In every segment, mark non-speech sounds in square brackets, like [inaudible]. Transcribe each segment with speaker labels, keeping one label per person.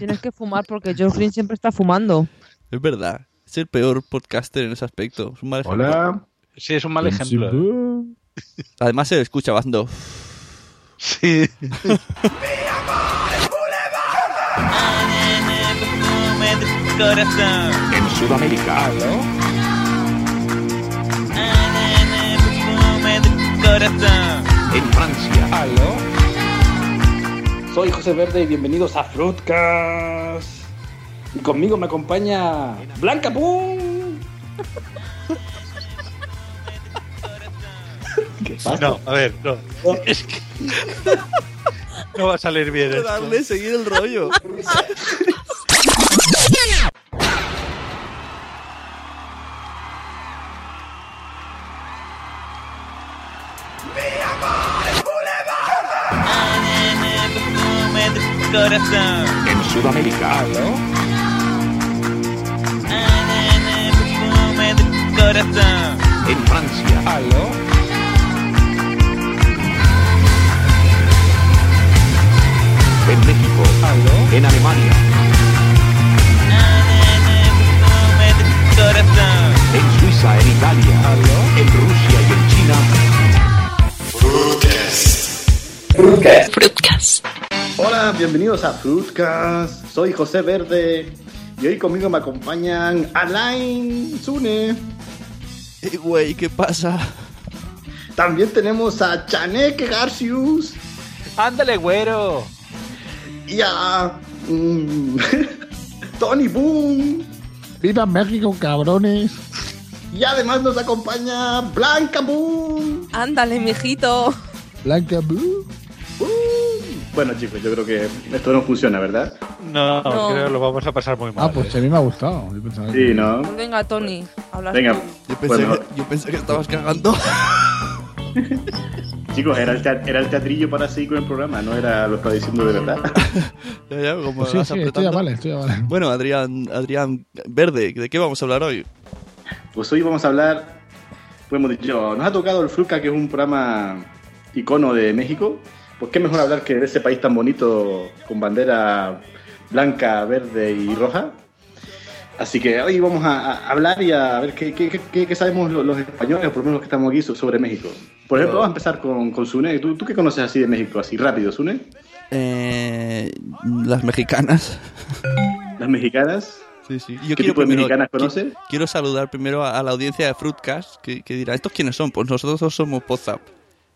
Speaker 1: Tienes que fumar porque George Green siempre está fumando.
Speaker 2: Es verdad. Es el peor podcaster en ese aspecto. Es un mal ejemplo.
Speaker 3: Hola.
Speaker 4: Sí, es un mal ejemplo.
Speaker 2: Además se le escucha bando. [laughs]
Speaker 4: Sí.
Speaker 5: En Sudamérica. En Francia.
Speaker 6: Soy José Verde y bienvenidos a Fruitcast. Y conmigo me acompaña Blanca Pum. ¿Qué pasa?
Speaker 4: No, a ver, no. Es que... No va a salir bien esto.
Speaker 2: Darle, seguir el rollo.
Speaker 5: En Sudamérica. En Francia. En México. En Alemania. En Suiza, en Italia. En Rusia y en China.
Speaker 3: Hola, bienvenidos a Fruitcast. Soy José Verde y hoy conmigo me acompañan Alain Zune.
Speaker 2: Ey, güey, ¿qué pasa?
Speaker 3: También tenemos a Chanek Garcius
Speaker 4: Ándale, güero.
Speaker 3: y a mm, [laughs] Tony Boom.
Speaker 7: ¡Viva México, cabrones!
Speaker 3: Y además nos acompaña Blanca Boom.
Speaker 1: Ándale, mijito.
Speaker 7: Blanca Blue.
Speaker 3: Boom. Bueno chicos, yo creo que esto no funciona, ¿verdad?
Speaker 2: Ah,
Speaker 4: No,
Speaker 1: No.
Speaker 4: creo que lo vamos a pasar muy mal. ¿eh?
Speaker 7: Ah, pues a mí me ha gustado. Yo pensaba
Speaker 3: Sí,
Speaker 7: que-
Speaker 3: ¿no?
Speaker 1: Pues venga, Tony. Hablas
Speaker 3: Venga,
Speaker 1: tú.
Speaker 2: Yo pensé,
Speaker 3: Bueno.
Speaker 2: yo pensé que estabas cagando. [laughs]
Speaker 3: Chicos, era el, teat- era el teatrillo para seguir con el programa, no era lo que estaba diciendo de verdad.
Speaker 2: Ya, ya, como
Speaker 7: Pues sí,
Speaker 2: vas
Speaker 7: sí, esto ya
Speaker 2: apretando.
Speaker 7: vale, esto
Speaker 2: [laughs]
Speaker 7: ya vale.
Speaker 2: Bueno, Adrián, Adrián Verde, ¿de qué vamos a hablar hoy?
Speaker 3: Pues hoy vamos a hablar, pues hemos dicho, nos ha tocado el Fruca, que es un programa icono de México. Pues qué mejor hablar que de ese país tan bonito con bandera blanca, verde y roja. Así que hoy vamos a, a hablar y a ver qué, qué- qué- qué- qué sabemos lo- los, españoles, o por lo menos los que estamos aquí, so- sobre México. Por
Speaker 2: Pero-
Speaker 3: ejemplo, vamos a empezar con, con Sune. ¿Tú, tú qué conoces así de México? Así rápido, Sune.
Speaker 2: Eh, las mexicanas.
Speaker 3: Las mexicanas.
Speaker 2: Sí, sí. Yo
Speaker 3: ¿Qué tipo de mexicanas
Speaker 2: qui-
Speaker 3: conoces?
Speaker 2: Quiero saludar primero a, a la audiencia de Fruitcast, que, que dirá, ¿estos quiénes son? Pues nosotros dos somos Podzap.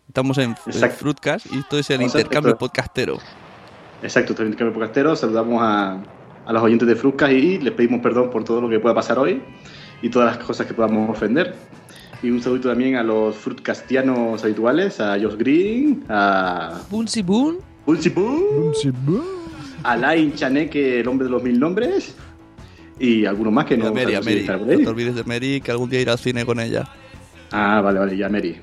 Speaker 2: Estamos en, en
Speaker 3: Exacto.
Speaker 2: Fruitcast y esto es el
Speaker 3: Exacto.
Speaker 2: intercambio podcastero.
Speaker 3: Exacto, también Cambio Podcastero. Saludamos a, a los oyentes de Fruscas y les pedimos perdón por todo lo que pueda pasar hoy y todas las cosas que podamos ofender. Y un saludo también a los frutcastianos habituales, a Josh Green, a
Speaker 1: Boonsy Boon.
Speaker 3: Ulcipu,
Speaker 7: Boom, sí, boom.
Speaker 3: a Lain Chaneque, el hombre de los mil nombres, y alguno más que
Speaker 2: Y
Speaker 3: no
Speaker 2: a Mary, a
Speaker 3: sabemos si
Speaker 2: Mary.
Speaker 3: estará por
Speaker 2: No
Speaker 3: ahí.
Speaker 2: te olvides de Mary, que algún día irá al cine con
Speaker 3: [laughs]
Speaker 2: ella.
Speaker 3: Ah, vale, vale, ya Mary.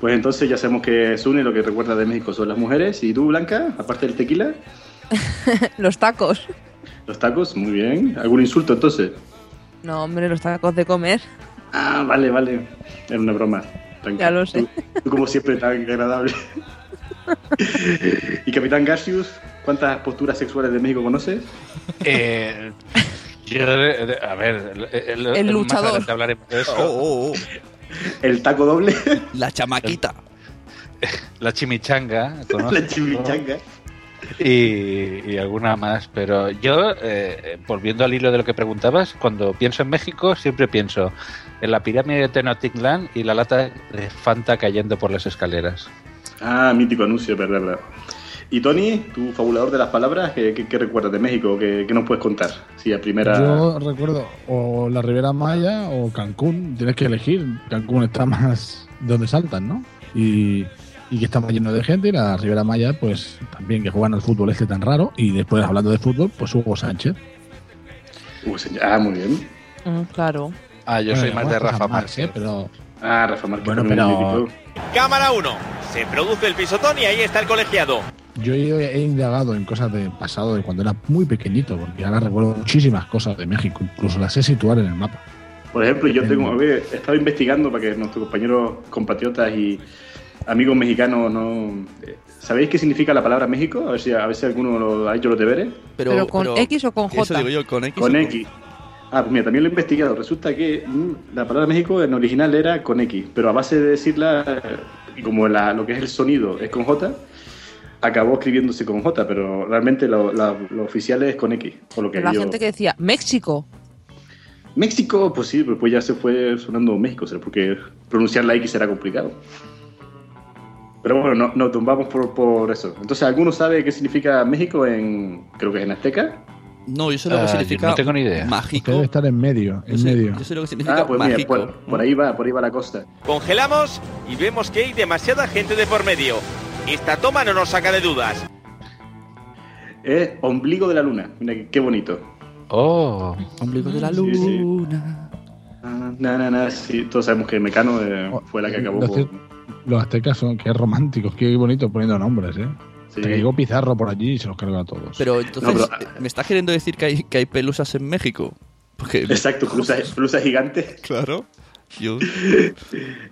Speaker 3: Pues entonces ya sabemos que Sune lo que recuerda de México son las mujeres. ¿Y tú, Blanca? Aparte del tequila,
Speaker 1: [laughs] Los tacos.
Speaker 3: los tacos, muy bien. ¿Algún insulto entonces?
Speaker 1: No, hombre, los tacos de comer.
Speaker 3: Ah, vale, vale. Era una broma. Tranquilo.
Speaker 1: Ya lo sé.
Speaker 3: Tú, tú como siempre, tan
Speaker 7: [laughs]
Speaker 3: agradable. y Capitán Garcius, ¿cuántas posturas sexuales de México conoces?
Speaker 4: Eh, yo, eh, a ver, el, el-
Speaker 1: El
Speaker 4: más
Speaker 1: luchador.
Speaker 4: adelante hablaremos de eso.
Speaker 2: Oh, oh, oh.
Speaker 3: El taco doble,
Speaker 2: La chamaquita.
Speaker 4: La chimichanga, ¿conoces?
Speaker 3: [laughs] la chimichanga.
Speaker 4: y, y alguna más. Pero yo, eh, volviendo al hilo de lo que preguntabas, cuando pienso en México, siempre pienso en la pirámide de Tenochtitlán y la lata de Fanta cayendo por las escaleras.
Speaker 3: Ah, mítico anuncio, pero verdad. Y Tony, tu fabulador de las palabras, ¿qué, qué- qué recuerdas de México? ¿Qué, qué nos puedes contar? Sí, a primera.
Speaker 7: Yo recuerdo o la Ribera Maya o Cancún. Tienes que elegir. Cancún está más de donde saltan, ¿no? Y, y y que estamos llenos de gente, y la Rivera Maya, pues también que juegan al fútbol este tan raro, y después hablando de fútbol, pues Hugo Sánchez.
Speaker 3: Uh, señor- ah, muy bien.
Speaker 1: Mm, claro.
Speaker 4: Ah, yo soy
Speaker 7: Bueno,
Speaker 4: más de
Speaker 7: cosas
Speaker 4: Rafa
Speaker 7: más,
Speaker 4: Márquez.
Speaker 7: ¿eh? pero
Speaker 3: Ah, Rafa Márquez.
Speaker 7: Bueno,
Speaker 3: también
Speaker 7: pero-
Speaker 3: muy crítico.
Speaker 8: Cámara 1. Se produce el pisotón y ahí está el colegiado.
Speaker 7: yo he, he indagado en cosas del pasado, de cuando era muy pequeñito, porque ahora recuerdo muchísimas cosas de México, incluso las sé situar en el mapa.
Speaker 3: Por ejemplo, yo tengo, a ver, he estado investigando para que nuestros compañeros compatriotas y amigos mexicanos no... eh, ¿Sabéis qué significa la palabra México? A ver si, a ver si alguno lo ha hecho los deberes.
Speaker 2: Pero,
Speaker 1: Pero con X o con
Speaker 2: Eso
Speaker 1: J.
Speaker 2: digo yo, con X. o
Speaker 3: Con X. Ah, pues mira, también lo he investigado. Resulta que mm, la palabra México en original era con X, pero a base de decirla, eh, y como la- lo que es el sonido es con J, acabó escribiéndose con J, pero realmente lo, la- lo oficial es con X. Por lo que
Speaker 1: Pero la
Speaker 3: yo-
Speaker 1: gente que decía, México.
Speaker 3: México, pues sí, pero pues ya se fue sonando México, será porque pronunciar la X era complicado. Pero bueno, no- nos tumbamos por, por eso. Entonces, ¿alguno sabe qué significa México en, creo que es en Azteca?
Speaker 2: No, yo sé lo que
Speaker 4: Ah, yo
Speaker 2: significa.
Speaker 4: no tengo ni idea.
Speaker 7: Usted
Speaker 2: Mágico.
Speaker 7: debe estar en medio,
Speaker 2: yo,
Speaker 7: en
Speaker 2: sé,
Speaker 7: medio.
Speaker 2: yo sé lo que significa
Speaker 3: Ah, pues
Speaker 2: mágico.
Speaker 3: mira, por, por ahí va, por ahí va la costa.
Speaker 8: Congelamos y vemos que hay demasiada gente de por medio. Esta toma no nos saca de dudas.
Speaker 3: Es ombligo de la luna. Mira qué- qué bonito.
Speaker 4: Oh,
Speaker 2: Ombligo de la
Speaker 3: Sí, sí.
Speaker 2: luna.
Speaker 3: Ah, Na, na, na, sí, todos sabemos que Mecano eh,
Speaker 7: Oh,
Speaker 3: fue la que acabó.
Speaker 7: lo
Speaker 3: por-
Speaker 7: cierto- Los aztecas son, qué románticos, qué bonito poniendo nombres, ¿eh?
Speaker 3: sí.
Speaker 7: Que llegó Pizarro por allí y se los cargó a todos.
Speaker 2: Pero entonces,
Speaker 3: No, pero-
Speaker 2: eh, ¿me estás queriendo decir que hay, que hay pelusas en México?
Speaker 3: [laughs]
Speaker 2: Porque,
Speaker 3: Exacto, blusa, blusa gigante.
Speaker 2: claro, yo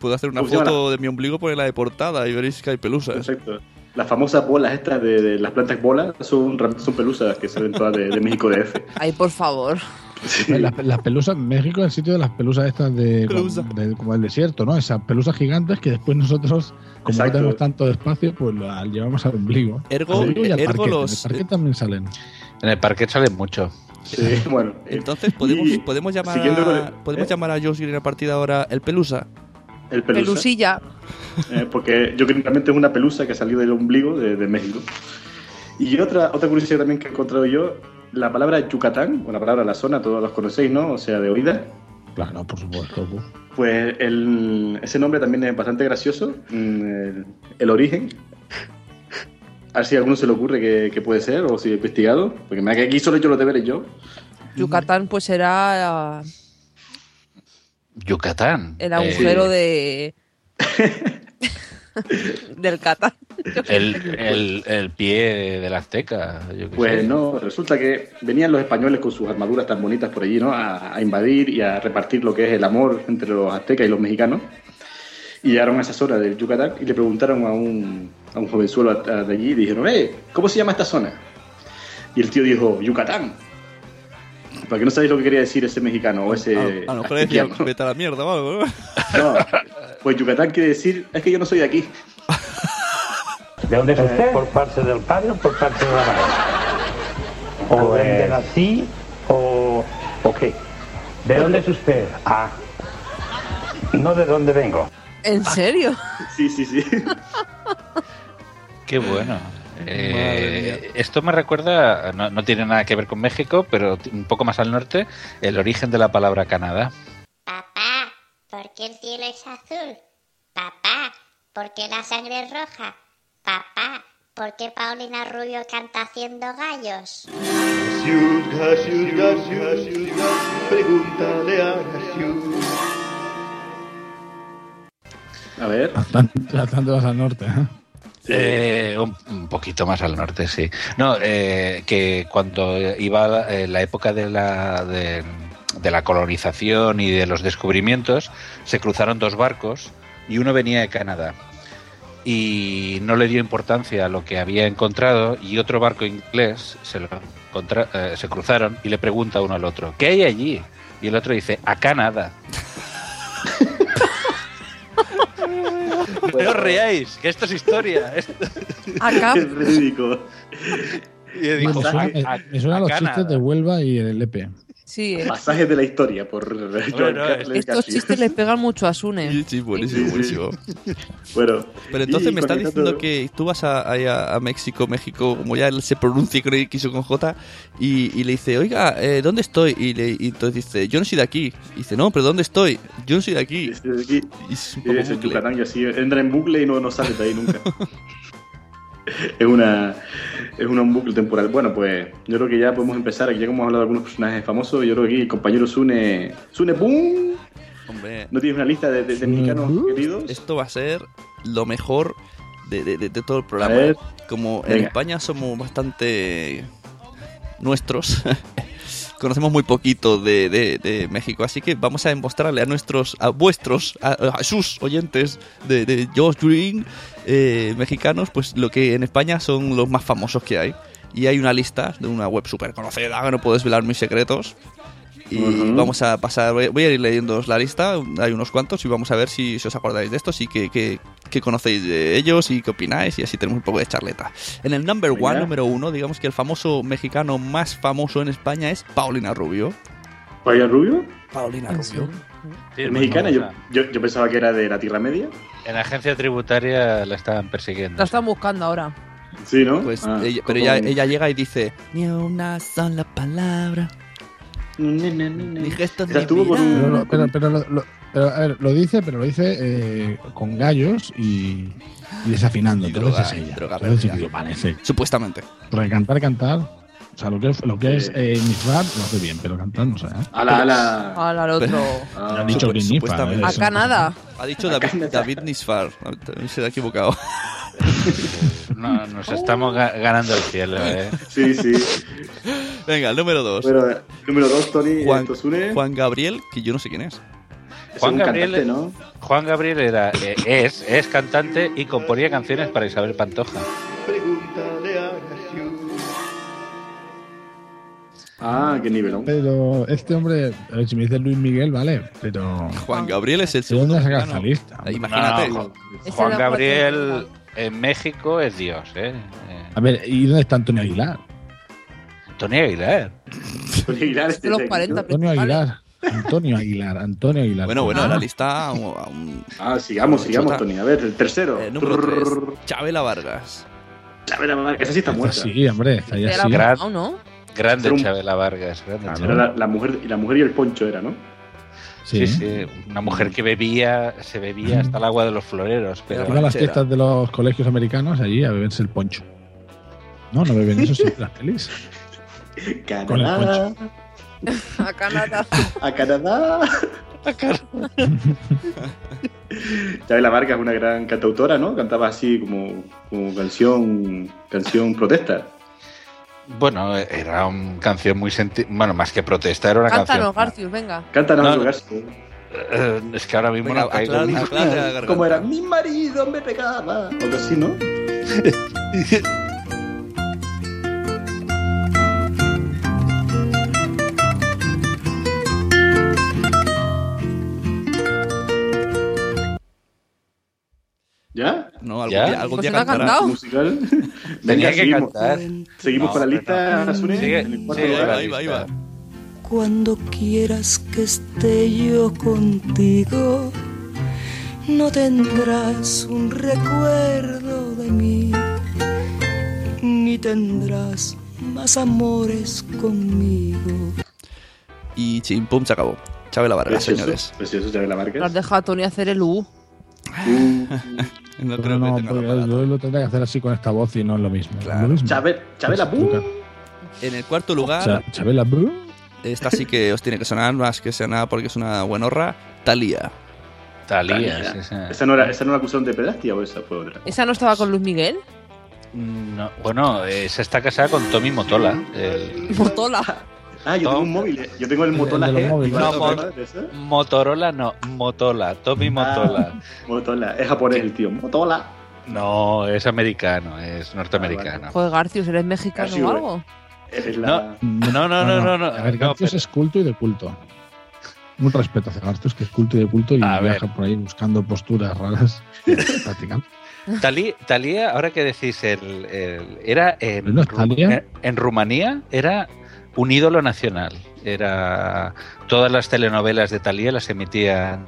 Speaker 2: puedo hacer una
Speaker 3: ¿Cómo se llama
Speaker 2: foto de mi ombligo, ponerla de portada y veréis que hay ¿eh? pelusas.
Speaker 3: Exacto. Las famosas bolas estas de, de las plantas bolas son, ram- son pelusas que salen todas de, de México DF.
Speaker 1: Ay, por favor.
Speaker 3: Sí.
Speaker 7: Eh, Las, las pelusas, México es el sitio de las pelusas estas de,
Speaker 2: Pelusa.
Speaker 7: de- como el desierto, ¿no? Esas pelusas gigantes que después nosotros, como
Speaker 3: Exacto.
Speaker 7: no tenemos tanto espacio, pues las llevamos al ombligo.
Speaker 2: Ergo,
Speaker 7: Al ombligo y al
Speaker 2: ergo
Speaker 7: parquet. En
Speaker 2: los-
Speaker 7: el parquet también salen.
Speaker 4: en el parque salen mucho.
Speaker 3: Sí, [laughs] bueno.
Speaker 2: Entonces, ¿podemos,
Speaker 3: Y-
Speaker 2: podemos, llamar,
Speaker 3: siguiendo con el-
Speaker 2: a, ¿podemos
Speaker 3: ¿eh?
Speaker 2: llamar a Josh Green a partir de ahora el pelusa?
Speaker 3: El pelusa.
Speaker 1: Pelusilla.
Speaker 3: Eh, porque yo creo que realmente es una pelusa que salió del ombligo de, de México. Y otra, otra curiosidad también que he encontrado yo, la palabra Yucatán, o la palabra la zona, todos los conocéis, ¿no? O sea, de oídas.
Speaker 7: Claro, por supuesto. pues.
Speaker 3: Pues el- ese nombre también es bastante gracioso. mm, El, el origen. A ver si a alguno se le ocurre que, que puede ser o si he investigado. Porque me da que aquí solo he hecho los deberes yo.
Speaker 1: Yucatán, pues era ah,
Speaker 4: Yucatán.
Speaker 1: el
Speaker 4: Eh,
Speaker 1: agujero
Speaker 3: [laughs]
Speaker 1: de. del Catán.
Speaker 4: El, el, el pie del Azteca. yo qué
Speaker 3: Pues
Speaker 4: sé.
Speaker 3: no, resulta que venían los españoles con sus armaduras tan bonitas por allí, ¿no? A, a invadir y a repartir lo que es el amor entre los aztecas y los mexicanos. Y llegaron a esa zona del Yucatán y le preguntaron a un, a un jovenzuelo a- a- de allí y dijeron, eh, ¿cómo se llama esta zona? Y el tío dijo, Yucatán. Para que no sabéis lo que quería decir ese mexicano o ese...
Speaker 2: Ah, a, a lo mejor decía,
Speaker 3: azteciano.
Speaker 2: vete a la mierda o algo, ¿no?
Speaker 3: [laughs] No, pues Yucatán quiere decir, es que yo no soy de aquí. [laughs]
Speaker 9: ¿De dónde es usted? ¿Por parte del padre o por parte de la madre? ¿O dónde nací? ¿O, o qué? ¿De dónde es usted? Ah, no de dónde vengo.
Speaker 1: ¿En serio?
Speaker 3: Sí, sí, sí.
Speaker 4: Qué bueno. Eh, esto me recuerda, no, no tiene nada que ver con México, pero t- un poco más al norte, el origen de la palabra Canadá.
Speaker 10: Papá, ¿por qué el cielo es azul? Papá, ¿por qué la sangre es roja? Papá, ¿por qué Paulina Rubio canta haciendo gallos?
Speaker 3: A ver.
Speaker 7: Bastante, bastante más al norte. ¿eh?
Speaker 4: Eh, un, un poquito más al norte, sí. No, eh, que cuando iba eh, la época de la, de, de la colonización y de los descubrimientos, se cruzaron dos barcos y uno venía de Canadá y no le dio importancia a lo que había encontrado y otro barco inglés se, lo encontra- eh, se cruzaron y le pregunta uno al otro, ¿qué hay allí? Y el otro dice, a Canadá. [laughs] No os reáis, que esto es historia.
Speaker 3: [laughs]
Speaker 1: Acá.
Speaker 3: Es ridículo.
Speaker 4: [laughs] Y yo digo,
Speaker 7: Me suena, me- me suena a los
Speaker 4: Canadá.
Speaker 7: chistes de Huelva y el E LP.
Speaker 1: Sí, eh.
Speaker 3: Pasajes de la historia por [laughs] Joan Carlos
Speaker 1: Estos
Speaker 3: García.
Speaker 1: chistes le pegan mucho a Sune.
Speaker 2: Sí, buenísimo,
Speaker 3: Sí, sí.
Speaker 2: buenísimo.
Speaker 3: Bueno.
Speaker 2: Pero entonces
Speaker 3: y
Speaker 2: me estás
Speaker 3: conectando-
Speaker 2: diciendo que tú vas a, ahí a- a México, México, como ya él se pronuncia, creo que quiso con J, y, y le dice, oiga, eh, ¿dónde estoy? Y, le, y entonces dice, yo no soy de aquí. Y dice, no, pero ¿dónde estoy? Yo no soy de aquí. Y es un
Speaker 3: Sí,
Speaker 2: poco
Speaker 3: es el
Speaker 2: bucle.
Speaker 3: Yucatán que así entra en bucle y no, no sale de ahí nunca. [laughs] es una es una- un bucle temporal. Bueno, pues yo creo que ya podemos empezar. Aquí ya como hemos hablado de algunos personajes famosos, yo creo que aquí el compañero Sune. Sune Boom.
Speaker 2: Hombre,
Speaker 3: ¿No tienes una lista de, de- de mexicanos queridos?
Speaker 2: esto va a ser lo mejor de, de- de- de todo el programa.
Speaker 3: A ver.
Speaker 2: Como en
Speaker 3: Venga.
Speaker 2: España somos bastante nuestros, [laughs] conocemos muy poquito de, de- de México, así que vamos a mostrarle a nuestros, a vuestros, a, a sus oyentes de, de Josh Green, eh, mexicanos, pues lo que en España son los más famosos que hay. Y hay una lista de una web súper conocida, no puedo desvelar mis secretos. Y
Speaker 3: Ujú.
Speaker 2: vamos a pasar, voy voy a ir leyendo la lista, hay unos cuantos, y vamos a ver si, si os acordáis de estos y qué, qué- qué conocéis de ellos y qué opináis, y así tenemos un poco de charleta. En el number
Speaker 3: Venga.
Speaker 2: one, número uno, digamos que el famoso mexicano más famoso en España es Paulina Rubio.
Speaker 3: ¿Paulina Rubio?
Speaker 2: Paulina Rubio.
Speaker 4: Sí,
Speaker 3: ¿Es
Speaker 4: muy
Speaker 3: mexicana? Yo,
Speaker 4: famosa.
Speaker 3: yo, yo pensaba que era de la Tierra Media.
Speaker 4: En la agencia tributaria la estaban persiguiendo.
Speaker 1: La están buscando ahora.
Speaker 3: Sí, ¿no?
Speaker 2: Pues
Speaker 3: Ah,
Speaker 2: ella-
Speaker 3: con-
Speaker 2: pero ella, ella llega y dice, ni una sola palabra,
Speaker 3: Ne, ne, ne, ne.
Speaker 2: ni gestos,
Speaker 3: Esa
Speaker 2: ni
Speaker 3: estuvo con
Speaker 2: mirada".
Speaker 7: Pero,
Speaker 3: un.
Speaker 7: lo- pero, pero lo, lo- pero, a ver, lo dice, pero lo dice eh, con gallos y, y desafinando.
Speaker 2: Y
Speaker 7: Entonces
Speaker 2: droga,
Speaker 7: es ella.
Speaker 2: y droga
Speaker 7: Entonces sí que
Speaker 2: perdida.
Speaker 7: lo parece.
Speaker 2: Supuestamente.
Speaker 7: Porque cantar, cantar. O sea, lo que, lo que es
Speaker 3: Sí.
Speaker 7: eh, nifar lo hace bien, pero cantar no sé. ¿eh?
Speaker 3: Ala, ala.
Speaker 1: Ahora al otro.
Speaker 3: Ah,
Speaker 7: No han dicho
Speaker 2: supu-
Speaker 7: que nifar.
Speaker 2: supuestamente.
Speaker 7: ¿eh?
Speaker 1: Acá nada.
Speaker 2: Ha dicho David, David Nisfar, se ha equivocado. [laughs]
Speaker 4: No, nos
Speaker 2: Uh.
Speaker 4: estamos ga- ganando
Speaker 2: [laughs]
Speaker 4: el cielo, ¿eh?
Speaker 3: Sí, sí.
Speaker 2: Venga, el número dos.
Speaker 3: Bueno, eh, número dos, Tony.
Speaker 2: Juan,
Speaker 3: esto Sune.
Speaker 2: Juan Gabriel, que yo no sé quién es.
Speaker 3: Es
Speaker 4: Juan
Speaker 3: un
Speaker 4: Gabriel-
Speaker 3: cantante, ¿no?
Speaker 4: Juan Gabriel era, eh, es, es cantante y componía canciones para Isabel Pantoja.
Speaker 3: Ah, qué nivelón.
Speaker 7: Pero este hombre, a ver, si me dice Luis Miguel, vale, pero.
Speaker 3: Ah.
Speaker 2: Juan Gabriel es el
Speaker 7: ¿De dónde
Speaker 2: segundo.
Speaker 7: ha sacado
Speaker 2: mexicano.
Speaker 7: esta lista?
Speaker 2: Eh, Imagínate.
Speaker 4: No,
Speaker 1: Ese
Speaker 4: Juan
Speaker 1: era
Speaker 4: Gabriel en México es Dios, ¿eh? Eh,
Speaker 7: A ver, ¿y dónde está Antonio Aguilar?
Speaker 4: Tony Aguilar.
Speaker 3: [laughs] Tony Aguilar este
Speaker 1: De los
Speaker 3: técnico.
Speaker 1: 40.
Speaker 7: Antonio Aguilar. Antonio Aguilar, Antonio Aguilar.
Speaker 2: Bueno, bueno,
Speaker 7: Ah,
Speaker 2: la lista. aún- aún-
Speaker 3: Ah, sigamos, sigamos,
Speaker 2: Chuta.
Speaker 3: Tony. A ver, el tercero.
Speaker 2: eh, número tres,
Speaker 3: Trrr.
Speaker 2: Chabela Vargas.
Speaker 3: A ver, a ver, esa sí está muerta.
Speaker 7: Sí, hombre, está ahí
Speaker 1: Era
Speaker 7: así.
Speaker 4: Gran-
Speaker 1: buscado, ¿no?
Speaker 4: Grande
Speaker 3: Pero un-
Speaker 4: Chabela Vargas. grande
Speaker 7: Claro.
Speaker 3: Ah, Era
Speaker 4: Chabela.
Speaker 3: la, la mujer, y la mujer y el poncho era, ¿no?
Speaker 4: Sí,
Speaker 7: Sí,
Speaker 4: sí. Una mujer que bebía, se bebía hasta el agua de los floreros. Pero
Speaker 2: Era
Speaker 7: Iba a las
Speaker 2: ranchera.
Speaker 7: fiestas de los colegios americanos allí a beberse el poncho. No, no beben eso, sí, las pelis. Con el
Speaker 3: Canadá.
Speaker 1: A Canadá.
Speaker 3: A Canadá. [laughs] Chabela Vargas es una gran cantautora, ¿no? Cantaba así como, como canción canción protesta.
Speaker 4: Bueno, era una canción muy senti Bueno, más que protesta, era una
Speaker 1: Cántanos,
Speaker 4: canción.
Speaker 1: Garcius, venga.
Speaker 3: Cántanos
Speaker 4: No,
Speaker 3: algo,
Speaker 4: no.
Speaker 3: Garci.
Speaker 4: Eh, es que ahora mismo
Speaker 2: Venga,
Speaker 4: no caigo.
Speaker 2: aclara- aclara la [laughs] garganta.
Speaker 3: Como era mi marido me pegaba. O algo
Speaker 4: [laughs]
Speaker 3: así, ¿no? ¿Ya?
Speaker 2: No, algún
Speaker 4: ¿Ya?
Speaker 2: día, algún
Speaker 1: Pues
Speaker 2: día
Speaker 1: no ha
Speaker 2: cantará.
Speaker 1: cantado.
Speaker 3: Musical. [laughs]
Speaker 4: Tenía que
Speaker 3: seguimos.
Speaker 4: cantar.
Speaker 3: Seguimos
Speaker 4: No,
Speaker 3: con la
Speaker 4: hombre,
Speaker 3: lista,
Speaker 4: no.
Speaker 3: Sune.
Speaker 4: Sigue,
Speaker 3: ¿eh? en el cuarto
Speaker 4: sigue,
Speaker 2: Ahí
Speaker 3: lugar.
Speaker 2: va, ahí va, ahí va.
Speaker 11: Cuando quieras que esté yo contigo, no tendrás un recuerdo de mí, ni tendrás más amores conmigo.
Speaker 2: Y chim, pum, se acabó. Chabela Vargas,
Speaker 3: Precioso,
Speaker 2: señores.
Speaker 3: Precioso, Chabela
Speaker 1: Nos has
Speaker 3: Vargas.
Speaker 1: dejado a Tony hacer el U.
Speaker 3: Uh,
Speaker 2: [laughs] No
Speaker 7: Pero
Speaker 2: creo
Speaker 7: no, pues
Speaker 2: que tenga
Speaker 7: porque
Speaker 2: la palabra.
Speaker 7: yo lo tendría que hacer así con esta voz y no es lo mismo.
Speaker 2: Claro.
Speaker 7: Lo mismo.
Speaker 3: Chabe- Chabela, uh. ¡pum!
Speaker 2: En el cuarto
Speaker 7: O
Speaker 2: lugar,
Speaker 7: sea, Chabela Bru.
Speaker 2: esta sí que os tiene que sonar, más que sea nada porque es una buenorra, Talía.
Speaker 4: Talía,
Speaker 3: Talía.
Speaker 4: sí, sí.
Speaker 3: ¿Esa no, era, ¿Esa no la acusaron de pedastia o esa fue otra?
Speaker 1: ¿Esa no estaba con Luis Miguel?
Speaker 4: No, bueno, eh, se está casada con Tommy Motola. el-
Speaker 1: Motola.
Speaker 3: Ah, yo
Speaker 4: No.
Speaker 3: tengo un móvil. eh. Yo tengo el
Speaker 7: El-
Speaker 3: Motola
Speaker 7: el de los
Speaker 3: G.
Speaker 7: móviles.
Speaker 3: ¿Te
Speaker 4: No,
Speaker 3: acuerdas de ese?
Speaker 4: Motorola no, Motola,
Speaker 3: Ah.
Speaker 4: Tommy Motola.
Speaker 3: Motola. Es japonés el tío. Motola.
Speaker 4: No, es americano, es norteamericano.
Speaker 3: Ah,
Speaker 1: Joder, Garcius, ¿eres mexicano
Speaker 3: Garcius,
Speaker 1: o algo?
Speaker 3: Es la...
Speaker 4: No, no, no, no, no.
Speaker 7: A ver,
Speaker 4: no,
Speaker 7: Garcius
Speaker 4: pero-
Speaker 7: es culto y de culto. Un respeto hacia Garcius, que es culto y de culto y
Speaker 4: A ver.
Speaker 7: viaja por ahí buscando
Speaker 4: [laughs]
Speaker 7: posturas raras. practicando.
Speaker 4: Talí- Talía, ahora que decís, el, el- era en,
Speaker 7: ¿No es Talía?
Speaker 4: en Rumanía, era un ídolo nacional. Era todas las telenovelas de Talía las emitían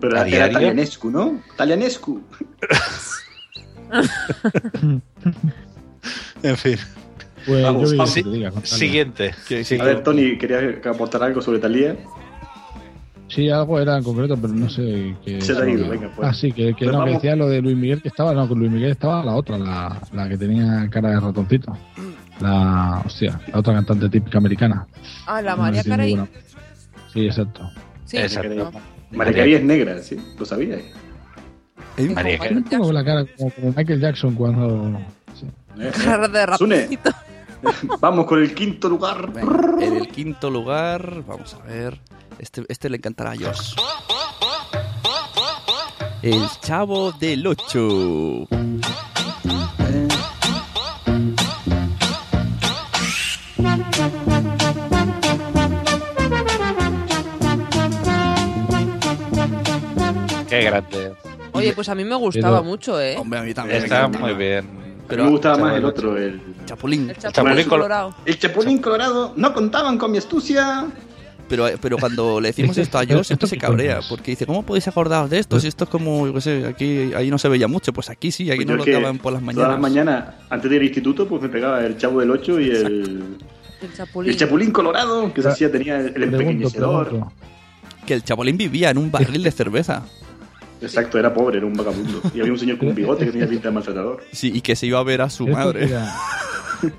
Speaker 6: Pero
Speaker 4: a
Speaker 6: era, era
Speaker 4: diario.
Speaker 6: Talianescu, ¿no? Talianescu.
Speaker 4: en fin.
Speaker 7: Pues
Speaker 6: Vamos,
Speaker 7: yo
Speaker 6: vamos.
Speaker 7: que te diga, Gonzalo.
Speaker 4: Siguiente.
Speaker 3: A ver, Tony, quería aportar algo sobre Talía.
Speaker 7: Sí, algo era en concreto, pero no sé qué.
Speaker 3: Se te ha ido, venga, pues.
Speaker 7: Ah, sí, que, que
Speaker 3: Pues
Speaker 7: no, que
Speaker 3: vamos.
Speaker 7: decía lo de Luis Miguel que estaba, no, que Luis Miguel estaba la otra, la, la que tenía cara de ratoncito. La, hostia, la otra cantante típica americana.
Speaker 12: Ah, la
Speaker 7: No me
Speaker 12: María
Speaker 7: tiene
Speaker 12: Carey.
Speaker 7: ninguna- Sí, exacto.
Speaker 12: Sí,
Speaker 3: Exacto.
Speaker 12: no.
Speaker 3: María Carey es negra, ¿sí? Lo sabía.
Speaker 4: María
Speaker 7: Tiene como la cara como, como Michael Jackson cuando.
Speaker 12: Cara de
Speaker 3: Sune, vamos con el quinto lugar.
Speaker 2: En el quinto lugar, vamos a ver. Este, este le encantará a Josh. El Chavo del Ocho.
Speaker 4: Qué grande.
Speaker 12: Oye, pues a mí me gustaba
Speaker 4: Pero-
Speaker 12: mucho, ¿eh?
Speaker 2: Hombre, a mí
Speaker 4: Está muy bien.
Speaker 3: Pero me gustaba más el otro, el
Speaker 2: Chapulín.
Speaker 12: El Chapulín Colorado.
Speaker 3: El Chapulín Colorado. No contaban con mi astucia.
Speaker 2: Pero, eh, pero cuando le decimos esto
Speaker 7: [laughs]
Speaker 2: a Josh, siempre se cabrea. Porque dice, ¿cómo podéis acordaros de esto? Si esto es como, yo qué sé, aquí ahí no se veía mucho. Pues aquí sí, aquí
Speaker 3: Pues
Speaker 2: no
Speaker 3: yo
Speaker 2: lo
Speaker 3: que
Speaker 2: daban por las
Speaker 3: Todas
Speaker 2: mañanas.
Speaker 3: las mañanas, antes de ir al instituto, pues me pegaba el Chavo del 8 y el,
Speaker 12: El
Speaker 3: el
Speaker 12: Chapulín.
Speaker 3: Chapulín Colorado, que se hacía, tenía el, el empequeñecedor.
Speaker 2: Que el Chapulín vivía en un barril de cerveza.
Speaker 3: Exacto, era pobre, era un vagabundo. Y había un señor con bigote que tenía pinta de maltratador.
Speaker 2: Sí, y que se iba a ver a su
Speaker 7: Esto
Speaker 2: madre.
Speaker 7: era-
Speaker 2: [laughs]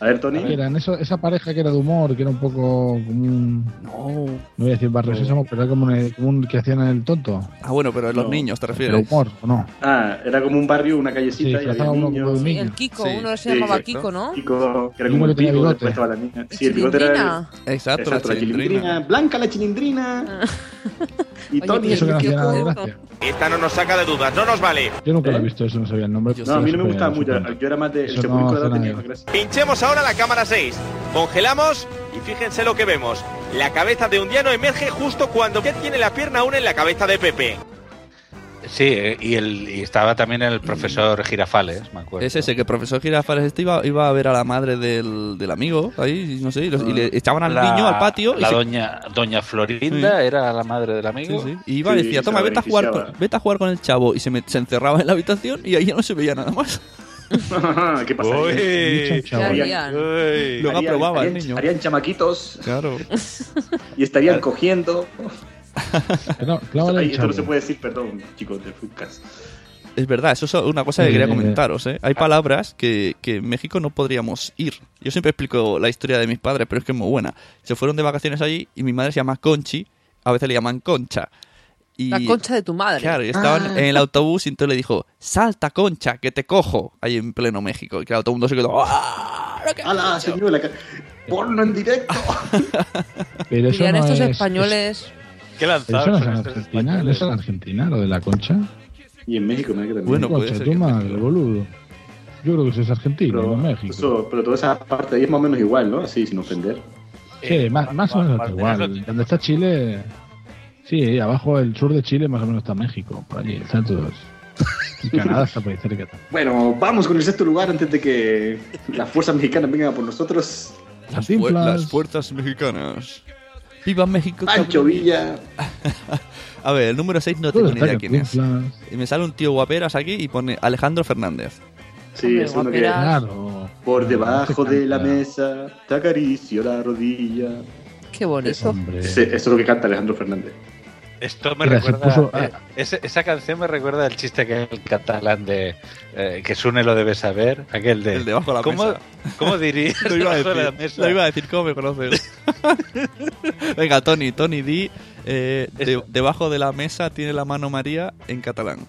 Speaker 3: A ver, Tony.
Speaker 7: que eran eso, esa pareja que era de humor, que era un poco como un.
Speaker 2: No.
Speaker 7: voy a decir barrio
Speaker 2: No.
Speaker 7: Sésamo, pero era como un, como un que hacían el tonto.
Speaker 2: Ah, bueno, pero los
Speaker 3: No.
Speaker 2: niños, ¿te refieres?
Speaker 7: El humor, ¿o no?
Speaker 3: Ah, era como un barrio, una callecita
Speaker 7: Sí,
Speaker 3: y había
Speaker 7: trataba uno como de
Speaker 3: niños.
Speaker 7: un niño.
Speaker 12: El Kiko, uno se llamaba Kiko, ¿no?
Speaker 3: Kiko, que era
Speaker 7: El
Speaker 3: como
Speaker 7: niño
Speaker 3: el
Speaker 7: que tenía
Speaker 3: pico,
Speaker 7: bigote.
Speaker 3: después estaba la niña. Sí, el bigote era.
Speaker 12: Chilindrina.
Speaker 3: el-
Speaker 2: Exacto, la
Speaker 3: la
Speaker 2: chilindrina.
Speaker 3: chilindrina. Blanca la chilindrina. Y
Speaker 12: Oye,
Speaker 3: Tony.
Speaker 12: pero Eso que no qué hacía nada de
Speaker 7: cojo. gracia.
Speaker 8: Esta no nos saca de dudas, no nos vale.
Speaker 7: Yo nunca lo he
Speaker 2: Eh.
Speaker 7: visto, eso no sabía el nombre.
Speaker 3: No, a mí no me
Speaker 7: gusta
Speaker 3: gustaba mucho. Yo era más de. El
Speaker 7: Eso
Speaker 3: Chapulín
Speaker 7: no
Speaker 3: Colorado
Speaker 7: hace
Speaker 3: tenía
Speaker 7: nadie.
Speaker 3: más gracia.
Speaker 8: Pinchemos ahora la cámara 6. Congelamos y fíjense lo que vemos. La cabeza de un diano emerge justo cuando ya tiene la pierna aún en la cabeza de Pepe.
Speaker 4: Sí, eh, y, el, y estaba también el profesor Girafales, me acuerdo.
Speaker 2: Es ese, que el profesor Girafales este iba, iba a ver a la madre del, del amigo, ahí, no sé, y, los- y le echaban al
Speaker 4: La-
Speaker 2: niño al patio. y
Speaker 4: La
Speaker 2: se-
Speaker 4: doña, doña Florinda era la madre del
Speaker 2: Sí,
Speaker 4: amigo.
Speaker 2: sí. Y iba y decía, toma, vete a, jugar con, vete a jugar con el chavo. Y se, me- se encerraba en la habitación y ahí ya no se veía nada más.
Speaker 3: [laughs] ¿Qué pasa? Eh.
Speaker 4: Uy.
Speaker 12: ¿Qué harían?
Speaker 2: Luego
Speaker 3: Harían-
Speaker 2: aprobaba el
Speaker 3: harían-
Speaker 2: niño.
Speaker 3: Harían chamaquitos
Speaker 2: Claro.
Speaker 3: y estarían cogiendo. Ay, esto no se
Speaker 7: chavo.
Speaker 3: puede decir, perdón, chicos de Frucas.
Speaker 2: Es verdad, eso es una cosa que
Speaker 7: Eh,
Speaker 2: quería comentaros. ¿eh? Hay palabras que, que en México no podríamos ir. Yo siempre explico la historia de mis padres, pero es que es muy buena. Se fueron de vacaciones allí y mi madre se llama Conchi, a veces le llaman Concha. Y,
Speaker 12: La concha de Ah. tu madre.
Speaker 2: Claro, y estaban en el autobús y entonces le dijo, salta Concha, que te cojo, ahí en pleno México. Y claro, todo el mundo se quedó, "¡Ah!".
Speaker 3: ¡Hala, señora! que- ¡Porno en directo!
Speaker 7: Pero eso
Speaker 12: Dirían
Speaker 7: no
Speaker 12: estos
Speaker 7: es-
Speaker 12: españoles.
Speaker 4: ¿Qué
Speaker 7: Pero eso no es en Argentina, no es en Argentina, lo de la concha.
Speaker 3: Y en México, me da que también.
Speaker 2: Bueno, puede
Speaker 7: concha,
Speaker 2: ser
Speaker 7: tu
Speaker 2: que-
Speaker 7: madre, boludo. Yo creo que eso es argentino, no
Speaker 3: pero,
Speaker 7: en México.
Speaker 3: eso- pero toda esa parte ahí es más o menos igual, ¿no? Así, sin ofender.
Speaker 7: sí, más, más o menos
Speaker 4: más-
Speaker 7: está igual. Donde está Chile. Sí, abajo el sur de Chile más o menos está México. Por allí están todos.
Speaker 2: [laughs]
Speaker 7: Y Canadá está por ahí cerca.
Speaker 3: Bueno, vamos con el sexto lugar antes de que las fuerzas mexicanas vengan a por nosotros.
Speaker 7: Las
Speaker 2: Fu-
Speaker 7: inflas.
Speaker 2: Las puertas mexicanas. ¡Viva México!
Speaker 3: Pancho
Speaker 2: cabrón!
Speaker 3: Villa.
Speaker 2: A ver, el número 6 no tengo
Speaker 7: Todo
Speaker 2: ni
Speaker 7: está
Speaker 2: idea
Speaker 7: que
Speaker 2: quién es.
Speaker 7: inflas.
Speaker 2: Y me sale un tío guaperas aquí y pone Alejandro Fernández.
Speaker 3: Sí,
Speaker 12: Hombre,
Speaker 3: es uno que.
Speaker 12: guaperas.
Speaker 7: Claro. Este
Speaker 3: Por debajo de la
Speaker 7: Canta.
Speaker 3: mesa, te acaricio la rodilla.
Speaker 12: Qué bonito.
Speaker 7: Hombre.
Speaker 3: Ese- eso es lo que canta Alejandro Fernández.
Speaker 4: Esto me
Speaker 7: Mira, se
Speaker 4: recuerda.
Speaker 7: puso- ah.
Speaker 4: eh, ese- esa canción me recuerda el chiste que el catalán de. eh, que Sune lo debe saber. Aquel de.
Speaker 2: El debajo de la
Speaker 4: ¿Cómo,
Speaker 2: mesa.
Speaker 4: ¿Cómo dirías?
Speaker 2: [laughs] Lo iba a
Speaker 4: [laughs] debajo de la
Speaker 2: decir.
Speaker 4: mesa?
Speaker 2: Lo iba a decir, ¿cómo me conoces? [laughs] Venga, Tony, Tony, di. eh, de- debajo de la mesa tiene la mano María en catalán.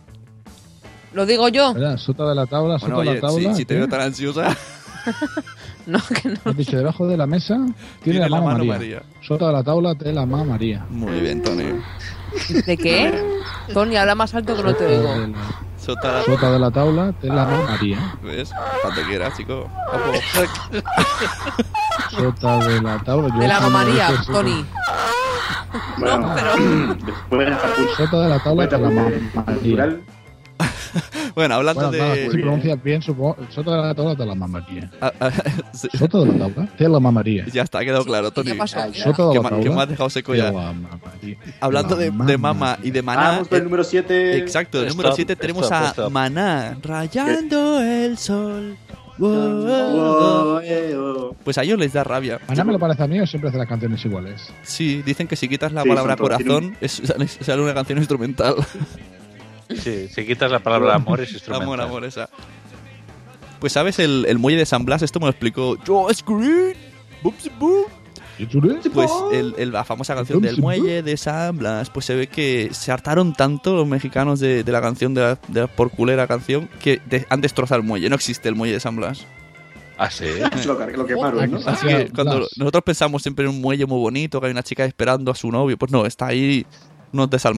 Speaker 12: Lo digo yo.
Speaker 7: Espera, Sota de la tabla, sota
Speaker 2: Bueno,
Speaker 7: de
Speaker 2: oye,
Speaker 7: la tabla. ¿eh?
Speaker 2: si, si te
Speaker 7: ¿qué?
Speaker 2: veo tan ansiosa,
Speaker 12: [laughs] No, que no.
Speaker 7: Has dicho, debajo de la mesa
Speaker 2: [laughs]
Speaker 7: tiene, la mano, María. Sota de la tabla, tiene la mano María.
Speaker 2: Muy bien, Tony.
Speaker 12: ¿De qué? Tony, habla más alto que no te oigo.
Speaker 7: De la-
Speaker 2: Sota,
Speaker 7: Sota de la tabla, tiene la mano María.
Speaker 2: ¿ves? Cuando quieras, chico. [laughs] Ojo.
Speaker 7: Sota de la tabla. yo
Speaker 12: De la
Speaker 7: eso no lo he
Speaker 12: mamaría,
Speaker 7: hecho, eso.
Speaker 12: Tony.
Speaker 3: Bueno, [laughs] después de la pues,
Speaker 7: Sota de la tabla,
Speaker 3: Cuenta
Speaker 7: tiene la
Speaker 3: con
Speaker 7: mano
Speaker 3: el
Speaker 7: María.
Speaker 3: cultural.
Speaker 2: Bueno, hablando
Speaker 7: Bueno, nada, pues,
Speaker 2: de. [laughs]
Speaker 7: si pronuncias bien, supongo. Soto de la Taula te la mamaría.
Speaker 2: Ah, ah, sí.
Speaker 7: Soto de la Taula te la mamaría.
Speaker 2: Ya está, ha quedado claro, Tony.
Speaker 7: pasó. Soto de
Speaker 2: Que ma-
Speaker 7: la
Speaker 2: que
Speaker 7: Taula.
Speaker 2: me has dejado seco ya. Hablando de, de Mama y de Maná.
Speaker 3: Vamos con el número 7.
Speaker 2: Ah, eh, Exacto, el número 7 tenemos a Maná. Rayando el sol.
Speaker 3: Wow, eh, oh.
Speaker 2: Pues a ellos les da rabia.
Speaker 7: Maná me lo parece a mí o siempre hace las canciones iguales.
Speaker 2: Sí, dicen que si quitas la
Speaker 7: Sí,
Speaker 2: palabra
Speaker 7: son todos-
Speaker 2: corazón, es- sale- sale una canción instrumental.
Speaker 4: Sí, si quitas la palabra amor es instrumental.
Speaker 2: Amor, amor, esa. Pues sabes, el, el muelle de San Blas, esto me lo explicó Josh Green. Bupsi bup. Pues el, el- la famosa canción del
Speaker 4: Bupsi bup.
Speaker 2: muelle de San Blas, pues se ve que se hartaron tanto los mexicanos de, de la canción, de la, de la porculera canción, que de- han destrozado el muelle. No existe el muelle de San Blas.
Speaker 4: Ah, sí.
Speaker 3: Lo car- lo quemaron, ¿no?
Speaker 2: Así Ah, que cuando nosotros pensamos siempre en un muelle muy bonito, que hay una chica esperando a su novio, pues no, está ahí unos desalmados.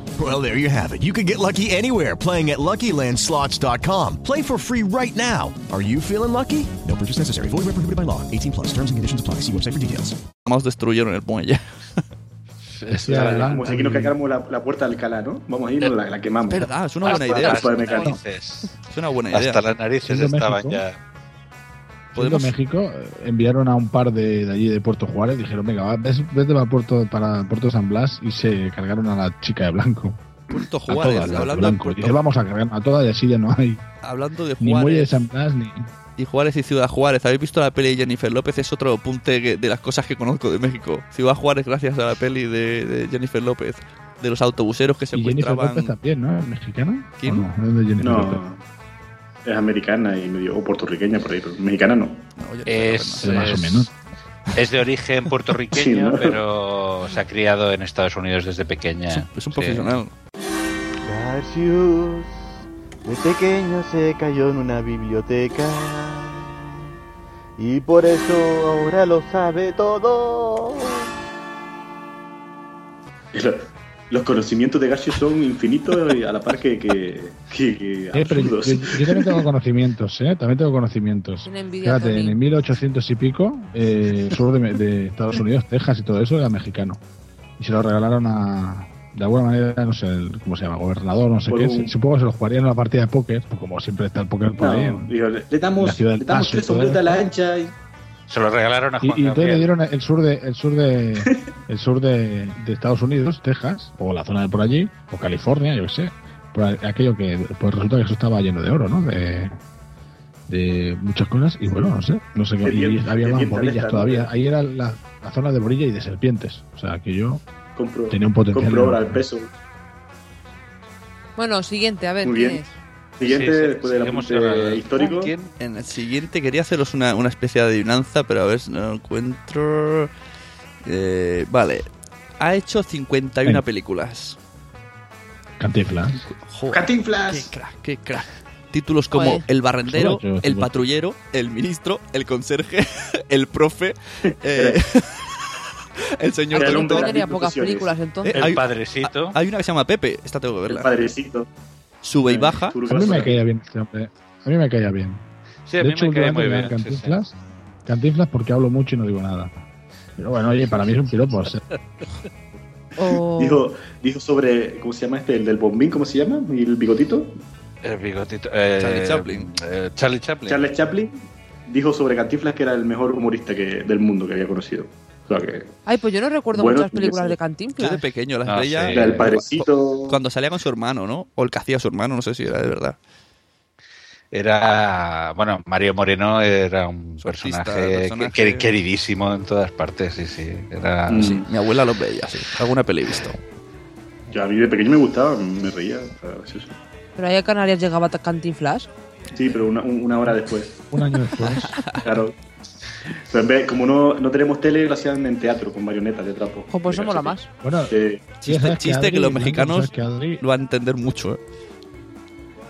Speaker 13: Well, there you have it. You can get lucky anywhere playing at LuckyLandSlots.com. Play for free right now. Are you feeling lucky? No purchase necessary. Void where prohibited by law. 18 plus. Terms and conditions apply. See website for details.
Speaker 2: destruyeron el muelle. pues,
Speaker 7: Sí,
Speaker 3: Ah,
Speaker 7: Este, adelante.
Speaker 3: como si aquí nos cargamos la, la puerta de Alcalá, ¿no? Vamos a ir, la, la quemamos.
Speaker 2: Es verdad, es una buena
Speaker 3: Hasta
Speaker 2: idea.
Speaker 3: la supermercado.
Speaker 2: Es una buena idea.
Speaker 4: Hasta las narices
Speaker 7: Siendo
Speaker 4: estaban
Speaker 7: México.
Speaker 4: ya.
Speaker 7: Siendo México eh, enviaron a un par de, de allí de Puerto Juárez, dijeron, venga, va, ves- vete para Puerto, para Puerto San Blas y se cargaron a la chica de blanco.
Speaker 2: Puerto
Speaker 7: A
Speaker 2: Juárez,
Speaker 7: todas las de
Speaker 2: hablando, de
Speaker 7: blanco.
Speaker 2: Puerto-
Speaker 7: Dice, vamos a cargar a todas y así ya no hay.
Speaker 2: hablando de
Speaker 7: Ni muelle de
Speaker 2: Juárez
Speaker 7: San Blas ni...
Speaker 2: y Juárez y Ciudad Juárez. ¿Habéis visto la peli de Jennifer López? Es otro punte que- de las cosas que conozco de México. Ciudad Juárez gracias a la peli de, de Jennifer López. De los autobuseros que se
Speaker 7: Y Jennifer López
Speaker 2: encontraban...
Speaker 7: también, ¿no? ¿Es mexicana?
Speaker 2: ¿Quién?
Speaker 7: ¿O No, ¿Es de Jennifer López?
Speaker 3: No, es americana y medio, o puertorriqueña por ahí, pero mexicana no.
Speaker 4: Es,
Speaker 3: Pero
Speaker 7: eh,
Speaker 3: más o
Speaker 4: es-
Speaker 3: menos.
Speaker 4: es de origen puertorriqueño,
Speaker 3: Sí, ¿no?
Speaker 4: pero se ha criado en Estados Unidos desde pequeña.
Speaker 2: Es un profesional.
Speaker 14: Garcius, de pequeño se cayó en una biblioteca y por eso ahora lo sabe todo.
Speaker 3: Es lo- Los conocimientos de Garcio son infinitos y a la par que, que, que- que
Speaker 7: Eh, pero yo,
Speaker 3: absurdos.
Speaker 7: yo- yo también tengo conocimientos, ¿eh? También tengo conocimientos.
Speaker 3: Tiene envidia,
Speaker 7: Fíjate,
Speaker 3: Tony.
Speaker 7: en el 1800 y pico, eh, sur de, de Estados Unidos, Texas y todo eso, era mexicano. Y se lo regalaron a, de alguna manera, no sé el- cómo se llama, gobernador, no sé
Speaker 3: Por
Speaker 7: qué.
Speaker 3: un-
Speaker 7: Supongo que se lo jugarían en una partida de póker, como siempre está el póker por ahí.
Speaker 3: No, digo, le le
Speaker 7: La
Speaker 3: damos,
Speaker 7: ciudad
Speaker 3: le
Speaker 7: del
Speaker 3: damos
Speaker 7: Paso y
Speaker 3: tres
Speaker 7: todo
Speaker 3: hombres
Speaker 7: eso.
Speaker 3: de la ancha y
Speaker 4: Se lo regalaron a
Speaker 7: Y,
Speaker 4: Juan
Speaker 7: y entonces le
Speaker 4: Gabriel.
Speaker 7: dieron el sur de el sur de
Speaker 2: [laughs]
Speaker 7: el sur de, de Estados Unidos, Texas, o la zona de por allí, o California, yo qué sé, por a- aquello que pues resulta que eso estaba lleno de oro, ¿no? De, de muchas cosas y bueno, no sé, no sé qué. Y
Speaker 3: Serpiente-
Speaker 7: había más
Speaker 3: serpiente
Speaker 7: borillas
Speaker 3: aleta, ¿no?
Speaker 7: todavía. Ahí era la, la zona de borilla y de serpientes, o sea que yo
Speaker 3: compro,
Speaker 7: tenía un potencial.
Speaker 3: compro ahora el
Speaker 7: enorme.
Speaker 3: peso.
Speaker 12: Bueno, siguiente, a ver. eh,
Speaker 2: Muy
Speaker 12: ¿quién
Speaker 2: bien.
Speaker 12: es?
Speaker 3: Siguiente, después del
Speaker 2: seguimos
Speaker 3: apunte
Speaker 2: ahora.
Speaker 3: histórico.
Speaker 2: En el siguiente quería haceros una, una especie de adivinanza, pero a ver si no lo encuentro. Eh, vale. Ha hecho 51
Speaker 7: Venga.
Speaker 2: películas.
Speaker 7: Cantinflas.
Speaker 2: Joder,
Speaker 3: Cantinflas.
Speaker 2: Qué crack, qué crack. Títulos como
Speaker 3: Joder.
Speaker 2: El barrendero,
Speaker 7: Solo yo,
Speaker 2: El
Speaker 7: cincuenta.
Speaker 2: patrullero, El ministro, El conserje, [laughs] El profe, eh, [laughs] El señor
Speaker 4: El
Speaker 2: del
Speaker 4: hombre
Speaker 2: Doctor.
Speaker 4: de las Tenía mil pocas profesiones. películas, entonces. El
Speaker 2: hay-
Speaker 4: padrecito.
Speaker 2: Hay una que se llama Pepe, esta tengo que verla.
Speaker 3: El padrecito.
Speaker 2: Sube y baja.
Speaker 7: A mí me caía bien este hombre. A mí me caía bien.
Speaker 2: Sí, a mí me caía
Speaker 7: últimamente
Speaker 2: muy
Speaker 7: me
Speaker 2: bien,
Speaker 7: dan
Speaker 2: sí,
Speaker 7: Cantinflas, Cantinflas porque hablo mucho y no digo nada. Pero bueno, oye, para mí es un piropo. o sea,
Speaker 3: Eh, Dijo, dijo sobre, ¿cómo se llama este? El del bombín, ¿cómo se llama? Y el bigotito.
Speaker 4: El bigotito. eh,
Speaker 3: Charlie Chaplin.
Speaker 4: eh, Charlie Chaplin.
Speaker 3: Charles Chaplin dijo sobre Cantinflas que era el mejor humorista que, del mundo que había conocido. O sea que
Speaker 2: Eh,
Speaker 12: Ay, pues yo no recuerdo
Speaker 3: Bueno,
Speaker 12: muchas
Speaker 3: yo
Speaker 12: películas
Speaker 3: sí.
Speaker 12: de
Speaker 2: Yo de
Speaker 12: Cantinflas.
Speaker 2: pequeño las
Speaker 3: Ah,
Speaker 2: veía.
Speaker 3: sí. El padrecito.
Speaker 2: Cuando salía con su hermano, ¿no? O el que hacía su hermano, no sé si era de verdad.
Speaker 4: era, bueno, Mario Moreno era un
Speaker 2: Surfista,
Speaker 4: personaje,
Speaker 2: personaje.
Speaker 4: que- queridísimo en todas partes, sí, sí. Era,
Speaker 2: Mm, sí, mi abuela lo veía, sí. Alguna peli he visto.
Speaker 3: Yo a mí de pequeño me gustaba, me reía, estaba gracioso.
Speaker 1: Pero ahí a Canarias llegaba Cantinflas.
Speaker 3: Sí, pero una, un- una hora después.
Speaker 7: Un año
Speaker 3: [laughs]
Speaker 7: después.
Speaker 3: Claro. Pero en vez- como no, no tenemos tele, lo hacían en teatro con marionetas de trapo. Eh,
Speaker 1: Ojo, pues eso mola más.
Speaker 7: Bueno,
Speaker 2: Chiste, chiste que, los mexicanos
Speaker 7: que Adri-
Speaker 2: lo van a entender mucho. ¿eh?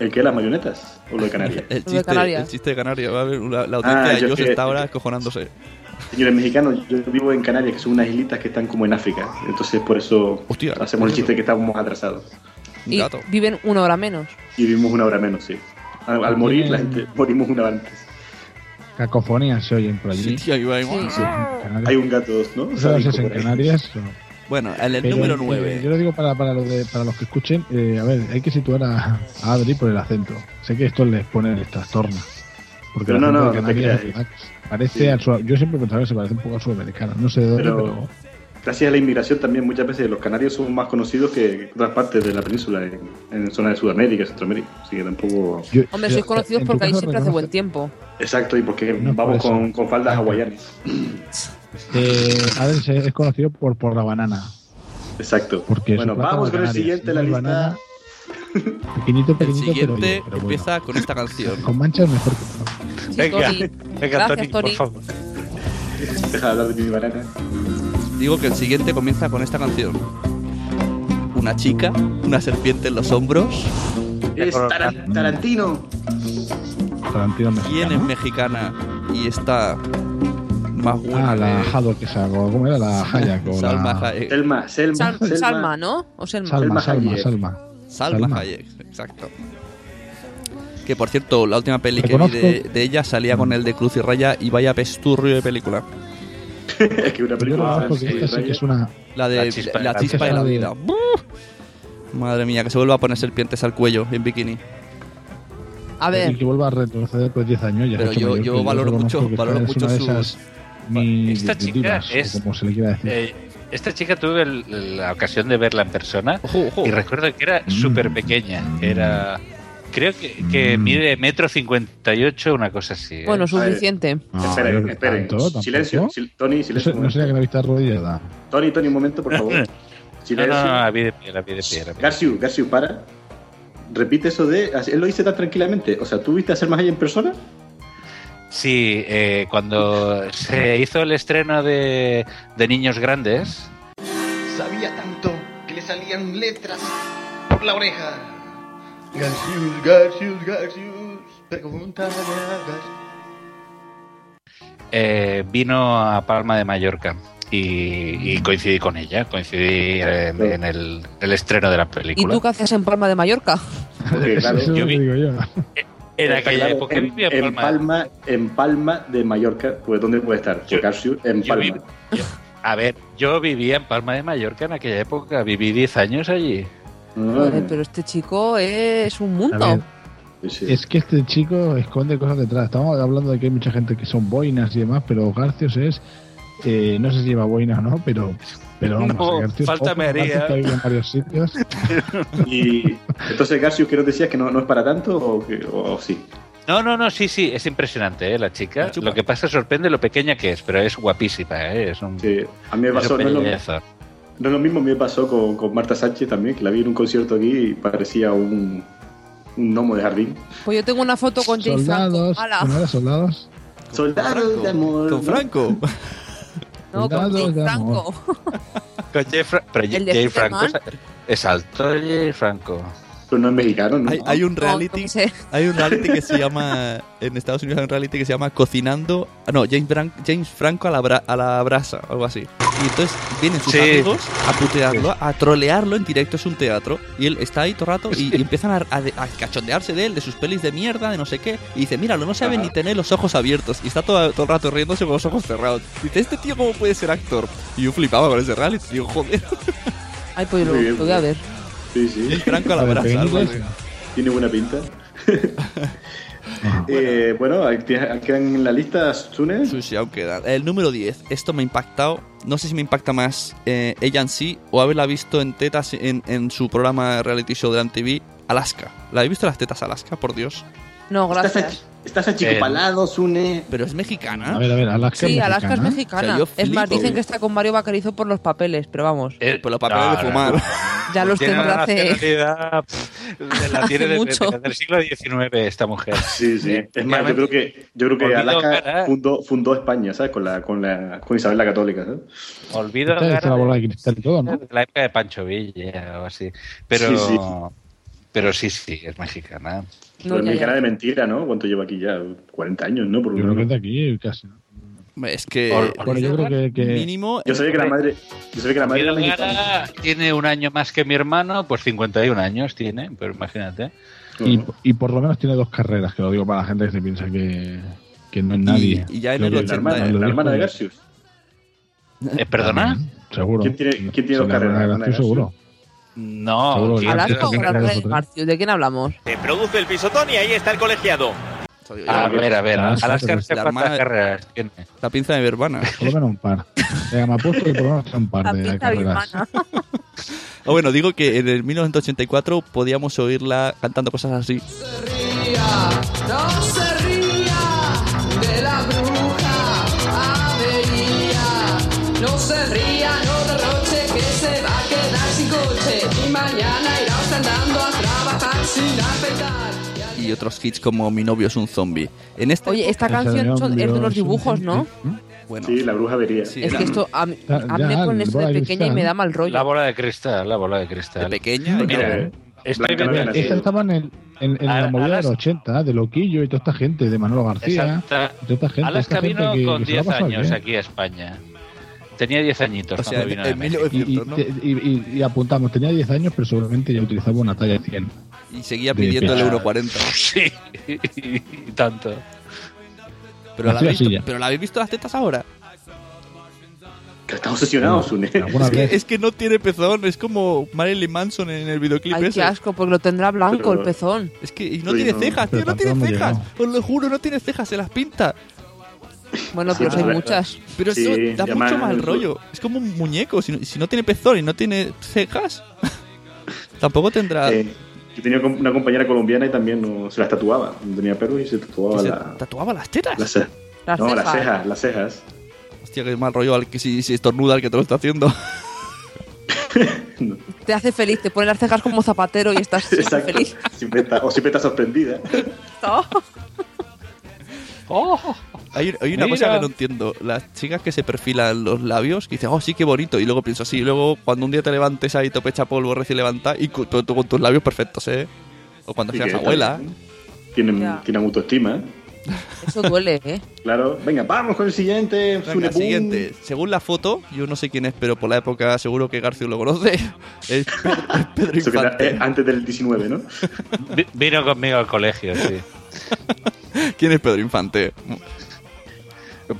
Speaker 3: ¿El qué? ¿Las marionetas? ¿O lo
Speaker 1: [laughs]
Speaker 3: de Canarias?
Speaker 2: el, chiste, el chiste de Canarias. Va a haber una- la audiencia
Speaker 3: Ah,
Speaker 2: de
Speaker 3: yo
Speaker 2: ellos
Speaker 3: que-
Speaker 2: está
Speaker 3: yo
Speaker 2: ahora
Speaker 3: que-
Speaker 2: escojonándose.
Speaker 3: Señores mexicanos, yo vivo en Canarias, que son unas islitas que están como en África. Entonces, por eso hacemos el chiste que estamos atrasados.
Speaker 1: Y viven una hora menos.
Speaker 3: Y vivimos una hora menos, sí. Al, al morir, la gente morimos una hora antes.
Speaker 7: Cacofonía se oyen por allí.
Speaker 3: Hay un gato, ¿no?
Speaker 7: Eso no sé
Speaker 3: Sádico
Speaker 7: si en
Speaker 3: por ahí.
Speaker 7: Canarias. o-
Speaker 2: Bueno, el, el
Speaker 7: Pero,
Speaker 2: número
Speaker 7: eh,
Speaker 2: 9.
Speaker 7: yo lo digo para, para, los de- para los que escuchen. eh, a ver, hay que situar a, a Adri por el acento. Sé que esto les pone el trastorno. Porque
Speaker 3: Pero
Speaker 7: el
Speaker 3: no,
Speaker 7: acento
Speaker 3: no,
Speaker 7: de
Speaker 3: no te
Speaker 7: Canarias
Speaker 3: creas.
Speaker 7: al final Parece
Speaker 3: Sí.
Speaker 7: al sua- Yo siempre pensaba que se parece un poco al sudamericano. No sé de dónde,
Speaker 3: Pero-
Speaker 7: pero.
Speaker 3: Gracias a la inmigración también muchas veces los canarios son más conocidos que otras partes de la península, en, en zonas de Sudamérica, Centroamérica. Así que tampoco...
Speaker 1: Hombre, sois conocidos porque ahí siempre hace buen tiempo.
Speaker 3: Exacto, y porque vamos
Speaker 7: por eso.
Speaker 3: con, con faldas hawaianas.
Speaker 7: eh, Adri se- es conocido por, por la banana.
Speaker 3: Exacto.
Speaker 7: Porque
Speaker 3: bueno,
Speaker 7: su plátano
Speaker 3: vamos
Speaker 7: de
Speaker 3: con el
Speaker 7: Canarias,
Speaker 3: siguiente en la
Speaker 7: no es
Speaker 3: lista.
Speaker 7: banana. Pequeñito,
Speaker 2: El
Speaker 7: pequeñito, pero,
Speaker 2: siguiente
Speaker 7: oye, pero bueno.
Speaker 2: empieza con esta canción.
Speaker 7: Con manchas mejor que
Speaker 2: Venga,
Speaker 1: Tony.
Speaker 2: venga,
Speaker 1: Gracias,
Speaker 2: Tony, por
Speaker 1: Tony.
Speaker 2: favor.
Speaker 3: Deja de hablar de mi banana.
Speaker 2: Digo que el siguiente comienza con esta canción. Una chica, una serpiente en los hombros.
Speaker 3: Es Taran- Tarantino.
Speaker 7: Tarantino mexicano.
Speaker 2: ¿Quién es mexicana y está más buena?
Speaker 7: Ah, la
Speaker 2: que-
Speaker 7: Haddock que sacó. ¿Cómo era la Hayek?
Speaker 2: [laughs]
Speaker 7: o
Speaker 2: Salma
Speaker 7: la-
Speaker 2: Hayek.
Speaker 3: Selma, Selma,
Speaker 1: Sal-
Speaker 3: Selma.
Speaker 1: Salma, ¿no? O Selma.
Speaker 7: Salma, Salma, Salma.
Speaker 2: Salma
Speaker 7: Salma.
Speaker 2: Hayek, exacto. Que por cierto, la última peli que vi
Speaker 7: Reconozco-
Speaker 2: de, de ella salía con el de Cruz y Raya y vaya pesturrio de película.
Speaker 3: es que una
Speaker 7: Yo
Speaker 3: película...
Speaker 7: lo conozco que esta sí que es una.
Speaker 2: La de La Chispa, de la Vida. ¡Buf! Madre mía, que se vuelva a poner serpientes al cuello en bikini.
Speaker 1: A
Speaker 7: Y que vuelva a retroceder por 10 años. Ya
Speaker 2: Pero
Speaker 7: mucho
Speaker 2: yo-
Speaker 7: mayor,
Speaker 2: yo
Speaker 7: que
Speaker 2: valoro
Speaker 7: reconozco
Speaker 2: mucho-
Speaker 7: que
Speaker 2: valoro
Speaker 7: esta
Speaker 2: mucho
Speaker 7: es
Speaker 2: sus-
Speaker 7: una de esas mi-
Speaker 4: Esta chica
Speaker 7: divas, o
Speaker 4: es-
Speaker 7: Como se le quiera decir.
Speaker 4: Eh, esta chica tuve el- la ocasión de verla en persona y recuerdo que era súper pequeña. Era, creo que, que mide metro cincuenta y ocho, una cosa así. ¿eh?
Speaker 1: Bueno, suficiente.
Speaker 2: Ah.
Speaker 3: Esperen, esperen.
Speaker 7: tanto, tampoco.
Speaker 3: silencio, sil- Tony,
Speaker 7: No,
Speaker 3: silencio.
Speaker 7: sé-
Speaker 3: un
Speaker 7: no sería que la vista arrodillada.
Speaker 3: momento. Tony, Tony, un momento, por favor.
Speaker 4: No,
Speaker 3: Silencio.
Speaker 4: no, no, a pie de pie, a pie de pie, a pie.
Speaker 3: Garciu, Garciu, para. Repite eso de. así- Él lo dice tan tranquilamente. O sea, ¿tú viste a Selma Hayek en
Speaker 7: [laughs]
Speaker 3: persona?
Speaker 4: Sí, eh, cuando se hizo el estreno de, de Niños Grandes,
Speaker 15: Sabía tanto que le salían letras por la oreja. Garcius, Garcius, Garcius. Pregúntale a Garcius.
Speaker 4: eh, vino a Palma de Mallorca y, y coincidí con ella, coincidí en, en el, el estreno de la
Speaker 1: ¿Y
Speaker 4: película.
Speaker 1: tú qué haces en Palma de Mallorca?
Speaker 7: Eso es lo
Speaker 4: Yo
Speaker 7: que digo yo.
Speaker 4: En aquella
Speaker 3: Claro,
Speaker 4: época
Speaker 3: en,
Speaker 4: vivía en
Speaker 3: en
Speaker 4: Palma.
Speaker 3: Palma, en Palma de Mallorca. Pues, ¿dónde puede estar? Garciu, en
Speaker 4: yo
Speaker 3: Palma.
Speaker 4: vi- A ver, yo vivía en Palma de Mallorca en aquella época, viví 10 años allí.
Speaker 3: Ah,
Speaker 1: Joder, pero este chico es un
Speaker 7: A
Speaker 1: mundo.
Speaker 7: ver, Es que este chico esconde cosas detrás. Estamos hablando de que hay mucha gente que son boinas y demás, pero Garcios es. eh, no sé si lleva boina o no, pero. Pero vamos,
Speaker 4: No,
Speaker 7: Garcios-
Speaker 4: falta me haría.
Speaker 7: Garcios está viviendo en varios sitios.
Speaker 3: Y entonces, Garciu, ¿qué nos decías? ¿Que no, no es para tanto o, que- o- o sí?
Speaker 4: No, no, no, sí, sí, es impresionante, ¿eh? La chica. lo que pasa sorprende lo pequeña que es, pero es guapísima, ¿eh? Es un,
Speaker 3: A mí me
Speaker 4: es
Speaker 3: pasó,
Speaker 4: una
Speaker 3: no es lo-
Speaker 4: belleza.
Speaker 3: No es lo mismo, me pasó con, con Marta Sánchez también, que la vi en un concierto aquí y parecía un, un gnomo de jardín.
Speaker 1: Pues yo tengo una foto con James Franco.
Speaker 7: soldados.
Speaker 1: ¡Hala!
Speaker 7: ¿No era soldados?
Speaker 3: Soldados de amor.
Speaker 2: Con Franco.
Speaker 1: No, con James
Speaker 4: de amor.
Speaker 1: Franco.
Speaker 4: Con Jeffra- pero
Speaker 1: El de
Speaker 4: Jay Franco es,
Speaker 1: Superman.
Speaker 4: es alto, Jay Franco.
Speaker 3: Pero no es mexicano,
Speaker 2: Hay, hay un
Speaker 1: No,
Speaker 2: reality,
Speaker 1: no sé.
Speaker 2: hay un reality que se llama en Estados Unidos hay un reality que se llama Cocinando, ah, no, James, Bran- James Franco a la, bra- a la brasa, algo así. Y entonces vienen sus
Speaker 4: Sí.
Speaker 2: amigos a putearlo, a trolearlo en directo es un teatro y él está ahí todo el rato y, y empiezan a, a de- a cachondearse de él, de sus pelis de mierda, de no sé qué y dice, "Míralo, no sabe
Speaker 4: Ajá.
Speaker 2: ni tener los ojos abiertos." Y está todo, todo el rato riéndose con los ojos cerrados. Dice, "Este tío cómo puede ser actor?" Y yo flipaba con ese reality, digo, "Joder."
Speaker 1: Ay, pues lo,
Speaker 2: Muy bien,
Speaker 1: lo voy a ver.
Speaker 3: Sí, sí.
Speaker 2: Franco a la brasa, algo así.
Speaker 3: Tiene
Speaker 4: [laughs]
Speaker 3: buena pinta. [laughs] Eh, bueno, ahí tienes- quedan en la lista Sune.
Speaker 2: Sí, sí, aún queda. El número 10. Esto me ha impactado. No sé si me impacta más eh, ella en sí o haberla visto en tetas en, en su programa reality show de la MTV, Alaska. ¿La habéis visto las tetas Alaska? Por Dios.
Speaker 1: No, gracias.
Speaker 3: Estás, ach- estás achicopalado, Sune.
Speaker 2: Pero es mexicana.
Speaker 7: A ver, a ver, Alaska
Speaker 1: Sí,
Speaker 7: es mexicana.
Speaker 1: Alaska es mexicana.
Speaker 7: O sea, yo
Speaker 1: es más,
Speaker 7: flipo.
Speaker 1: dicen que está con Mario Bacarizo por los papeles, pero vamos,
Speaker 2: por los papeles de fumar. Pues
Speaker 1: ya los
Speaker 4: Tiene
Speaker 1: tendrá
Speaker 4: una
Speaker 1: hace...
Speaker 4: nacionalidad, pff, la
Speaker 1: [laughs]
Speaker 4: tiene
Speaker 1: Hace
Speaker 4: desde,
Speaker 1: mucho.
Speaker 4: desde el siglo XIX esta mujer.
Speaker 3: Sí, sí. Es más, yo creo que, yo creo que
Speaker 4: Olvido
Speaker 3: Alaska
Speaker 4: cara.
Speaker 3: fundó, fundó España, ¿sabes? Con, la, con, la, con Isabel la Católica, ¿sabes?
Speaker 4: Olvido
Speaker 7: Esta está la
Speaker 4: cara
Speaker 7: bola de cristal y todo, ¿no?
Speaker 4: de la época de Pancho Villa o así. Pero
Speaker 3: Sí, sí.
Speaker 4: pero sí, sí, es mexicana.
Speaker 3: Pero es mexicana de mentira, ¿no? ¿Cuánto lleva aquí ya? 40 años, ¿no? Por lo
Speaker 7: Yo creo que
Speaker 3: menos.
Speaker 7: es de aquí casi.
Speaker 2: Es que.
Speaker 7: Bueno, yo creo que, que-
Speaker 3: Yo sabía que la madre. Yo sabía que la madre era
Speaker 4: Olvido
Speaker 3: mexicana.
Speaker 4: Gara tiene un año más que mi hermano, pues 51 años tiene, pero imagínate.
Speaker 7: Y, y por lo menos tiene dos carreras, que lo digo para la gente que se piensa que, que no es nadie.
Speaker 2: y ya en
Speaker 7: Creo
Speaker 2: el
Speaker 7: que
Speaker 2: 80,
Speaker 7: nos lo
Speaker 2: la
Speaker 7: dijo
Speaker 3: hermana de
Speaker 7: él.
Speaker 3: Garcius.
Speaker 4: Eh, ¿Perdona?
Speaker 7: Seguro.
Speaker 3: ¿Quién tiene- quién tiene
Speaker 7: Sí,
Speaker 3: dos
Speaker 7: la
Speaker 3: carreras?
Speaker 7: hermana de
Speaker 3: La hermana de
Speaker 7: Garcius, seguro.
Speaker 4: No.
Speaker 7: Seguro que-
Speaker 1: Alaska o
Speaker 7: que-
Speaker 1: Gran Rex Garcius, ¿de quién hablamos?
Speaker 8: Se produce el pisotón y ahí está el colegiado.
Speaker 4: A ver, a ver,
Speaker 7: Ah, sí,
Speaker 4: Alaska
Speaker 7: pero
Speaker 4: hace
Speaker 7: la
Speaker 4: cuántas
Speaker 2: hermana-
Speaker 4: carreras tiene.
Speaker 2: eh, La pinza de verbana.
Speaker 7: Por
Speaker 1: Eh.
Speaker 7: lo menos un
Speaker 1: [laughs]
Speaker 7: par. Venga, me apuesto que por lo menos son un par de carreras.
Speaker 2: Ah, bueno, digo que en el 1984 podíamos oírla cantando cosas así.
Speaker 11: No se ría de la bruja avería. No se ría, no derroche, que se va a quedar sin coche. Y mañana irá usted andando a trabajar sin afectar.
Speaker 2: Y otros hits como Mi novio es un zombie. En esta
Speaker 1: Oye, esta canción son- es de unos dibujos,
Speaker 7: ¿eh?
Speaker 1: ¿no?
Speaker 2: Bueno,
Speaker 3: Sí, la bruja vería.
Speaker 1: Es que esto, a, mí- a mí me ponen eso de pequeña y me da mal rollo.
Speaker 4: La bola de cristal, la bola de cristal.
Speaker 2: De pequeña,
Speaker 4: Mira,
Speaker 7: ¿eh?
Speaker 4: estoy
Speaker 3: Blanca
Speaker 4: viendo
Speaker 3: Blanca,
Speaker 4: aquí-
Speaker 7: Esta estaba en, el, en, en la
Speaker 4: Al-
Speaker 7: movida de
Speaker 4: Alaska-
Speaker 7: los 80, de Loquillo y toda esta gente, de Manolo García.
Speaker 4: Exacta.
Speaker 7: De esta ¿eh? gente,
Speaker 4: Alaska
Speaker 7: esta gente
Speaker 4: vino
Speaker 7: que-
Speaker 4: con
Speaker 7: que se lo ha
Speaker 4: 10
Speaker 7: pasado
Speaker 4: años
Speaker 7: bien.
Speaker 4: aquí a España. Tenía 10 añitos
Speaker 2: O sea,
Speaker 4: cuando vino de
Speaker 2: en
Speaker 4: México. [laughs]
Speaker 7: Y, y- y- y- y apuntamos, tenía 10 años, pero seguramente ya utilizaba una talla 100.
Speaker 2: y seguía
Speaker 7: de
Speaker 2: pidiendo el
Speaker 7: pecho.
Speaker 2: euro 40.
Speaker 4: Sí, y tanto.
Speaker 2: Pero la,
Speaker 7: Así,
Speaker 2: habéis,
Speaker 7: así ya.
Speaker 2: pero la habéis visto las tetas ahora.
Speaker 3: Que está obsesionado, Sune.
Speaker 7: Alguna
Speaker 2: Es que,
Speaker 7: vez.
Speaker 2: es que no tiene pezón, es como Marilyn Manson en el videoclip
Speaker 1: Ay,
Speaker 2: ese.
Speaker 1: qué asco, porque lo tendrá blanco
Speaker 2: Pero-
Speaker 1: el pezón.
Speaker 2: Es que y no
Speaker 3: Uy,
Speaker 2: tiene
Speaker 3: no.
Speaker 2: cejas, tío,
Speaker 7: Pero
Speaker 2: no tiene
Speaker 7: tampoco me
Speaker 2: cejas.
Speaker 7: llegó.
Speaker 2: Os lo juro, no tiene cejas, se las pinta.
Speaker 1: Bueno, pero
Speaker 3: es
Speaker 1: hay
Speaker 3: verdad.
Speaker 1: muchas.
Speaker 2: Pero
Speaker 3: Sí,
Speaker 2: eso da
Speaker 3: llama-
Speaker 2: mucho mal rollo. Es como un muñeco. Si no, si no tiene pezón y no tiene cejas, [laughs] tampoco tendrá.
Speaker 3: Eh, yo tenía com- una compañera colombiana y también no- se las tatuaba. No tenía pelo y se
Speaker 2: que
Speaker 3: tatuaba
Speaker 2: se
Speaker 3: la,
Speaker 2: tatuaba las tetas.
Speaker 3: las cejas.
Speaker 1: Las
Speaker 3: no,
Speaker 1: cejas.
Speaker 3: las cejas, las cejas.
Speaker 2: Hostia, qué mal rollo al que si, si estornuda el que te lo está haciendo.
Speaker 1: Te hace feliz, te pone las cejas como zapatero y
Speaker 3: [laughs]
Speaker 1: estás súper
Speaker 3: Exacto.
Speaker 1: feliz.
Speaker 3: Siempre está- o siempre está sorprendida.
Speaker 1: Oh,
Speaker 4: ¡Oh!
Speaker 2: Hay, hay una
Speaker 4: Mira.
Speaker 2: cosa que no entiendo. Las chicas que se perfilan los labios, que dicen, oh, sí, qué bonito. Y luego pienso así. Y luego, cuando un día te levantes ahí, topecha polvo, recién levanta, y cu- tú, tú con tus labios perfectos, ¿eh? O cuando
Speaker 3: Y
Speaker 2: seas
Speaker 3: que
Speaker 2: abuela.
Speaker 3: también Tienen,
Speaker 1: Ya.
Speaker 3: tienen autoestima. ¿eh?
Speaker 1: Eso duele, ¿eh?
Speaker 3: Claro. Venga, vamos con el siguiente.
Speaker 2: Venga,
Speaker 3: Sune Boom.
Speaker 2: siguiente. Según la foto, yo no sé quién es, pero por la época seguro que García lo conoce. [laughs] Es Pedro, es Pedro
Speaker 3: Eso que era,
Speaker 2: Infante.
Speaker 3: eh, antes del 19, ¿no?
Speaker 4: Vi- Vino conmigo al colegio, sí.
Speaker 3: ah.
Speaker 2: ¿Quién es Pedro Infante?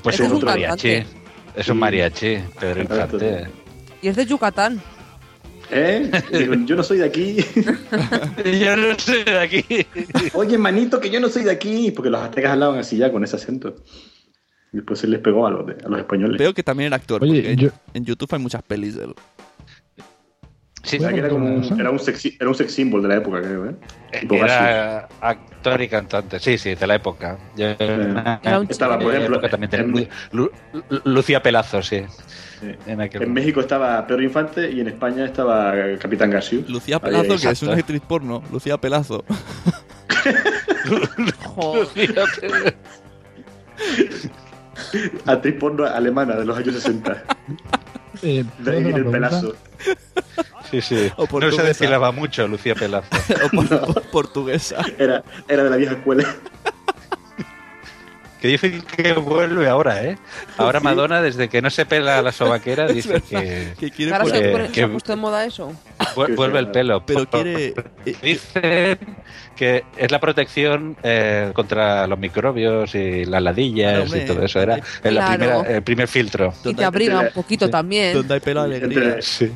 Speaker 4: Pues
Speaker 1: Ese
Speaker 4: es
Speaker 1: es
Speaker 4: un
Speaker 1: un
Speaker 4: mariachi.
Speaker 1: cantante.
Speaker 4: Es un mariachi, Pedro
Speaker 3: Exacto.
Speaker 4: Infante.
Speaker 1: Y es de Yucatán.
Speaker 3: ¿Eh? Digo, Yo no soy de aquí.
Speaker 4: Yo no sé de aquí.
Speaker 3: Oye, manito, que yo no soy de aquí. Porque los aztecas hablaban así ya con ese acento. Y después se les pegó a los, de- a los españoles.
Speaker 2: Veo que también era actor.
Speaker 7: Oye,
Speaker 2: porque
Speaker 7: yo-
Speaker 2: En YouTube hay muchas pelis de él.
Speaker 4: Sí,
Speaker 3: O sea, que era, como un,
Speaker 7: Bueno,
Speaker 3: era, un sex, era un sex symbol de la época, creo. ¿eh? Tipo Garcius.
Speaker 4: Era actor y cantante, sí, sí, de la época. Yo-
Speaker 1: Era un
Speaker 3: Estaba, por
Speaker 4: de la
Speaker 3: ejemplo,
Speaker 4: época también tenía
Speaker 3: en-
Speaker 4: Lu- Lu- Lu- Lucía Pelazo, sí.
Speaker 3: Sí.
Speaker 4: En aquel
Speaker 3: En México estaba Pedro Infante y en España estaba Capitán Garcius.
Speaker 2: Lucía
Speaker 3: Ahí,
Speaker 2: Pelazo, que es
Speaker 4: exacto.
Speaker 2: una actriz porno. Lucía Pelazo. [laughs]
Speaker 1: Jo,
Speaker 3: Actriz porno alemana de los años 60.
Speaker 7: Eh,
Speaker 3: De ahí viene el pelazo.
Speaker 4: Sí, sí.
Speaker 2: O
Speaker 4: No se
Speaker 2: portuguesa.
Speaker 4: desfilaba mucho Lucía Pelazo.
Speaker 2: o
Speaker 3: [laughs]
Speaker 2: por- portuguesa.
Speaker 3: Era, era de la vieja escuela.
Speaker 4: Que dicen que vuelve ahora, ¿eh? Ahora Madonna, desde que no se pela a la
Speaker 3: [laughs]
Speaker 4: sobaquera,
Speaker 2: Es
Speaker 4: dice
Speaker 2: verdad.
Speaker 4: que
Speaker 2: Que quiere
Speaker 1: Ahora
Speaker 4: Eh,
Speaker 1: se,
Speaker 2: poner-
Speaker 1: pone-
Speaker 4: que-
Speaker 1: se ha puesto de moda eso.
Speaker 4: vu- vuelve el pelo.
Speaker 2: Pero quiere. eh,
Speaker 4: Dicen que es la protección eh, contra los microbios y las ladillas
Speaker 2: Hombre,
Speaker 4: y todo eso. Era en
Speaker 1: claro.
Speaker 4: la primera- el primer filtro.
Speaker 1: Y te
Speaker 2: Total,
Speaker 1: abriga
Speaker 3: te-
Speaker 1: un poquito también.
Speaker 2: donde hay pelo alegría.
Speaker 4: Sí.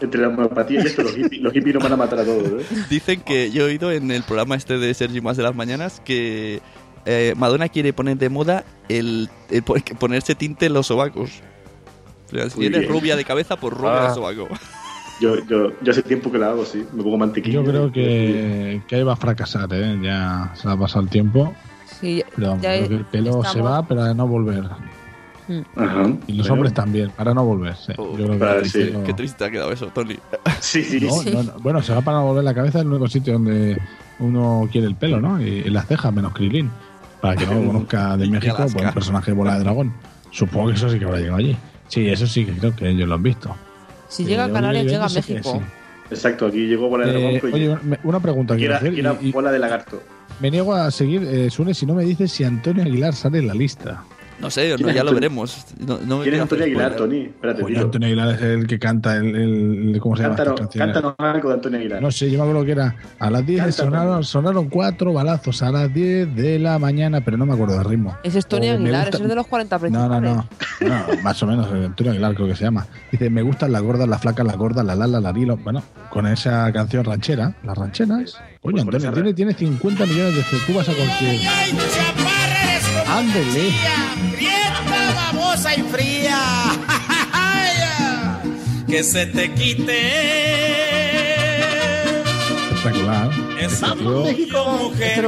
Speaker 3: Entre la homeopatía y esto, los hippies, los hippies nos van a matar a todos. ¿eh?
Speaker 2: Dicen que yo he oído en el programa este de Sergi Más de las Mañanas que eh, Madonna quiere poner de moda el, el po- que ponerse tinte en los sobacos. O sea, si
Speaker 3: Muy
Speaker 2: eres
Speaker 3: bien.
Speaker 2: rubia de cabeza, pues rubia
Speaker 4: Ah.
Speaker 2: de sobaco.
Speaker 3: Yo, yo, yo hace tiempo que la hago, sí. Me pongo mantequilla.
Speaker 7: Yo creo que, que ahí va a fracasar, ¿eh? Ya se ha pasado el tiempo.
Speaker 1: Sí,
Speaker 7: Pero vamos,
Speaker 1: ya
Speaker 7: creo que el pelo se
Speaker 1: estamos.
Speaker 7: va para no volver.
Speaker 1: Mm.
Speaker 3: Ajá.
Speaker 7: Y los
Speaker 3: Pero-
Speaker 7: hombres también, para no volver. sí.
Speaker 2: Oh,
Speaker 7: Yo creo que
Speaker 2: vale,
Speaker 7: el
Speaker 2: sí.
Speaker 7: pelo-
Speaker 2: Qué triste ha quedado eso, Tony.
Speaker 3: Sí, sí,
Speaker 7: No, no, no. Bueno, se va para volver la cabeza el único sitio donde uno quiere el pelo, ¿no? Y, y las cejas, menos Krilin. Para que no lo conozca de México,
Speaker 2: Alaska.
Speaker 7: pues un personaje de bola de dragón. Supongo que eso sí que habrá llegado allí. Sí, eso sí que creo que ellos lo han visto.
Speaker 1: Si
Speaker 7: Eh,
Speaker 1: llega a
Speaker 7: yo
Speaker 1: Canarias,
Speaker 7: creo
Speaker 1: llega a
Speaker 7: que sí que
Speaker 1: México.
Speaker 3: Exacto, aquí llegó bola de
Speaker 7: Eh,
Speaker 3: dragón.
Speaker 7: oye, me- una pregunta
Speaker 3: que
Speaker 7: quiero
Speaker 3: era,
Speaker 7: hacer.
Speaker 3: que era
Speaker 7: y- y
Speaker 3: bola de lagarto.
Speaker 7: me niego a seguir, eh, Sune, si no me dices si Antonio Aguilar sale en la lista.
Speaker 2: No sé, no,
Speaker 3: ¿Quién es
Speaker 2: ya lo
Speaker 3: Antonio?
Speaker 2: veremos. No, no me
Speaker 3: ¿Quién es
Speaker 2: quiero
Speaker 3: Antonio
Speaker 2: hacer
Speaker 3: Aguilar,
Speaker 2: spoiler.
Speaker 3: Tony? Espérate,
Speaker 7: Coño,
Speaker 3: tío.
Speaker 7: pues, Antonio Aguilar es el que canta el. el- ¿Cómo se llama?
Speaker 3: Cántanos,
Speaker 7: estas canciones?
Speaker 3: cántanos algo de Antonio Aguilar.
Speaker 7: No sé, yo me acuerdo que era a las 10
Speaker 3: Canta,
Speaker 7: sonaron, sonaron cuatro balazos a las 10 de la mañana, pero no me acuerdo del ritmo.
Speaker 1: Ese es Tony
Speaker 7: O Oh, me
Speaker 1: Aguilar,
Speaker 7: gusta-
Speaker 1: ese es de los 40
Speaker 7: [laughs] No,
Speaker 1: principales.
Speaker 7: no, no. No, más o menos, eh, Antonio Aguilar creo que se llama. Dice, me gustan las gordas, las flacas, las gordas, la la la la lilo. Bueno, con esa canción ranchera, las rancheras.
Speaker 3: Pues
Speaker 7: Oye, Antonio, tiene, tiene 50 millones de tú vas a conseguir. Ándele.
Speaker 11: Prieta, babosa
Speaker 16: [laughs]
Speaker 11: y fría.
Speaker 16: ah, Que se te quite.
Speaker 7: Espectacular. Este
Speaker 16: Esa
Speaker 7: Yo-
Speaker 16: mujer.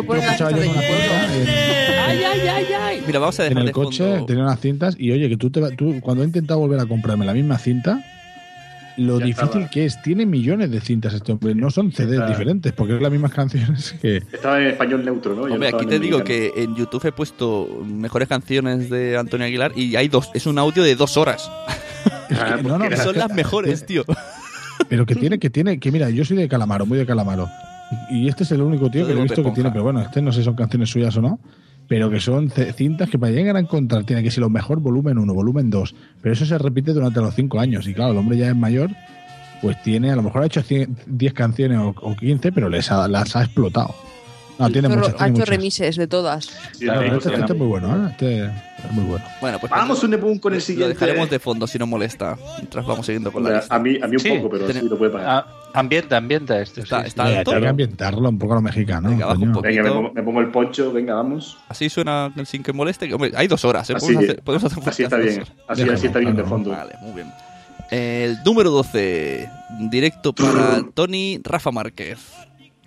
Speaker 7: Yo escuchaba yo en una puerta, eh,
Speaker 16: Ay, ay, ay, ay.
Speaker 2: Mira, vamos a
Speaker 7: en
Speaker 2: dejar
Speaker 7: el
Speaker 2: de fondo-
Speaker 7: coche tenía unas cintas y oye que tú te va- tú cuando he intentado volver a comprarme la misma cinta lo
Speaker 3: Ya
Speaker 7: difícil
Speaker 3: estaba.
Speaker 7: que es tiene millones de cintas este hombre no son CDs
Speaker 3: Está-
Speaker 7: diferentes porque es las mismas canciones que
Speaker 3: Estaba en español neutro, ¿no? Yo
Speaker 2: Hombre,
Speaker 3: estaba
Speaker 2: aquí
Speaker 3: en
Speaker 2: te digo
Speaker 3: mexicano.
Speaker 2: que en YouTube he puesto mejores canciones de Antonio Aguilar y hay dos, es un audio de dos horas.
Speaker 7: Ah, no, no,
Speaker 2: Que
Speaker 7: pero
Speaker 2: son
Speaker 7: es que-
Speaker 2: las mejores, tío.
Speaker 7: pero
Speaker 2: [laughs]
Speaker 7: que tiene que tiene que mira yo soy de Calamaro muy de Calamaro y este es el único tío
Speaker 2: Yo
Speaker 7: que lo
Speaker 2: digo
Speaker 7: he visto
Speaker 2: Pepe
Speaker 7: que tiene
Speaker 2: Esponja.
Speaker 7: pero bueno este no sé si son canciones suyas o no pero que son ce- cintas que para llegar a encontrar tiene que ser lo mejor volumen 1, volumen 2. Pero eso se repite durante los 5 años. Y claro, el hombre ya es mayor, pues tiene, a lo mejor ha hecho 100 10 canciones o, o 15, pero les ha- las ha explotado. No, tiene
Speaker 1: Ha hecho-
Speaker 7: muchas.
Speaker 1: ha
Speaker 7: Tiene
Speaker 1: hecho
Speaker 7: muchas.
Speaker 1: remises de todas.
Speaker 7: Claro,
Speaker 2: Sí,
Speaker 7: este,
Speaker 2: sí,
Speaker 7: este
Speaker 2: sí.
Speaker 7: es muy bueno, ¿eh? Este es muy bueno.
Speaker 2: Bueno, pues
Speaker 3: Vamos un nepun con el
Speaker 2: lo
Speaker 3: siguiente.
Speaker 2: dejaremos de fondo si no molesta. Mientras vamos siguiendo con la
Speaker 3: Hombre,
Speaker 2: lista.
Speaker 3: a mí- a mí un Sí. poco, pero sí lo puede pagar.
Speaker 4: Ah, ambienta, ambienta esto.
Speaker 2: Está,
Speaker 4: sí, sí.
Speaker 2: está
Speaker 7: Mira,
Speaker 2: alto.
Speaker 7: Hay que ambientarlo un poco a lo mexicano.
Speaker 2: Venga, baja un
Speaker 7: coño.
Speaker 2: poco.
Speaker 3: Venga, me
Speaker 2: poquito.
Speaker 3: pongo, me pongo el poncho, venga, vamos.
Speaker 2: Así suena sin que moleste. que, Hombre, hay dos horas, ¿eh?
Speaker 3: Así-
Speaker 2: podemos hacer, podemos hacer un
Speaker 3: así está
Speaker 2: podcast de
Speaker 3: bien,
Speaker 2: dos horas.
Speaker 3: así- así está bien de
Speaker 7: Déjalo,
Speaker 3: fondo.
Speaker 2: Vale, muy bien. El número 12, directo
Speaker 3: [clears throat]
Speaker 2: para Tony Rafa Márquez.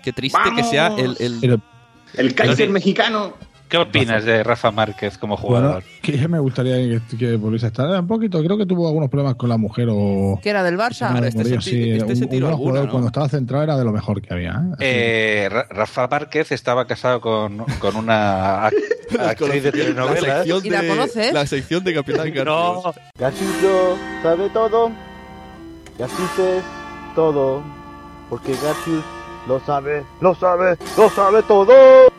Speaker 2: Qué triste que sea el, el-
Speaker 7: Pero,
Speaker 3: El Kaiser mexicano.
Speaker 4: ¿Qué opinas de Rafa Márquez como
Speaker 7: bueno,
Speaker 4: jugador?
Speaker 7: que me gustaría que, que volviese a estar un poquito. Creo que tuvo algunos problemas con la mujer o.
Speaker 1: Que era del Barça.
Speaker 7: Bueno,
Speaker 2: este se
Speaker 7: Murillo,
Speaker 2: ti-
Speaker 7: sí,
Speaker 2: este se
Speaker 7: un-
Speaker 2: tiró
Speaker 7: un
Speaker 2: alguna,
Speaker 7: jugador
Speaker 2: ¿no?
Speaker 7: cuando estaba centrado era de lo mejor que había. ¿eh?
Speaker 4: Eh, Ra- Rafa Márquez estaba casado con, con una [laughs] ac-
Speaker 2: [laughs]
Speaker 4: actriz de telenovelas.
Speaker 2: sección
Speaker 1: ¿Y la
Speaker 2: de-
Speaker 1: conoces?
Speaker 2: la sección de
Speaker 5: [laughs]
Speaker 2: Capitán Garfield.
Speaker 14: Garciuso sabe todo. Garcius es todo. Porque Garcius lo sabe, lo sabe, lo sabe todo.
Speaker 4: [laughs]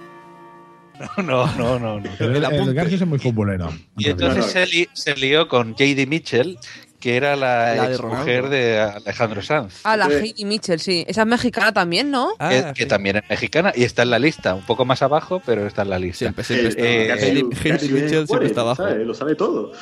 Speaker 4: No, no, no. no.
Speaker 7: Pero el, el Garcius es muy futbolero.
Speaker 4: Y entonces se, li- se lió con JD Mitchell, que era la,
Speaker 1: La de
Speaker 4: mujer de Alejandro Sanz.
Speaker 1: Ah, la
Speaker 4: que,
Speaker 1: Heidi Mitchell, sí. Esa es mexicana también, ¿no?
Speaker 2: Eh,
Speaker 4: que también es mexicana y está en la lista, un poco más abajo, pero está en la lista.
Speaker 3: eh,
Speaker 2: siempre está. Heidi- Heidi Mitchell siempre está abajo.
Speaker 3: ¿sabes? Lo sabe todo.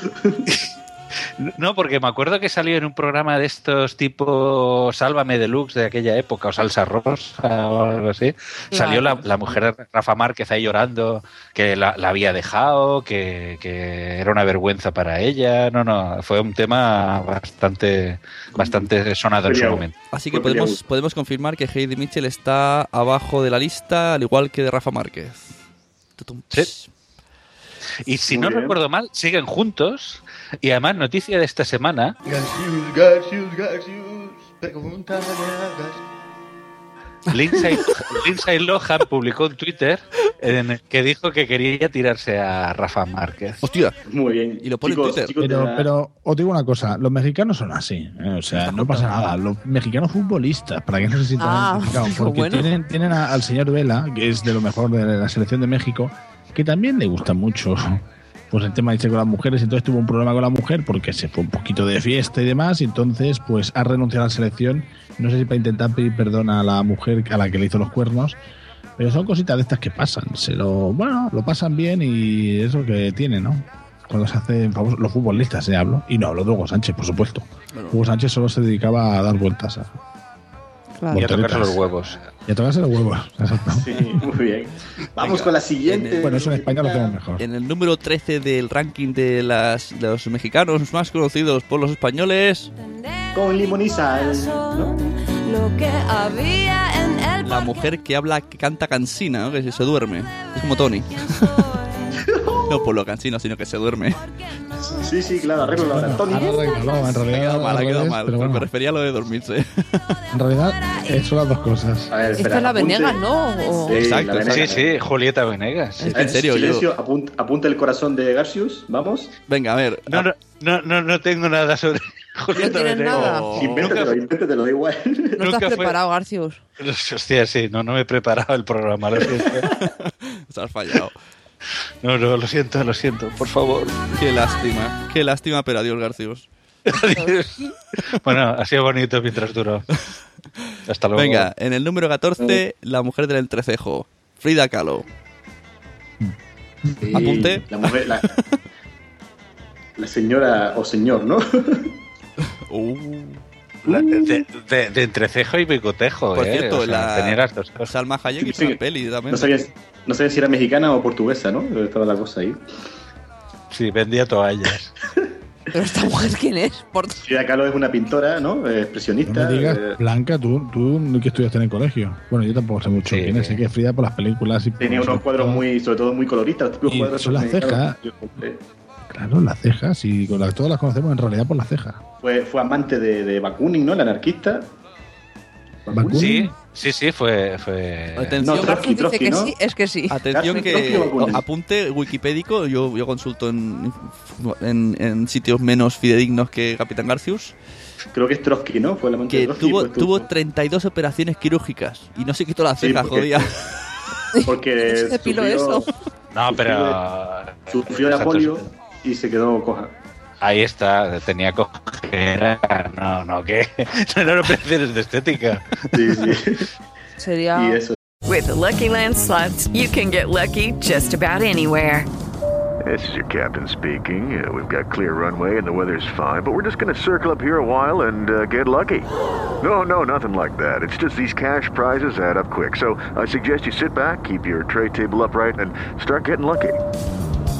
Speaker 4: No, porque me acuerdo que salió en un programa de estos tipo Sálvame Deluxe de aquella época o Salsa Rosa o algo así. Salió la, la mujer de Rafa Márquez ahí llorando que la, la había dejado, que, que era una vergüenza para ella. No, no, fue un tema bastante, bastante sonado en su
Speaker 3: Peleado.
Speaker 4: momento.
Speaker 2: Así que
Speaker 3: Porque ya
Speaker 2: podemos, podemos confirmar que Heidi Mitchell está abajo de la lista, al igual que de Rafa Márquez. Tutum.
Speaker 4: Y si
Speaker 3: Muy
Speaker 4: no
Speaker 3: bien.
Speaker 4: recuerdo mal, siguen juntos. Y además, noticia de esta semana,
Speaker 15: Garcius, Garcius, Garcius, pregúntale a Garcius. [laughs]
Speaker 4: Lindsay, Lindsay Lohan publicó un Twitter en el que dijo que quería tirarse a Rafa Márquez.
Speaker 2: Hostia,
Speaker 3: Muy bien.
Speaker 2: y lo pone en
Speaker 3: Chicos,
Speaker 2: Twitter.
Speaker 3: chicos de
Speaker 7: Pero,
Speaker 3: la-
Speaker 7: pero os digo una cosa, los mexicanos son así, ¿eh? o sea, no pasa nada. Los mexicanos futbolistas, para que no se sientan
Speaker 1: Ah, [laughs]
Speaker 7: identificados,
Speaker 1: digo,
Speaker 7: porque
Speaker 1: bueno.
Speaker 7: tienen, tienen a- al señor Vela, que es de lo mejor de la selección de México, que también le gusta mucho [laughs] pues el tema de irse con las mujeres, entonces tuvo un problema con la mujer porque se fue un poquito de fiesta y demás, y entonces pues ha renunciado a la selección, no sé si para intentar pedir perdón a la mujer a la que le hizo los cuernos, pero son cositas de estas que pasan, se lo, bueno, lo pasan bien y es lo que tiene, ¿no? Cuando se hacen famosos los futbolistas, se hablo, y no hablo de Hugo Sánchez, por supuesto. Hugo Sánchez solo se dedicaba a dar vueltas a,
Speaker 4: Y a tocarse
Speaker 7: Volteretas.
Speaker 4: los huevos.
Speaker 7: y a tocarse los huevos. exacto.
Speaker 3: Sí, muy bien. Vamos
Speaker 2: Venga,
Speaker 3: con la siguiente.
Speaker 7: Bueno, eso en España lo hacemos mejor.
Speaker 2: En el número 13 del ranking de, las, de los mexicanos más conocidos por los españoles,
Speaker 3: con limón y sal.
Speaker 11: Lo que había en el
Speaker 2: La mujer que habla, que canta cansina, ¿no? que se- se duerme. Es como Tony. [laughs] no por lo cansino, sino que se duerme.
Speaker 3: Sí, sí, claro, arreglo la hora. Tony.
Speaker 7: No, en
Speaker 2: Ha
Speaker 7: realidad,
Speaker 2: quedado mal, ha
Speaker 7: al
Speaker 2: quedado
Speaker 7: revés,
Speaker 2: mal.
Speaker 7: ¿eh? pero bueno,
Speaker 2: Me refería a lo de dormirse. [laughs]
Speaker 7: en realidad eh, son las dos cosas.
Speaker 12: Esta es la Venegas, ¿no? O-
Speaker 2: Exacto,
Speaker 3: la
Speaker 4: sí,
Speaker 3: Venegas.
Speaker 4: sí, Julieta Venegas.
Speaker 2: Es que en serio, yo-
Speaker 3: Silencio, apun- apunta el corazón de Garcius, vamos.
Speaker 2: Venga, a ver.
Speaker 4: No, no, no, no, no tengo nada
Speaker 3: [laughs]
Speaker 4: sobre Julieta
Speaker 3: tienes
Speaker 4: Venegas. Oh.
Speaker 3: nada.
Speaker 2: Oh. [laughs]
Speaker 3: Invéntatelo, invéntatelo, da igual.
Speaker 1: No estás
Speaker 4: Nunca fue-
Speaker 1: preparado, Garcius.
Speaker 4: [laughs] Hostia, sí, no, no me he preparado el programa, lo siento.
Speaker 2: [laughs]
Speaker 3: [laughs]
Speaker 2: Se has fallado.
Speaker 4: No, no, lo siento, lo siento, por favor.
Speaker 2: Qué lástima, qué lástima, pero adiós, Garcius.
Speaker 4: Bueno, ha sido bonito mientras duró. Hasta luego.
Speaker 2: Venga, en el número
Speaker 3: Eh.
Speaker 2: 14, la mujer del entrecejo, Frida Kahlo.
Speaker 3: Sí,
Speaker 2: Apunte.
Speaker 3: La mujer, la, la señora o señor, ¿no? Uh.
Speaker 4: La- de, de- de entrecejo y bigotejo,
Speaker 2: Por
Speaker 4: ¿eh?
Speaker 2: cierto,
Speaker 4: O sea,
Speaker 2: la-
Speaker 4: tenía las dos cosas.
Speaker 2: Salma Hayek hizo
Speaker 3: Sí.
Speaker 2: una peli también. Eh,
Speaker 3: No sabía, no sabía si era mexicana o portuguesa, ¿no? Estaba la cosa ahí.
Speaker 4: Sí, vendía toallas.
Speaker 3: Pero esta mujer, ¿quién es? Frida Kahlo es una pintora, ¿no? Eh, Expresionista.
Speaker 7: No me digas,
Speaker 3: eh,
Speaker 7: Blanca, tú, tú que estudiaste en el colegio. Bueno, yo tampoco sé mucho quién es. Sé que es Frida por las películas y por
Speaker 3: tenía unos cuadros muy, sobre todo muy coloristas. Los típicos
Speaker 7: Y
Speaker 3: cuadros
Speaker 7: son las
Speaker 3: mexicanos
Speaker 7: cejas.
Speaker 3: que yo compré.
Speaker 7: Claro, las cejas, y con las, todas las conocemos en realidad por las cejas.
Speaker 3: Fue, fue amante de, de Bakunin, ¿no? El anarquista.
Speaker 4: Sí, sí, sí, fue. fue...
Speaker 2: Atención,
Speaker 3: No, Trotsky,
Speaker 1: Dice que sí, es que
Speaker 7: Ah,
Speaker 1: sí.
Speaker 2: Atención que apunte wikipédico, yo, yo consulto en, en- en sitios menos fidedignos que Capitán Garcius.
Speaker 3: Creo que es Trotsky, ¿no? Fue el amante
Speaker 2: Que
Speaker 3: de Trotsky.
Speaker 2: tuvo,
Speaker 3: pues, tú-
Speaker 2: tuvo [laughs] 32 operaciones quirúrgicas y no se quitó la
Speaker 3: Sí,
Speaker 2: ceja,
Speaker 3: porque-
Speaker 2: jodía. [laughs]
Speaker 3: Porque
Speaker 2: Se depiló eso.
Speaker 4: No, pero.
Speaker 3: Sufrió la polio y se quedó coja.
Speaker 4: Ahí está, tenía cojera. No, no, ¿qué? [laughs] No eran operaciones de estética.
Speaker 3: Sí, sí.
Speaker 2: [laughs]
Speaker 17: Sería...
Speaker 18: With the Lucky Land
Speaker 17: Slots, you can get lucky just about anywhere.
Speaker 19: This is your captain speaking. Uh, we've got clear runway and the weather's fine, but we're just going to circle up here a while and uh, get lucky. No, no, nothing like that. It's just these cash prizes add up quick. So I suggest you sit back, keep your tray table upright, and start getting lucky.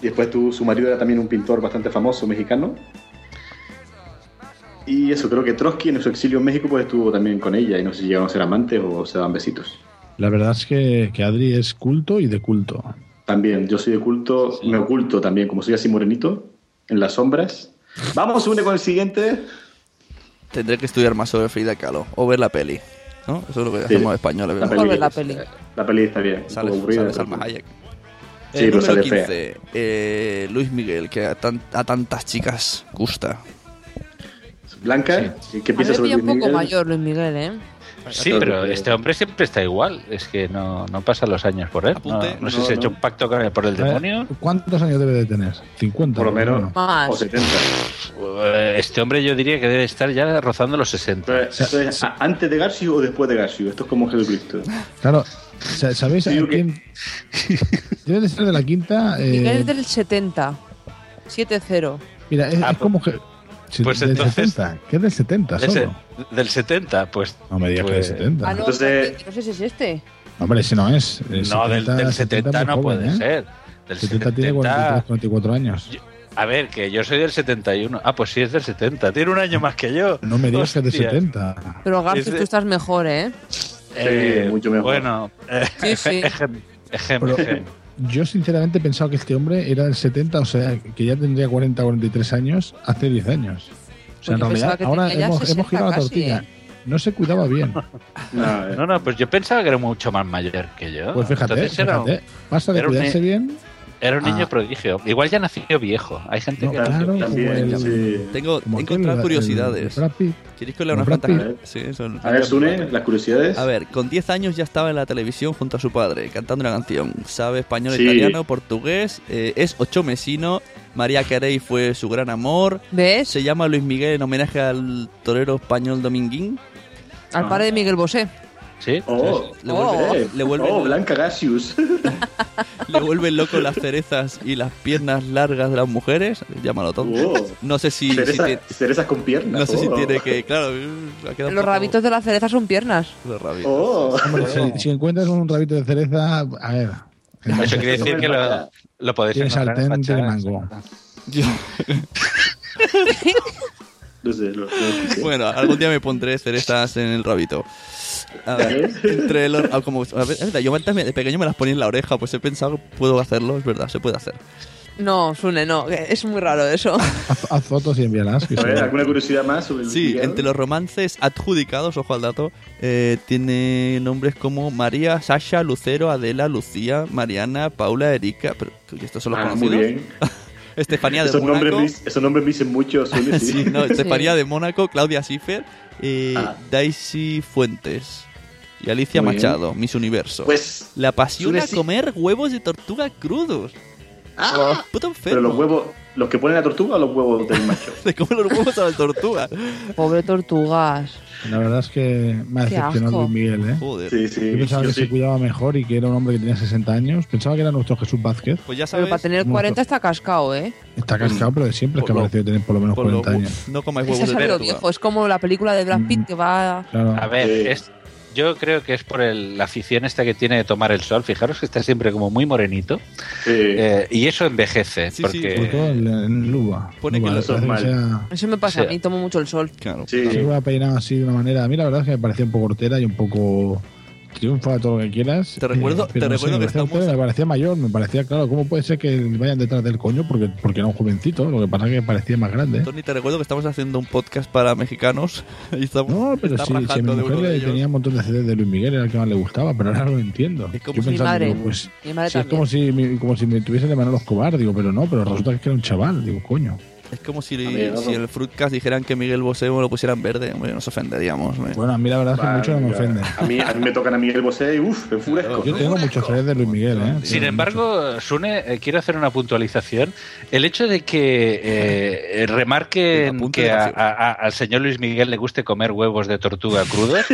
Speaker 3: Y después tu, su marido era también un pintor bastante famoso mexicano. Y eso, creo que Trotsky en su exilio en México pues estuvo también con ella y no sé si llegaron a ser amantes o se daban besitos.
Speaker 7: La verdad es que, que Adri es culto y de culto.
Speaker 3: También, yo soy de culto, me oculto también, como soy así morenito, en las sombras. Vamos, une con el siguiente.
Speaker 2: Tendré que estudiar más sobre Frida Kahlo o ver la peli. ¿no? Eso es lo que
Speaker 3: Sí.
Speaker 2: hacemos los españoles.
Speaker 3: La
Speaker 2: ¿verdad?
Speaker 3: peli, La peli está bien. un
Speaker 2: Sale-
Speaker 3: poco aburrida,
Speaker 2: sale
Speaker 3: pero-
Speaker 2: Salma Hayek.
Speaker 3: Sí,
Speaker 2: el
Speaker 3: pero
Speaker 2: número
Speaker 3: sale fea.
Speaker 2: 15, eh, Luis Miguel, que a, tan- a tantas chicas gusta.
Speaker 3: Blanca, ¿qué
Speaker 1: A mí me pilla un poco mayor Luis Miguel, ¿eh?
Speaker 4: Sí, pero este hombre siempre está igual. Es que no, no pasan los años por él. No, no sé
Speaker 7: no,
Speaker 4: si ha hecho
Speaker 7: no.
Speaker 4: un pacto con él por el
Speaker 7: A ver,
Speaker 4: demonio.
Speaker 7: ¿Cuántos años debe de tener? ¿50?
Speaker 4: Por lo menos.
Speaker 1: Más.
Speaker 3: O 70.
Speaker 4: Eh, Este hombre yo diría que debe estar ya rozando los 60.
Speaker 3: Esto es a- antes de Garcius o después de Garcius. Esto es
Speaker 2: [laughs]
Speaker 3: como Jesucristo.
Speaker 7: Claro, sa- ¿sabéis a quién? [laughs] Debe de ser de la quinta. eh,
Speaker 1: Miguel es del 70. 7-0.
Speaker 7: mira, es, es como que. si-
Speaker 4: Ah, pues
Speaker 7: del
Speaker 4: entonces-
Speaker 7: 70, que es del 70
Speaker 4: Del se-
Speaker 7: solo.
Speaker 4: del 70, pues.
Speaker 7: No me digas que del 70.
Speaker 1: Ah, no,
Speaker 7: Entonces-
Speaker 1: espérate, no sé si es este.
Speaker 7: Hombre, si no es. eh,
Speaker 4: No, del, del 70
Speaker 7: es muy
Speaker 4: no
Speaker 7: joven,
Speaker 4: puede
Speaker 7: ¿eh?
Speaker 4: ser. Del
Speaker 7: 70 tiene 43, 44 años.
Speaker 4: A ver, que yo soy del 71. Ah, pues sí, es del 70. Tiene un año más que yo.
Speaker 7: No me digas que es del
Speaker 4: Hostia.
Speaker 7: 70.
Speaker 1: Pero García,
Speaker 4: Es de-
Speaker 1: tú estás mejor, ¿eh?
Speaker 4: Eh,
Speaker 3: mucho mejor.
Speaker 4: Bueno, eh,
Speaker 1: Sí,
Speaker 4: [laughs]
Speaker 1: sí.
Speaker 4: ejem, ejem,
Speaker 7: Pero-
Speaker 4: ejem.
Speaker 7: Yo sinceramente pensaba que este hombre era del 70, o sea, que ya tendría 40 o 43 años hace 10 años. O sea,
Speaker 4: Pues yo
Speaker 7: en realidad,
Speaker 4: pensaba que
Speaker 7: ahora
Speaker 4: tenía ya
Speaker 7: hemos,
Speaker 4: 60
Speaker 7: hemos girado
Speaker 4: casi,
Speaker 7: la tortilla.
Speaker 4: ¿eh?
Speaker 7: No se cuidaba
Speaker 4: [laughs]
Speaker 7: bien.
Speaker 3: eh,
Speaker 4: No, no, pues yo pensaba que era mucho más mayor que yo.
Speaker 7: Pues fíjate,
Speaker 4: Entonces era un-
Speaker 7: fíjate. Pasa de
Speaker 4: era un-
Speaker 7: cuidarse bien
Speaker 4: Era un niño
Speaker 2: Ah.
Speaker 4: prodigio. Igual ya nació viejo. Hay gente que
Speaker 2: claro,
Speaker 4: nació
Speaker 2: también,
Speaker 4: viejo.
Speaker 2: sí. Tengo- he encontrado curiosidades. ¿Queréis que os lea unas
Speaker 4: Brad
Speaker 2: cuantas?
Speaker 4: Pitt.
Speaker 2: Sí, son-
Speaker 3: A ver, Sune, las curiosidades.
Speaker 2: A ver, con 10 años ya estaba en la televisión junto a su padre, cantando una canción. Sabe español,
Speaker 3: Sí.
Speaker 2: italiano, portugués, eh, es ochomesino. María Carey fue su gran amor. Se llama Luis Miguel en homenaje al torero español Dominguín.
Speaker 1: Al padre de Miguel Bosé.
Speaker 4: Sí.
Speaker 2: Oh, le vuelve,
Speaker 3: Oh.
Speaker 2: le vuelve-
Speaker 3: Oh,
Speaker 2: [laughs]
Speaker 3: Blanca Gasius.
Speaker 2: le vuelven loco las cerezas y las piernas largas de las mujeres. Llámalo todo.
Speaker 3: Oh.
Speaker 2: No sé si. si
Speaker 3: Cereza-
Speaker 2: tie-
Speaker 3: cerezas con piernas.
Speaker 2: No sé si
Speaker 3: Oh.
Speaker 2: tiene que. Claro, uh, ha quedado un
Speaker 1: Los
Speaker 2: poco-
Speaker 1: rabitos de la cereza son piernas.
Speaker 2: Los rabitos.
Speaker 3: Oh.
Speaker 7: Hombre, si, si encuentras un rabito de cereza, a ver.
Speaker 4: Eso quiere decir que lo, lo podéis
Speaker 7: Tiene
Speaker 4: encontrar en
Speaker 7: sartén de
Speaker 4: fachadas.
Speaker 7: mango.
Speaker 2: Bueno, algún día me pondré cerezas en el rabito. A ver, entre los. ah, como, a ver, es verdad, yo también de pequeño me las ponía en la oreja, pues he pensado, puedo hacerlo, es verdad, se puede hacer.
Speaker 1: No, Sune, no. Es muy raro eso.
Speaker 7: Haz, haz fotos y envíalas. que se-
Speaker 3: curiosidad más sobre
Speaker 2: Sí, entre los romances adjudicados, ojo al dato, eh, tiene nombres como María, Sasha, Lucero, Adela, Lucía, Mariana, Paula, Erika. Pero, ¿y estos son los
Speaker 3: Ah, muy
Speaker 2: conocidos?
Speaker 3: bien.
Speaker 2: Estefanía Ah, de
Speaker 3: esos,
Speaker 2: Mónaco.
Speaker 3: nombres, me dic- esos nombres me dicen mucho,
Speaker 2: [laughs]
Speaker 3: Sune.
Speaker 2: Sí,
Speaker 3: Sí, Ah.
Speaker 2: no, Estefanía de Mónaco, Claudia Schiffer, eh, Daisy Fuentes y Alicia
Speaker 3: Muy bien.
Speaker 2: Machado, Miss Universo.
Speaker 3: Pues,
Speaker 2: Le apasiona
Speaker 3: Sune, sí.
Speaker 2: comer huevos de tortuga crudos.
Speaker 3: Ah,
Speaker 2: puto enfermo.
Speaker 3: Pero los huevos, los que ponen la tortuga o los huevos del macho.
Speaker 2: [laughs] Se come los huevos a la tortuga.
Speaker 1: [laughs] Pobre tortugas.
Speaker 7: La verdad es que me ha
Speaker 1: Qué
Speaker 7: decepcionado
Speaker 1: asco.
Speaker 7: Luis Miguel, ¿eh?
Speaker 2: Joder.
Speaker 3: Sí, sí,
Speaker 7: Yo pensaba
Speaker 3: yo
Speaker 7: que
Speaker 3: sí.
Speaker 7: se cuidaba mejor y que era un hombre que tenía 60 años. Pensaba que era nuestro Jesús Vázquez.
Speaker 2: Pues ya
Speaker 1: Pero
Speaker 2: sabes,
Speaker 1: para tener
Speaker 7: Muerto.
Speaker 1: 40 está cascado, ¿eh?
Speaker 4: Mm.
Speaker 7: Está cascado, pero de siempre es que ha
Speaker 2: Por lo-
Speaker 7: parecido tener por lo menos
Speaker 2: por lo-
Speaker 7: 40 años.
Speaker 2: no comáis
Speaker 1: Se
Speaker 2: huevos de
Speaker 1: sabe lo
Speaker 2: tortuga.
Speaker 1: viejo. Es como la película de Brad
Speaker 7: Mm.
Speaker 1: Pitt que va...
Speaker 7: Claro.
Speaker 4: A ver, es, yo creo que es por el- la afición esta que tiene de tomar el sol. Fijaros que está siempre como muy morenito. Eh, y eso envejece. porque
Speaker 7: Sobre todo en, en Luba.
Speaker 4: Pone que
Speaker 7: Luba,
Speaker 4: lo-
Speaker 7: parece
Speaker 4: mal.
Speaker 7: sea-
Speaker 1: Eso me pasa
Speaker 4: O sea,
Speaker 1: a mí, tomo mucho el sol.
Speaker 2: Claro.
Speaker 7: Sí,
Speaker 3: Sí.
Speaker 7: lo ha peinado así de una manera. A mí la verdad es que me parecía un poco hortera y un poco triunfa todo lo que quieras. Eh,
Speaker 2: Te recuerdo- te
Speaker 7: pero no
Speaker 2: recuerdo
Speaker 7: me
Speaker 2: que
Speaker 7: parecía hortera, Me parecía mayor, me parecía claro. ¿Cómo puede ser que vayan detrás del coño? Porque, porque era un jovencito. Lo que pasa es que parecía más grande.
Speaker 2: Tony, te recuerdo que estamos haciendo un podcast para mexicanos [laughs] y estamos
Speaker 7: No, pero
Speaker 2: está
Speaker 7: sí, sí, a mi
Speaker 2: rajando de
Speaker 7: mujer
Speaker 2: uno
Speaker 7: le
Speaker 2: de ellos.
Speaker 7: tenía un montón de CDs de Luis Miguel, era el que más le gustaba, pero ahora lo entiendo.
Speaker 2: como
Speaker 7: Yo
Speaker 2: si- Mi
Speaker 7: pensaba,
Speaker 2: madre,
Speaker 7: digo, pues,
Speaker 1: mi madre
Speaker 7: sí, es como si, mi- como si me tuviesen de Manolo Escobar, digo, pero no, pero resulta que era un chaval, digo, coño.
Speaker 2: Es como si,
Speaker 7: Amigo.
Speaker 2: si en el Fruitcast dijeran que Miguel Bosé lo pusieran verde, hombre, nos ofenderíamos. hombre.
Speaker 7: Bueno, a mí la verdad es que
Speaker 2: Vale,
Speaker 7: mucho no me
Speaker 2: ya.
Speaker 7: ofende.
Speaker 3: A mí, a mí me tocan a Miguel Bosé y uff, me enfurezco.
Speaker 7: Yo tengo muchos CDs de Luis Miguel, ¿eh?
Speaker 4: Sin embargo, Sune, eh, quiero hacer una puntualización. El hecho de que eh, eh, remarquen que a- a- a- al señor Luis Miguel le guste comer huevos de tortuga crudos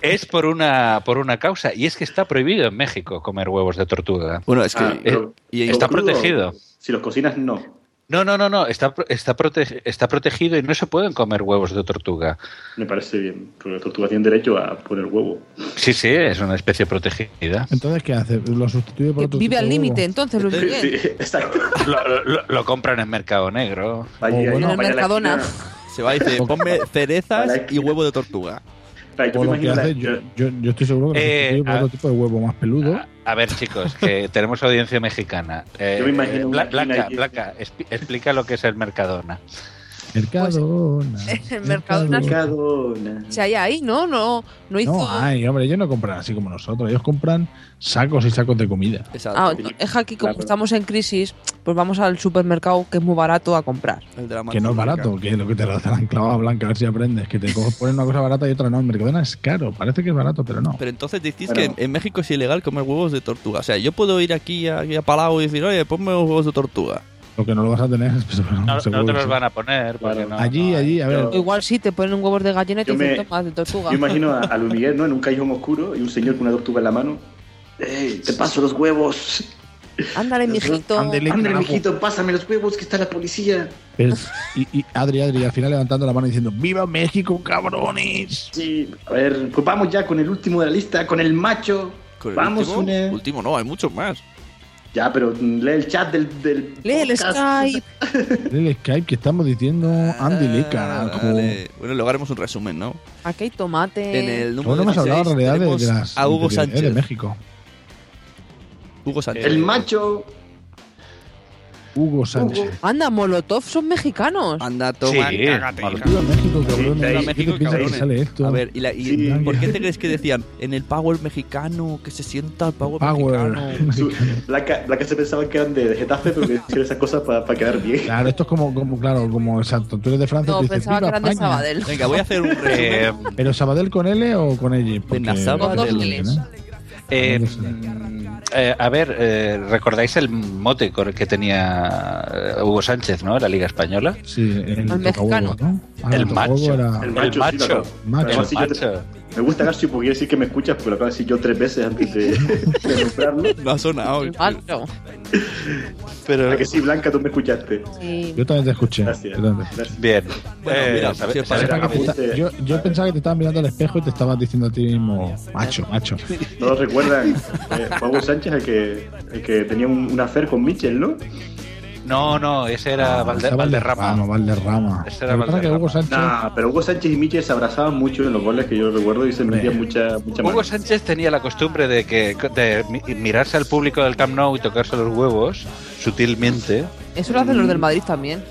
Speaker 4: es por una, por una causa, y es que está prohibido en México comer huevos de tortuga.
Speaker 2: Bueno,
Speaker 3: Ah,
Speaker 2: es que-
Speaker 7: Ah,
Speaker 4: Eh, está protegido.
Speaker 3: Si los cocinas, no.
Speaker 4: No, no, no, no, está, pro- está, prote- está protegido y no se pueden comer huevos de tortuga.
Speaker 3: Me parece bien, porque la tortuga tiene derecho a poner huevo.
Speaker 4: Sí, sí, es una especie protegida.
Speaker 7: Entonces, ¿qué hace? ¿Lo sustituye por otro
Speaker 1: Eh, Vive
Speaker 7: tipo
Speaker 1: al
Speaker 7: de
Speaker 1: límite,
Speaker 7: huevo?
Speaker 1: entonces, Luis
Speaker 3: [laughs]
Speaker 1: Miguel.
Speaker 7: [laughs]
Speaker 3: exacto.
Speaker 4: Lo, lo- lo compran en Mercado Negro.
Speaker 7: O bueno,
Speaker 1: En el Mercadona.
Speaker 2: Se va y dice,
Speaker 7: [laughs]
Speaker 2: ponme cerezas y huevo de tortuga.
Speaker 7: o lo que hace, yo, yo, yo estoy seguro que
Speaker 4: Eh, ah,
Speaker 7: lo sustituye por
Speaker 4: a-
Speaker 7: otro tipo de huevo más peludo.
Speaker 4: A ver, chicos, que tenemos audiencia mexicana. Eh,
Speaker 7: Yo me imagino
Speaker 4: Bla-
Speaker 7: una
Speaker 4: Blanca,
Speaker 7: esquina ahí.
Speaker 4: Blanca, expli- explica lo que es el Mercadona.
Speaker 7: Mercadona.
Speaker 1: El Mercadona.
Speaker 3: Mercadona.
Speaker 1: Si hay ahí, ¿no? No, no hizo...
Speaker 7: No, ay, hombre, ellos no compran así como nosotros. Ellos compran sacos y sacos de comida.
Speaker 1: Ah, no, es aquí como
Speaker 7: Claro.
Speaker 1: estamos en crisis, pues vamos al supermercado que es muy barato a comprar.
Speaker 7: Que no es barato, que lo que te lo han clavado a blanca, a ver si aprendes. Que te coges- ponen una cosa barata y otra no. En Mercadona es caro, parece que es barato, pero no.
Speaker 2: Pero entonces decís
Speaker 7: Bueno.
Speaker 2: que en México es ilegal comer huevos de tortuga. O sea, yo puedo ir aquí a, aquí a Palau y decir, oye, ponme huevos de tortuga.
Speaker 7: Lo que no lo vas a tener [laughs] es. pues,
Speaker 4: No,
Speaker 7: seguro
Speaker 4: no te
Speaker 7: que
Speaker 4: los
Speaker 7: sí.
Speaker 4: van a poner. porque no-
Speaker 7: allí, allí, a ver.
Speaker 1: O Igual sí, te ponen huevos de gallina y te
Speaker 3: Yo
Speaker 1: dicen,
Speaker 3: me-
Speaker 1: toma, de tortuga.
Speaker 3: Yo imagino a, a Luis Miguel, ¿no? En un callejón oscuro y un señor con una tortuga en la mano. ¡Ey, te paso los huevos!
Speaker 1: Ándale, mijito.
Speaker 7: Ándele,
Speaker 3: Ándale,
Speaker 7: carajo.
Speaker 3: mijito, pásame los huevos que está la policía.
Speaker 7: El- y, y Adri, Adri, al final levantando la mano diciendo: ¡Viva México, cabrones!
Speaker 3: Sí, a ver, pues vamos ya con el último de la lista, con el macho.
Speaker 2: ¿Con el
Speaker 3: vamos,
Speaker 2: último?
Speaker 3: Sune.
Speaker 2: Último no, hay muchos más.
Speaker 3: Ya, pero mm, lee el chat del. del
Speaker 1: Lee el
Speaker 3: podcast.
Speaker 1: Skype.
Speaker 7: El Skype que estamos diciendo Oh, Andy Lee, carajo.
Speaker 2: Vale. Ah, Bueno, luego haremos un resumen, ¿no?
Speaker 1: Aquí hay tomate.
Speaker 2: En el número
Speaker 7: Aún no hemos hablado en
Speaker 2: 16
Speaker 7: realidad de, de
Speaker 2: tenemos
Speaker 7: las
Speaker 2: a Hugo
Speaker 7: de- de-
Speaker 2: Sánchez.
Speaker 7: de México.
Speaker 2: Hugo Sánchez.
Speaker 3: El macho.
Speaker 7: Hugo Sánchez.
Speaker 1: Anda, Molotov son mexicanos.
Speaker 3: Ah,
Speaker 2: Anda, toma,
Speaker 7: Sí,
Speaker 2: cágate,
Speaker 7: Molotov.
Speaker 2: hija.
Speaker 7: México,
Speaker 2: Sí,
Speaker 7: cabrones.
Speaker 2: viva
Speaker 7: ¿Qué
Speaker 2: México,
Speaker 7: te piensas que
Speaker 2: cabrones.
Speaker 7: sale esto?
Speaker 2: A ver, ¿y, la- y
Speaker 7: Sí.
Speaker 2: por qué te crees que decían en el Power mexicano, que se sienta el Power, mexicano?
Speaker 3: Su- La que, la que se pensaban que eran de, de Getafe,
Speaker 1: [laughs]
Speaker 3: pero que decían esas cosas para quedar bien.
Speaker 7: [laughs] Claro, esto es como, como claro, como exacto. Tú eres de Francia,
Speaker 1: No,
Speaker 7: tú dices,
Speaker 1: pensaba que
Speaker 7: "Viva
Speaker 1: eran de
Speaker 7: España".
Speaker 1: Sabadell.
Speaker 2: Venga, voy a hacer un [laughs]
Speaker 4: Eh,
Speaker 2: resumen.
Speaker 7: Pero Sabadell con L o con L? Porque-
Speaker 2: la Sabadell. Con dos Ls.
Speaker 4: Eh, mm, eh, a ver, eh, ¿recordáis el mote con el que tenía eh, Hugo Sánchez, ¿no? La Liga Española.
Speaker 7: Sí, el,
Speaker 4: Al
Speaker 7: tocahuevos,
Speaker 4: mexicano.
Speaker 7: ¿no? Ah,
Speaker 4: El
Speaker 7: tocahuevo
Speaker 4: macho.
Speaker 7: era-
Speaker 4: El macho.
Speaker 3: sí, lo acabo.
Speaker 7: Macho.
Speaker 3: Además, sí, yo te-
Speaker 4: Macho.
Speaker 3: me gusta Garcio porque quiere decir que me escuchas, porque lo acabo de decir yo tres veces antes de, de nombrarlo.
Speaker 2: No ha sonado.
Speaker 3: Pero... Ah, que sí, Blanca, tú me escuchaste.
Speaker 7: Yo también te escuché. yo también te escuché.
Speaker 4: Bien. Eh,
Speaker 2: Bueno, mira, si os parece-
Speaker 7: Pensaba que te esta- yo, yo pensaba que te estabas mirando al espejo y te estabas diciendo a ti mismo, macho, macho.
Speaker 3: No lo recuerdan. Eh, fue Hugo Sánchez el que, el que tenía un, un affair con Mitchell, ¿no?
Speaker 4: No, no, ese
Speaker 2: Ah,
Speaker 4: era Valde-
Speaker 7: Estaba
Speaker 4: Valderrama.
Speaker 7: Ah, Valderrama. Valderrama.
Speaker 4: Ese era
Speaker 7: Lo que pasa es que
Speaker 4: Valderrama.
Speaker 7: Hugo Sánchez.
Speaker 3: Nah, pero Hugo Sánchez y Mitchell se abrazaban mucho en los goles que yo recuerdo y se metían mucha, mucha mano.
Speaker 4: Hugo Sánchez tenía la costumbre de que de mi- mirarse al público del Camp Nou y tocarse los huevos sutilmente.
Speaker 1: Eso lo hacen los
Speaker 3: Mm.
Speaker 1: del Madrid también.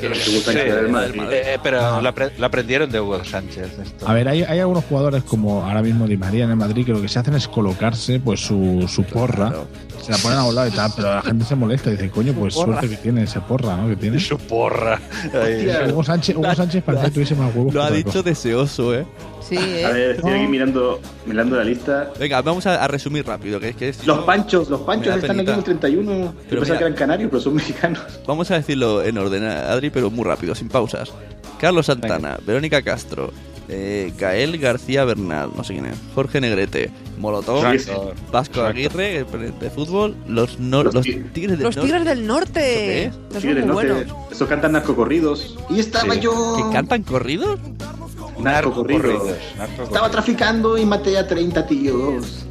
Speaker 4: Sí,
Speaker 3: que era del Madrid.
Speaker 4: eh, pero la, apre- la aprendieron de Hugo Sánchez. Esto.
Speaker 7: A ver, hay, hay algunos jugadores como ahora mismo Di María en el Madrid que lo que se hacen es colocarse pues su, su porra, se la ponen a un lado y tal, pero la gente se molesta y dice, coño, pues
Speaker 4: porra.
Speaker 7: suerte que tiene ese porra, ¿no? Que tiene. Eh,
Speaker 4: Su porra. Ahí.
Speaker 7: Hugo Sánchez, Hugo Sánchez parece que tuviese más huevos.
Speaker 2: Lo
Speaker 7: que
Speaker 2: ha
Speaker 7: otra
Speaker 2: dicho
Speaker 7: cosa.
Speaker 2: deseoso, ¿eh?
Speaker 1: Sí,
Speaker 3: Ah, A ver, estoy aquí
Speaker 7: No.
Speaker 3: mirando, mirando la lista.
Speaker 2: Venga, vamos a, a resumir rápido, que es que si
Speaker 3: Los
Speaker 2: no-
Speaker 3: panchos, los panchos
Speaker 2: Me da
Speaker 3: están aquí en el 31. Yo
Speaker 2: Pero
Speaker 3: pensaba
Speaker 2: mira.
Speaker 3: que eran canarios, pero son mexicanos.
Speaker 2: Vamos a decirlo en orden, Adri, pero muy rápido, sin pausas. Carlos Santana, Verónica Castro, eh, Gael García Bernal, no sé quién es, Jorge Negrete, Molotov,
Speaker 4: Exacto.
Speaker 2: Vasco
Speaker 4: Exacto.
Speaker 2: Aguirre, el presidente de fútbol, los, no- los Tigres del
Speaker 1: Los
Speaker 2: Norte.
Speaker 1: Tigres del Norte.
Speaker 2: ¿Eso
Speaker 1: Estos
Speaker 3: Sí,
Speaker 1: son muy
Speaker 3: no te-
Speaker 1: buenos.
Speaker 3: Esos cantan narcocorridos. Y estaba
Speaker 2: Sí.
Speaker 3: yo.
Speaker 2: ¿Que cantan corridos?
Speaker 3: Narcocorridos. Estaba traficando y maté a 30 tíos.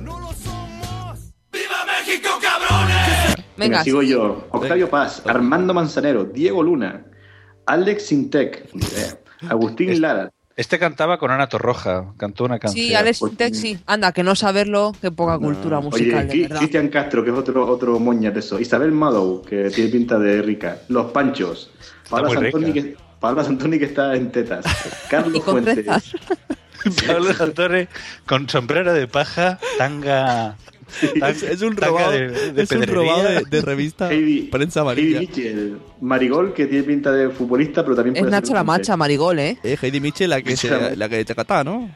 Speaker 3: Venga, sigo yo. Octavio Paz, Armando Manzanero, Diego Luna, Alex Sintec, ni idea, Agustín Lara.
Speaker 4: Este cantaba con Ana Torroja, cantó una canción.
Speaker 1: Sí, Alex Sintek, sí. Anda, que no saberlo, qué poca cultura musical,
Speaker 3: Oye,
Speaker 1: de
Speaker 3: Cri-
Speaker 1: verdad.
Speaker 3: Cristian Castro, que es otro, otro moña de eso. Isabel Madow, que tiene pinta de rica. Los Panchos. Paula
Speaker 4: muy
Speaker 3: Santoni,
Speaker 4: rica.
Speaker 3: que, Paula Santoni, que está en
Speaker 1: [laughs]
Speaker 3: tetas. Carlos Fuentes.
Speaker 4: [laughs] Pablo Sartori con sombrero de paja, tanga. tan-
Speaker 2: Es, es un
Speaker 4: tanga
Speaker 2: robado
Speaker 4: de, de
Speaker 2: es un
Speaker 4: pedrería.
Speaker 2: robado de, de revista
Speaker 3: [laughs] Heidi-
Speaker 2: prensa
Speaker 3: Heidi
Speaker 2: amarilla.
Speaker 3: Mitchell. Marigol, que tiene pinta de futbolista, pero también
Speaker 1: Es
Speaker 3: puede ser
Speaker 1: Nacho la
Speaker 3: un-
Speaker 1: Macha, Marigol, ¿eh?
Speaker 2: Eh, Heidi Mitchell, la que, se-
Speaker 3: Mitchell.
Speaker 2: la que de Chacatá, ¿no?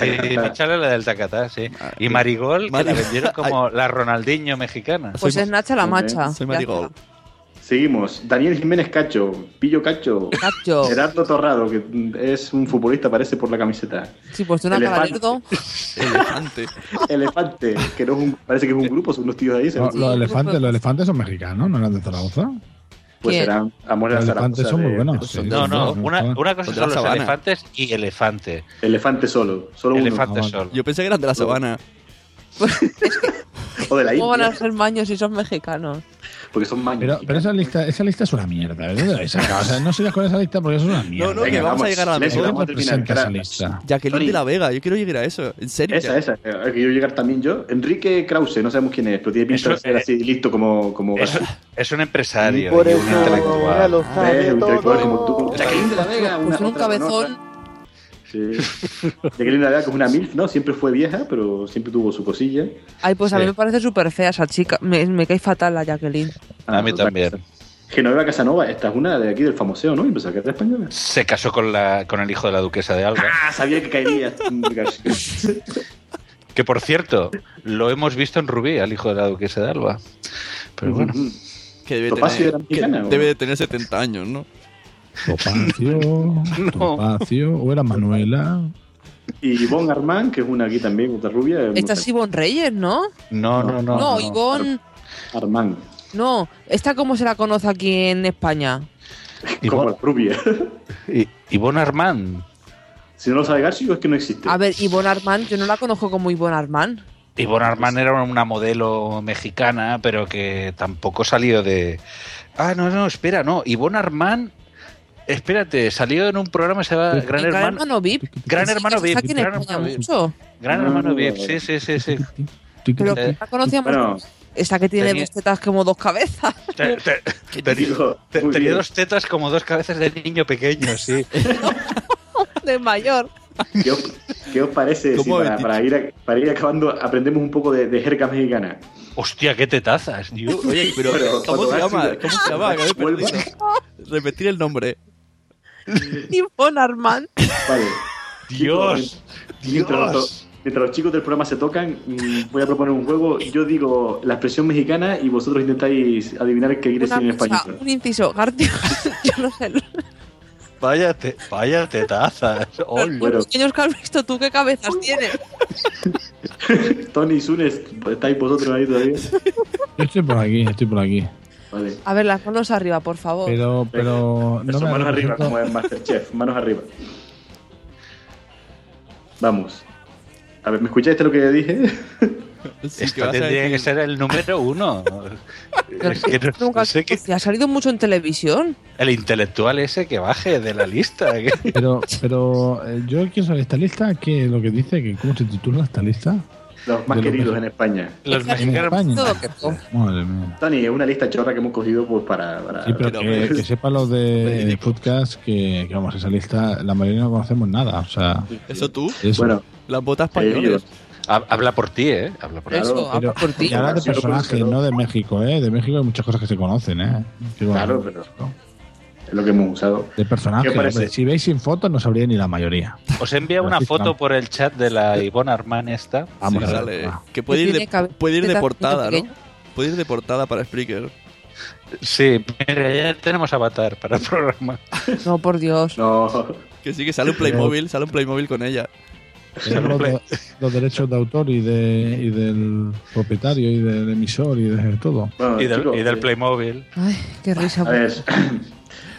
Speaker 4: Heidi Mitchell era la del Tacatá, sí. Y Marigol, que la
Speaker 2: Marigol.
Speaker 4: vendieron como la Ronaldinho mexicana.
Speaker 1: Pues es Nacha la
Speaker 3: Ok.
Speaker 2: Ah,
Speaker 1: Macha.
Speaker 3: Soy
Speaker 1: Ya
Speaker 3: Marigol. Seguimos. Daniel Jiménez Cacho, Pillo Cacho, Gerardo Torrado, que es un futbolista, parece por la camiseta.
Speaker 1: está. Sí, pues de una cara
Speaker 3: Elefante.
Speaker 1: lerdo.
Speaker 2: Elefante.
Speaker 3: Elefante, que no es un, parece que es un grupo, son unos tíos de ahí.
Speaker 7: No,
Speaker 3: seguro.
Speaker 7: los, elefantes, los elefantes son mexicanos, no eran de Zaragoza.
Speaker 3: Pues serán amores
Speaker 7: Los
Speaker 3: de
Speaker 7: elefantes
Speaker 3: Zaragoza
Speaker 7: son muy
Speaker 3: de-
Speaker 7: buenos. sí.
Speaker 4: No, no,
Speaker 7: Sí,
Speaker 4: una,
Speaker 7: estaban-
Speaker 4: una cosa
Speaker 2: Son de
Speaker 4: son
Speaker 2: la
Speaker 4: los
Speaker 2: sabana.
Speaker 4: elefantes y elefante.
Speaker 3: Elefante solo, solo uno.
Speaker 4: elefante
Speaker 3: Ah, vale.
Speaker 4: solo.
Speaker 2: Yo pensé que eran de la sabana.
Speaker 3: O de la
Speaker 1: ¿Cómo van a
Speaker 3: India,
Speaker 1: ser maños si son mexicanos?
Speaker 3: porque son maños.
Speaker 7: Pero, pero esa lista, esa lista es una mierda. ¿De dónde la habéis sacado? O sea, no sigas con esa lista porque eso es una
Speaker 2: No,
Speaker 7: mierda.
Speaker 2: no, que vamos a llegar a la
Speaker 3: silencio,
Speaker 2: mejor.
Speaker 3: vamos a terminar,
Speaker 7: Presenta esa
Speaker 3: cara.
Speaker 7: lista.
Speaker 2: Jacqueline
Speaker 3: Tony.
Speaker 2: de la Vega, yo quiero llegar a eso. En serio.
Speaker 3: Esa, esa, eh, que yo llegar también yo. Enrique Krause, no sabemos quién es, pero tiene pinta
Speaker 4: Eso-
Speaker 3: de ser así listo como. como
Speaker 4: Es, es un empresario.
Speaker 3: Por
Speaker 4: y un
Speaker 3: eso
Speaker 4: intelectual.
Speaker 3: ahora lo sabe Ves, un intelectual todo. como tú. Jacqueline de la Vega,
Speaker 1: Pues
Speaker 3: una
Speaker 1: un
Speaker 3: otra
Speaker 1: cabezón.
Speaker 3: Sí. Jacqueline de la Vega, que es una MILF, ¿no? Siempre fue vieja, pero siempre tuvo su cosilla.
Speaker 1: Ay, pues a
Speaker 3: Sí.
Speaker 1: mí me parece súper fea esa chica. Me, me cae fatal la Jacqueline.
Speaker 4: A mí también.
Speaker 3: Ah, Genoveva Casanova, esta es una de aquí del famoseo, ¿no? Y pensaba que era española.
Speaker 4: Se casó con, la, con el hijo de la duquesa de Alba.
Speaker 3: Ah, sabía que [laughs] caería.
Speaker 4: Que por cierto, lo hemos visto en Rubí, al hijo de la duquesa de Alba. Pero bueno.
Speaker 2: Que debe,
Speaker 4: Topacio
Speaker 2: tener,
Speaker 4: era
Speaker 2: que
Speaker 4: mexicana, ¿o?
Speaker 2: debe de tener 70 años,
Speaker 3: [laughs]
Speaker 2: ¿no?
Speaker 7: Topacio, Topacio, o era Manuela.
Speaker 3: Y Ivonne Armand, que es una aquí también, otra rubia.
Speaker 1: Esta es Ivonne Reyes, ¿no?
Speaker 4: No, no,
Speaker 1: No, Ivonne.
Speaker 3: Armand.
Speaker 1: No, ¿esta cómo se la conoce aquí en España?
Speaker 3: Como la rubia.
Speaker 4: Y, Ivonne Armand.
Speaker 3: Si no lo sabe Garcio, es que no existe.
Speaker 1: A ver, Ivonne Armand, yo no la conozco como Ivonne Armand.
Speaker 4: Ivonne Armand era una modelo mexicana, pero que tampoco salió de. Ah, no, no, espera, no. Ivonne Armand. Espérate, salió en un programa que se llama
Speaker 1: ¿Y
Speaker 4: Gran Hermano.
Speaker 1: VIP.
Speaker 4: Gran
Speaker 1: Sí,
Speaker 4: Hermano
Speaker 1: que está aquí
Speaker 4: VIP,
Speaker 1: en
Speaker 4: Gran
Speaker 1: España
Speaker 4: Hermano VIP.
Speaker 1: mucho.
Speaker 4: Gran Hermano VIP, sí, sí, sí. sí.
Speaker 1: Pero
Speaker 4: Eh,
Speaker 1: la conocíamos.
Speaker 4: bueno,
Speaker 1: Esa que tiene
Speaker 4: Tenía-
Speaker 1: dos tetas como dos cabezas. [laughs]
Speaker 4: Te- te- tenía- te- tenía dos tetas como dos cabezas de niño pequeño, sí.
Speaker 1: de mayor.
Speaker 3: ¿Qué os, qué os parece si
Speaker 4: ¿Cómo
Speaker 3: para,
Speaker 4: habéis
Speaker 3: para ir a- para ir acabando aprendemos un poco de, de jerga mexicana?
Speaker 4: Hostia, [laughs] qué tetazas, tío.
Speaker 2: Oye, pero, ¿cómo, se
Speaker 3: cuando
Speaker 2: llama?
Speaker 3: vas-
Speaker 2: ¿Cómo se llama?
Speaker 3: [laughs]
Speaker 2: Que me he perdido. Repetir el nombre.
Speaker 1: Ivonne Armand.
Speaker 3: Vale.
Speaker 4: Dios,
Speaker 3: Mientras,
Speaker 4: Dios.
Speaker 3: mientras los chicos del programa se tocan, mm, voy a proponer un juego. Yo digo la expresión mexicana y vosotros intentáis adivinar qué quiere
Speaker 1: Una
Speaker 3: decir en
Speaker 1: cosa,
Speaker 3: español.
Speaker 1: un inciso, Gartio. [laughs] Yo no sé. Los
Speaker 4: Vaya, te- vaya tetazas. Ol.
Speaker 1: pequeños que has visto tú, ¿qué cabezas tienes?
Speaker 3: Tony Sunes, ¿estáis vosotros ahí todavía?
Speaker 7: Yo estoy por aquí, estoy por aquí.
Speaker 3: Vale.
Speaker 1: A ver, las manos arriba, por favor.
Speaker 7: Pero, pero.
Speaker 3: Eso,
Speaker 7: me
Speaker 3: manos arriba,
Speaker 7: represento-
Speaker 3: como en Masterchef, manos arriba. Vamos. A ver, ¿me escuchaste lo que
Speaker 7: [laughs]
Speaker 3: dije?
Speaker 4: Esto tendría que ser el número [laughs] uno. es que no- no sé qué-
Speaker 1: Hostia, ha salido mucho en televisión.
Speaker 4: el intelectual ese que baje de la lista. que-
Speaker 7: Pero, pero eh, yo quiero saber esta lista, ¿qué es lo que dice? que ¿Cómo se titula esta lista?
Speaker 3: Los más
Speaker 7: De lo
Speaker 3: queridos
Speaker 7: que-
Speaker 3: en España.
Speaker 4: [laughs] Los
Speaker 7: En España. Madre mía.
Speaker 3: Tony, es una lista chorra que hemos cogido pues para. para-
Speaker 7: Sí,
Speaker 3: [laughs]
Speaker 7: pero que, que sepa los de, de podcast que, que, vamos, esa lista, la mayoría no conocemos nada. O sea,
Speaker 2: ¿Eso tú?
Speaker 7: Eso. Bueno,
Speaker 2: Las botas
Speaker 7: eh,
Speaker 2: españolas.
Speaker 4: Ha- Habla por ti, ¿eh? Habla por
Speaker 7: Claro,
Speaker 4: ti.
Speaker 1: ah,
Speaker 7: pero- y ahora de personajes, no de México, ¿eh? De México hay muchas cosas que se conocen, ¿eh? Que
Speaker 3: Claro,
Speaker 7: bueno,
Speaker 3: pero. Es lo que hemos usado.
Speaker 7: De personajes,
Speaker 4: ¿Qué parece?
Speaker 7: hombre, si veis sin fotos no sabría ni la mayoría.
Speaker 4: Os envía una
Speaker 7: Gracias,
Speaker 4: foto
Speaker 7: Fran.
Speaker 4: por el chat de la Ivonne Armán esta.
Speaker 7: Vamos
Speaker 2: Sí,
Speaker 7: a ver.
Speaker 2: sale.
Speaker 7: Ah.
Speaker 2: Que puede ir,
Speaker 4: Tiene
Speaker 2: de,
Speaker 4: cabeza
Speaker 2: puede ir de
Speaker 4: muy
Speaker 2: portada, ¿no?
Speaker 4: pequeña.
Speaker 2: Puede ir de portada para Spreaker.
Speaker 4: Sí, mira, ya tenemos avatar para [laughs] el programa.
Speaker 1: No, por Dios.
Speaker 3: No. [laughs]
Speaker 2: Que sí, que sale un Playmobil, sale un Playmobil con ella.
Speaker 7: Tenemos los, de- los derechos de autor y, de, y del propietario y del emisor y de todo.
Speaker 3: Bueno,
Speaker 4: Y del,
Speaker 3: chicos, eh,
Speaker 4: y del Playmobil.
Speaker 1: Ay, qué risa.
Speaker 3: A ver. [clears throat]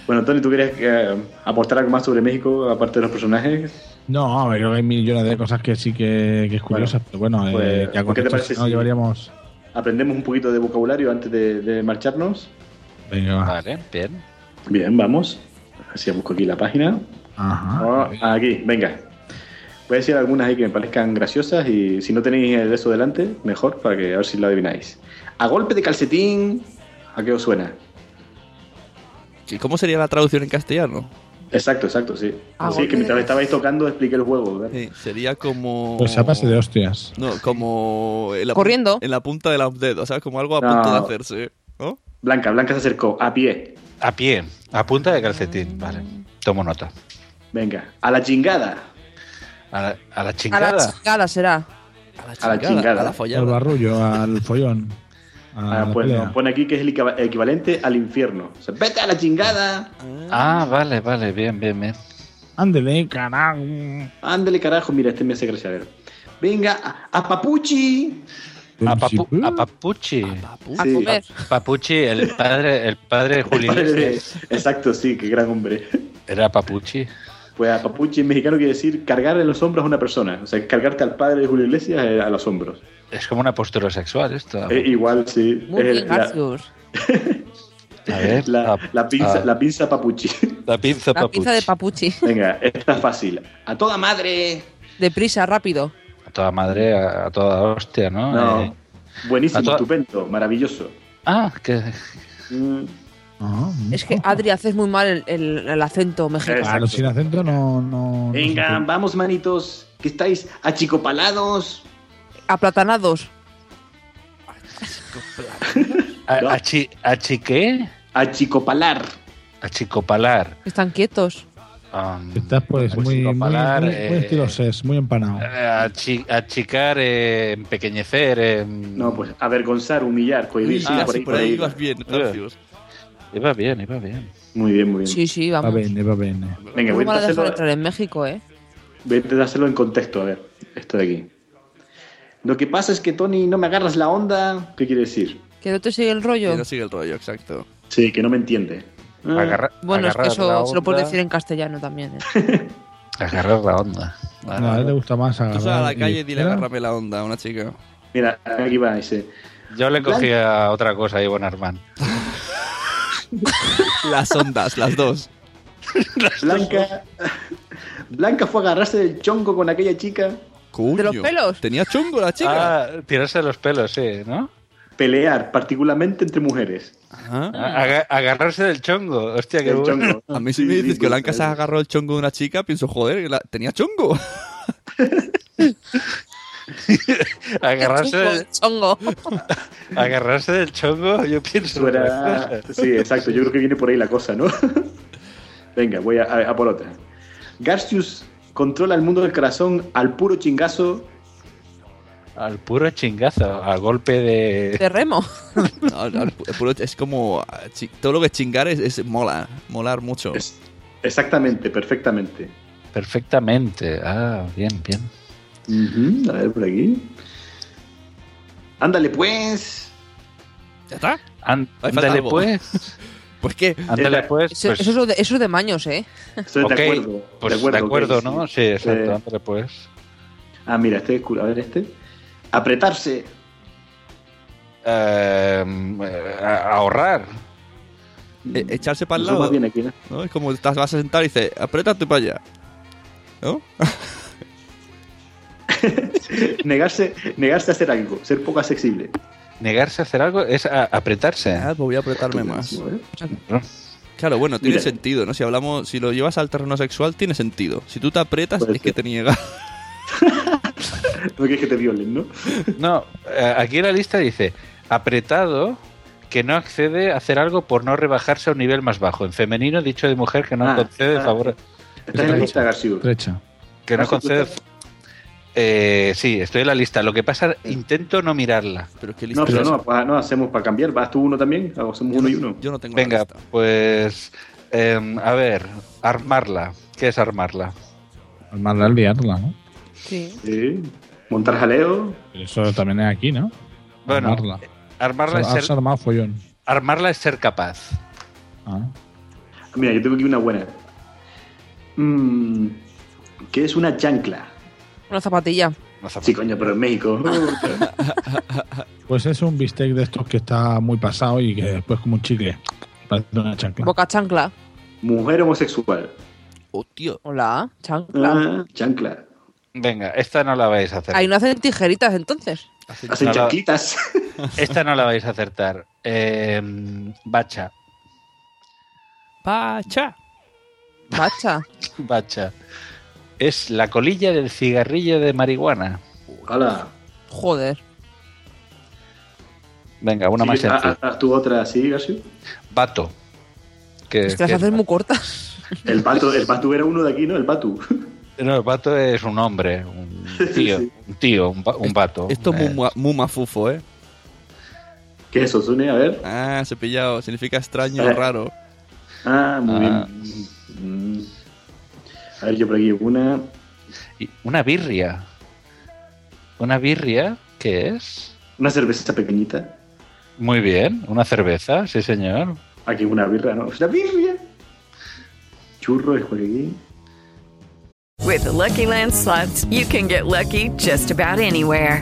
Speaker 3: bueno, Tony, ¿tú querías eh, aportar algo más sobre México, aparte de los personajes?
Speaker 7: No, hombre, creo que hay millones de cosas que sí que, que es curiosas, pero bueno, eh,
Speaker 3: pues,
Speaker 7: ya con
Speaker 3: ¿qué te
Speaker 7: esto,
Speaker 3: parece
Speaker 7: si no,
Speaker 3: si-
Speaker 7: llevaríamos...
Speaker 3: Aprendemos un poquito de vocabulario antes de, de marcharnos.
Speaker 7: Venga, va.
Speaker 4: Vale, bien.
Speaker 3: Bien, vamos. Así busco aquí la página.
Speaker 7: Ajá.
Speaker 3: Ah, aquí, venga. Voy a decir algunas ahí que me parezcan graciosas y si no tenéis el eso delante, mejor para que a ver si lo adivináis. A golpe de calcetín, ¿a qué os suena?
Speaker 2: ¿Y cómo sería la traducción en castellano?
Speaker 3: Exacto, exacto, sí.
Speaker 2: A
Speaker 3: sí,
Speaker 2: golpe de
Speaker 3: que mientras
Speaker 2: calcetín.
Speaker 3: estabais tocando expliqué el juego. ¿verdad?
Speaker 2: Sí, sería como.
Speaker 7: Pues a base de hostias.
Speaker 2: No, como. en la pu-
Speaker 3: Corriendo.
Speaker 2: En la punta de los dedos, ¿sabes? Como algo a
Speaker 3: No.
Speaker 2: punto de hacerse. ¿no?
Speaker 3: Blanca, Blanca se acercó, a pie.
Speaker 4: A pie, a punta de calcetín. Vale, tomo nota.
Speaker 3: Venga, a la chingada.
Speaker 4: A la, a la
Speaker 1: A la
Speaker 4: chingada.
Speaker 1: chingada será.
Speaker 3: A la chingada.
Speaker 7: Al barrullo, al follón. A
Speaker 3: Ah,
Speaker 7: la
Speaker 3: pues,
Speaker 7: pelea.
Speaker 3: no, pone aquí que es el equiva- equivalente al infierno. O sea, vete a la chingada.
Speaker 4: Ah, vale, vale, bien, bien, bien.
Speaker 7: Ándele, carajo.
Speaker 3: Ándale, carajo, mira, este me hace gracia. A ver. Venga, a- a papuchi.
Speaker 4: A, Papu- a Papuchi.
Speaker 3: A comer.
Speaker 4: Pa- Papuchi, el padre, el padre de Julio
Speaker 3: Padre de-
Speaker 4: Iglesias.
Speaker 3: Exacto, sí, qué gran hombre.
Speaker 4: Era Papuchi.
Speaker 3: Pues a papuchi en mexicano quiere decir cargar en los hombros a una persona. O sea, cargarte al padre de Julio Iglesias eh, a los hombros.
Speaker 4: Es como una postura sexual esto.
Speaker 3: Eh, igual, sí.
Speaker 4: Muy
Speaker 3: Eh,
Speaker 4: bien,
Speaker 3: la,
Speaker 4: Garfius. A ver,
Speaker 3: la-
Speaker 4: a-
Speaker 3: la pinza,
Speaker 4: a-
Speaker 3: la pinza
Speaker 4: [laughs]
Speaker 3: papuchi.
Speaker 4: La pinza
Speaker 1: La pizza de papuchi.
Speaker 3: Venga, esta es fácil. A toda madre.
Speaker 1: Deprisa, rápido.
Speaker 4: A toda madre, a, a toda hostia, ¿no?
Speaker 3: No.
Speaker 4: Eh,
Speaker 3: Buenísimo,
Speaker 4: a toda-
Speaker 3: estupendo, maravilloso.
Speaker 4: Ah, que.
Speaker 3: Mm,
Speaker 7: Ah,
Speaker 1: Es que
Speaker 3: [laughs]
Speaker 1: Adri haces muy mal el, el- el acento
Speaker 7: Claro,
Speaker 1: mexicano.
Speaker 7: sin acento no. no
Speaker 3: Venga, vamos, manitos, que estáis achicopalados. Eh.
Speaker 1: Aplatanados.
Speaker 4: A, achi- ¿Achi qué?
Speaker 3: Achicopalar.
Speaker 4: Achicopalar.
Speaker 1: Están quietos.
Speaker 4: Am,
Speaker 7: Estás pues,
Speaker 4: Pues
Speaker 7: muy,
Speaker 4: sin
Speaker 7: muy,
Speaker 4: opalar,
Speaker 7: muy-
Speaker 4: eh.
Speaker 7: muy estilo ses, muy empanado.
Speaker 4: achi- achicar, eh, empequeñecer. eh,
Speaker 3: No, pues avergonzar, humillar, cohibir. sí,
Speaker 2: Ah,
Speaker 3: por ahí, por ahí.
Speaker 2: bien,
Speaker 4: gracias. Iba bien, iba bien.
Speaker 3: Muy bien, muy bien.
Speaker 1: Sí, sí, vamos.
Speaker 7: Va bene, va bene.
Speaker 3: Venga,
Speaker 1: Muy
Speaker 3: voy a
Speaker 1: mal dejar
Speaker 3: hacerlo-
Speaker 1: entrar en México, ¿eh?
Speaker 3: voy a intentar hacerlo en contexto, a ver, esto de aquí. Lo que pasa es que Tony no me agarras la onda. ¿Qué quiere decir?
Speaker 1: Que no te sigue el rollo.
Speaker 2: Que no sigue el rollo, exacto.
Speaker 3: Sí, que no me entiende. Ah.
Speaker 4: Agarra-
Speaker 1: Bueno, es que
Speaker 4: agarrar la
Speaker 1: eso se lo puedes
Speaker 4: onda.
Speaker 1: decir en castellano también. ¿eh?
Speaker 4: Agarrar la onda.
Speaker 7: No, a él le gusta más
Speaker 2: Tú sal a
Speaker 7: agarrar.
Speaker 2: la calle y dile
Speaker 7: ¿Era?
Speaker 2: agárrame la onda a una chica.
Speaker 3: Mira, aquí va, dice.
Speaker 4: Yo le cogía otra cosa a Ivonne Armán.
Speaker 2: Las ondas, las
Speaker 3: [laughs]
Speaker 2: dos. [laughs]
Speaker 3: Blanca, Blanca fue a agarrarse del chonco con aquella chica.
Speaker 2: Coño.
Speaker 3: los pelos?
Speaker 2: Tenía chungo la chica.
Speaker 4: Ah, tirarse los pelos, sí, ¿no?
Speaker 3: pelear, particularmente entre mujeres.
Speaker 1: Ah.
Speaker 4: Aga- agarrarse del chongo. Hostia, qué
Speaker 3: Del
Speaker 4: bueno.
Speaker 3: chongo.
Speaker 2: ¿Ah? A mí si me dices que Blanca se agarró el chongo de una chica, pienso, joder, la- tenía
Speaker 3: [laughs]
Speaker 2: chongo.
Speaker 4: [laughs] [laughs] agarrarse, del,
Speaker 12: Chongo.
Speaker 4: [laughs] agarrarse del chongo, yo pienso.
Speaker 3: Eso era- [laughs] Sí, exacto. Yo creo que viene por ahí la cosa, ¿no? [laughs] Venga, voy a, a- a por otra. Garcius controla el mundo del corazón al puro chingazo.
Speaker 4: Al puro chingazo, a golpe de.
Speaker 12: De remo.
Speaker 2: No, no, el pu- el puro- es como. ah, chi- Todo lo que es chingar es, es mola, molar mucho.
Speaker 3: Exactamente, perfectamente.
Speaker 4: Perfectamente. Ah, bien, bien.
Speaker 3: Ujú, a ver por aquí. Ándale pues.
Speaker 2: ¿Ya está?
Speaker 4: An-
Speaker 2: Ahí falta
Speaker 4: ándale,
Speaker 2: algo.
Speaker 4: pues.
Speaker 3: [laughs]
Speaker 2: Pues qué.
Speaker 4: Ándale, pues.
Speaker 12: Eso,
Speaker 4: pues,
Speaker 12: eso es lo de, eso es de maños, ¿eh?
Speaker 3: Estoy
Speaker 4: ok,
Speaker 3: de acuerdo.
Speaker 4: pues
Speaker 3: de acuerdo, ok,
Speaker 4: ¿no?
Speaker 3: sí.
Speaker 4: Sí, exacto.
Speaker 3: Eh.
Speaker 4: Ándale, pues.
Speaker 3: Ah, mira, este es cool. A ver, este. Apretarse.
Speaker 4: Em, eh, a- ahorrar.
Speaker 2: E- echarse para el
Speaker 3: Eso
Speaker 2: lado.
Speaker 3: más bien aquí, ¿no?
Speaker 2: ¿no? Es como estás, vas a sentar y dices, apriétate para allá. ¿No?
Speaker 3: Negarse, negarse a hacer algo, ser poco accesible.
Speaker 4: Negarse a hacer algo es a- apretarse.
Speaker 2: Ah, pues voy a apretarme más.
Speaker 3: ¿eh?
Speaker 4: ¿no?
Speaker 2: Claro, bueno, tiene
Speaker 4: Mira.
Speaker 2: sentido, ¿no? Si hablamos, si lo llevas al terreno sexual, tiene sentido. Si tú te aprietas, es que te niegas.
Speaker 3: No quieres que te violen, ¿no?
Speaker 4: No, eh, aquí en la lista dice apretado que no accede a hacer algo por no rebajarse a un nivel más bajo. En femenino, dicho de mujer que no
Speaker 3: Ah,
Speaker 4: concede
Speaker 3: ah,
Speaker 4: favor.
Speaker 3: Está en la lista, Garcius.
Speaker 7: Trecha.
Speaker 4: Que no
Speaker 3: Garcius, ¿tú
Speaker 4: concede.
Speaker 3: estás?
Speaker 4: Eh, sí, estoy en la lista. Lo que pasa, intento no mirarla.
Speaker 2: [laughs] Pero qué
Speaker 3: No, pero no, pa- no hacemos para cambiar. ¿Vas tú uno también? Hacemos uno y uno.
Speaker 2: Yo no tengo
Speaker 4: Venga, pues. em, a ver, armarla. ¿Qué es armarla?
Speaker 7: Armarla, liarla, ¿no?
Speaker 12: Sí.
Speaker 3: Sí. Montar jaleo.
Speaker 7: Eso también es aquí, ¿no?
Speaker 4: Bueno,
Speaker 7: armarla.
Speaker 4: Armarla
Speaker 7: Has
Speaker 4: es ser,
Speaker 7: armado follón.
Speaker 4: armarla es ser capaz.
Speaker 7: Ah.
Speaker 3: Mira, yo tengo aquí una buena. Mm, ¿Qué es una chancla?
Speaker 12: Una zapatilla.
Speaker 3: Sí, coño, pero
Speaker 2: [laughs]
Speaker 3: en México.
Speaker 7: Pues es un bistec de estos que está muy pasado y que después como un chicle. Parece una chancla.
Speaker 12: Boca chancla.
Speaker 3: Mujer homosexual.
Speaker 2: Oh, Tío.
Speaker 12: Hola, chancla.
Speaker 3: Ah, chancla.
Speaker 4: Venga, esta no la vais a hacer.
Speaker 12: Ahí no hacen tijeritas entonces.
Speaker 3: Hacen
Speaker 4: No la-
Speaker 3: chanclitas.
Speaker 2: [laughs]
Speaker 4: Esta no la vais a acertar. Em, bacha.
Speaker 2: Pacha.
Speaker 12: Macha.
Speaker 4: Bacha. Es la colilla del cigarrillo de marihuana.
Speaker 3: Hola.
Speaker 12: Joder.
Speaker 4: Venga, una más
Speaker 3: Sí, ah,
Speaker 4: sencilla.
Speaker 3: haz- haz tú otra así, García.
Speaker 4: Bato. Que,
Speaker 12: Te las
Speaker 4: que-
Speaker 12: haces muy cortas.
Speaker 3: El pato, el patu era uno de aquí, ¿no? El patu. [laughs]
Speaker 4: no, el bato es un hombre, un tío, un tío, un, ba- un vato.
Speaker 2: Esto es muy,
Speaker 4: Eh,
Speaker 2: mua- muy mafufo, ¿eh?
Speaker 3: ¿Qué es eso, Sune? A ver.
Speaker 2: Ah, cepillado. Significa extraño,
Speaker 3: Eh.
Speaker 2: raro.
Speaker 3: Ah, muy
Speaker 4: Ah.
Speaker 3: bien. Mm. A ver, yo por aquí una.
Speaker 4: y una birria. ¿Una birria? ¿Qué es?
Speaker 3: Una cerveza pequeñita.
Speaker 4: Muy bien, una cerveza, sí señor.
Speaker 3: Aquí una birra, ¿no? Una birria. Churro es por aquí.
Speaker 17: With the Lucky Land slots, you can get lucky just about anywhere.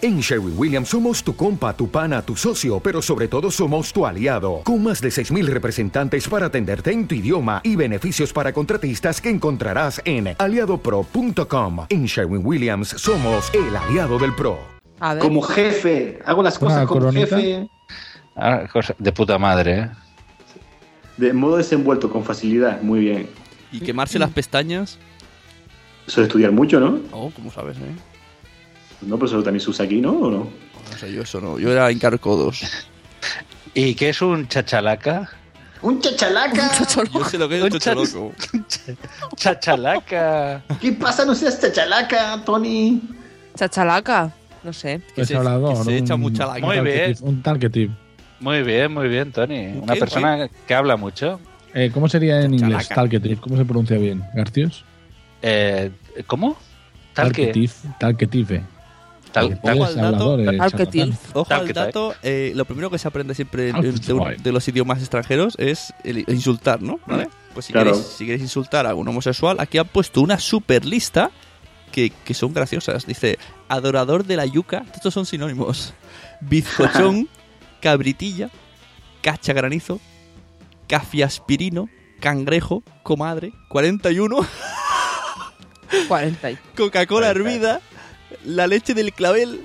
Speaker 9: En Sherwin Williams somos tu compa, tu pana, tu socio, pero sobre todo somos tu aliado, con más de 6.000 representantes para atenderte en tu idioma y beneficios para contratistas que encontrarás en aliadopro.com. En Sherwin Williams somos el aliado del PRO.
Speaker 12: A ver.
Speaker 3: Como jefe. Hago las cosas como
Speaker 7: coronita.
Speaker 3: jefe.
Speaker 4: Ah, cosa de puta madre, ¿eh?
Speaker 3: De modo desenvuelto, con facilidad. Muy bien.
Speaker 2: Y quemarse las pestañas.
Speaker 3: Eso es estudiar mucho, ¿no?
Speaker 2: Oh, ¿cómo sabes, eh?
Speaker 3: No, pero eso también se usa aquí, ¿no? ¿O no?
Speaker 2: No sé, yo eso no. Yo era
Speaker 4: [laughs]
Speaker 2: encarcodos.
Speaker 4: ¿Y qué es un chachalaca?
Speaker 3: ¡Un chachalaca!
Speaker 2: Yo sé lo que es un chocholoco.
Speaker 4: Chachalaca.
Speaker 3: ¿Qué pasa? No seas chachalaca, Tony.
Speaker 12: Chachalaca. No sé.
Speaker 7: Pues
Speaker 2: se-
Speaker 7: hablador,
Speaker 2: que se echa
Speaker 7: un-
Speaker 2: mucha la-
Speaker 7: un
Speaker 4: Muy
Speaker 7: target
Speaker 4: bien.
Speaker 7: tip, Un target tip.
Speaker 4: [laughs] Muy bien, muy bien, Tony. Una
Speaker 2: Ok,
Speaker 4: persona que habla mucho.
Speaker 7: Eh, ¿Cómo sería en inglés?
Speaker 4: Chalaca.
Speaker 7: Target tip. ¿Cómo se pronuncia bien? ¿Garcius?
Speaker 4: Eh, ¿Cómo? Tal que.
Speaker 7: Target tip.
Speaker 4: Tal- tal-
Speaker 2: Ojo al dato,
Speaker 4: Targeting.
Speaker 2: Ojo al
Speaker 4: Targeting.
Speaker 2: dato, eh, lo primero que se aprende siempre en-
Speaker 4: Targeting.
Speaker 2: de, un- de los idiomas extranjeros es el insultar, ¿no? ¿Vale? Pues si,
Speaker 4: Claro.
Speaker 2: queréis, si queréis insultar a un homosexual, aquí han puesto una super lista que, que son graciosas. Dice, adorador de la yuca, estos son sinónimos, [laughs] bizcochón, cabritilla, cacha granizo, cafiaspirino, cangrejo, comadre, 41...
Speaker 1: 40.
Speaker 2: [laughs] Coca-Cola hervida, la leche del clavel.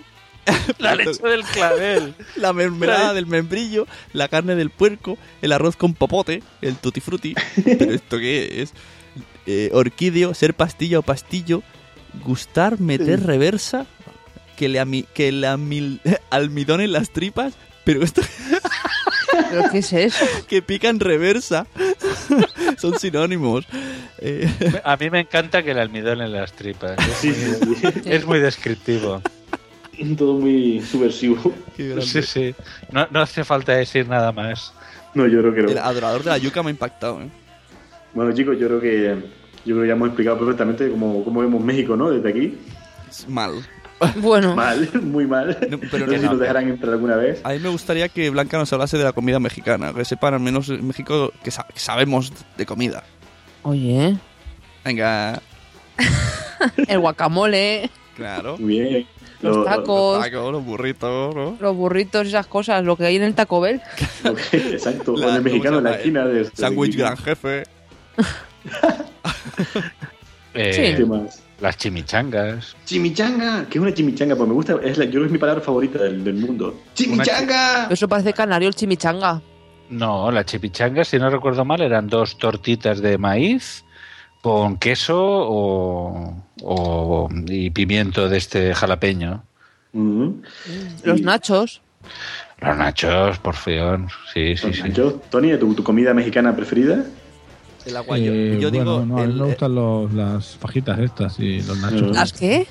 Speaker 2: [laughs] La leche
Speaker 4: del [laughs] clavel.
Speaker 2: La mermelada del membrillo, la carne del puerco, el arroz con popote, el tutti
Speaker 4: [laughs]
Speaker 2: frutti. ¿Pero esto qué es? Eh, orquídeo, ser pastilla o pastillo, gustar, meter
Speaker 4: Sí.
Speaker 2: reversa, que le, ami- que le amil- [laughs] almidón en las tripas. Pero esto. [laughs]
Speaker 1: ¿Pero qué es eso?
Speaker 2: Que pican reversa. [laughs] Son sinónimos. Eh, [laughs]
Speaker 4: A mí me encanta que el almidón en las tripas. Es, muy, es muy descriptivo.
Speaker 3: [laughs] Todo muy subversivo.
Speaker 4: Sí, sí. No, no hace falta decir nada más.
Speaker 3: No, yo creo que no.
Speaker 2: El adorador de la yuca me ha impactado. ¿eh?
Speaker 3: Bueno, chicos, yo creo que yo creo que ya hemos explicado perfectamente cómo, cómo vemos México, ¿no? Desde aquí.
Speaker 2: Mal.
Speaker 1: Bueno.
Speaker 3: Mal, [laughs] muy mal.
Speaker 2: pero
Speaker 3: no sé
Speaker 2: no,
Speaker 3: si
Speaker 2: no.
Speaker 3: nos dejarán entrar alguna vez.
Speaker 2: A mí me gustaría que Blanca nos hablase de la comida mexicana, que sepan al menos en México que, sa- que sabemos de comida.
Speaker 1: Oye.
Speaker 2: Venga,
Speaker 1: El guacamole,
Speaker 2: claro.
Speaker 3: Muy bien.
Speaker 1: Los Los- tacos.
Speaker 2: Los tacos, los burritos, ¿no?
Speaker 1: los burritos y esas cosas, lo que hay en el Taco Bell.
Speaker 3: Exacto. con el mexicano en la esquina. De, este,
Speaker 2: Sándwich
Speaker 3: de-
Speaker 2: gran jefe.
Speaker 4: Eh,
Speaker 3: ¿Qué más?
Speaker 4: Las chimichangas.
Speaker 3: Chimichanga. ¿Qué es una chimichanga? Pues me gusta. Es la, yo creo que es mi palabra favorita del, del mundo. ¡Chimichanga!
Speaker 1: Eso parece canario el chimichanga.
Speaker 4: No, las chimichangas, si no recuerdo mal, eran dos tortitas de maíz con queso o, o- y pimiento de este jalapeño.
Speaker 1: Los nachos.
Speaker 4: Los nachos, por fión. Sí, sí, sí.
Speaker 3: Yo, Tony, ¿tu, tu comida mexicana preferida?
Speaker 2: El
Speaker 7: Eh,
Speaker 2: Yo
Speaker 7: bueno,
Speaker 2: digo,
Speaker 7: no, a mí
Speaker 2: el- eh,
Speaker 7: me gustan los- las fajitas estas y los nachos.
Speaker 1: ¿Las
Speaker 4: [laughs]
Speaker 1: qué?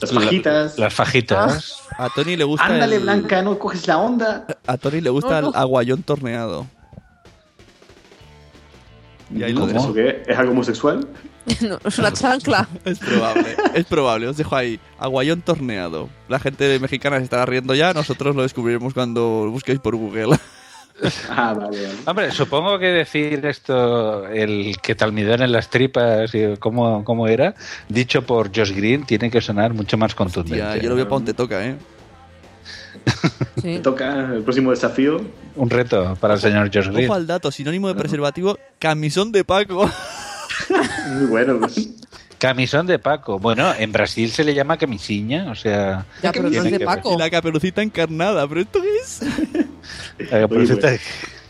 Speaker 3: Las fajitas.
Speaker 4: Las fajitas.
Speaker 2: a Tony le gusta.
Speaker 3: Ándale,
Speaker 2: el-
Speaker 3: Blanca, no coges la onda.
Speaker 2: A Tony le gusta
Speaker 3: No,
Speaker 2: el
Speaker 3: no.
Speaker 2: aguayón torneado. Y ahí lo
Speaker 3: ¿Cómo?
Speaker 2: dejo.
Speaker 3: ¿Eso qué? ¿Es algo homosexual?
Speaker 1: No, es una chancla.
Speaker 2: Es probable, [laughs] es probable, os dejo ahí. Aguayón torneado. La gente mexicana se estará riendo ya, nosotros lo descubriremos cuando busquéis por
Speaker 7: [laughs]
Speaker 2: Google.
Speaker 3: Ah, vale, vale.
Speaker 4: Hombre, supongo que decir esto, el que te almidón en las tripas, y cómo, cómo era, dicho por Josh Green, tiene que sonar mucho más contundente.
Speaker 2: Ya, yo lo veo para donde toca, ¿eh?
Speaker 3: Me toca el próximo desafío.
Speaker 4: Un reto para el señor Josh Green.
Speaker 2: Ojo al dato, sinónimo de preservativo, camisón de Paco.
Speaker 3: Muy bueno. pues,
Speaker 4: Camisón de Paco. Bueno, en Brasil se le llama camisiña, o sea... tiene que ver.
Speaker 2: Y la caperucita encarnada, pero esto qué es.
Speaker 4: La caperucita-
Speaker 3: Oye,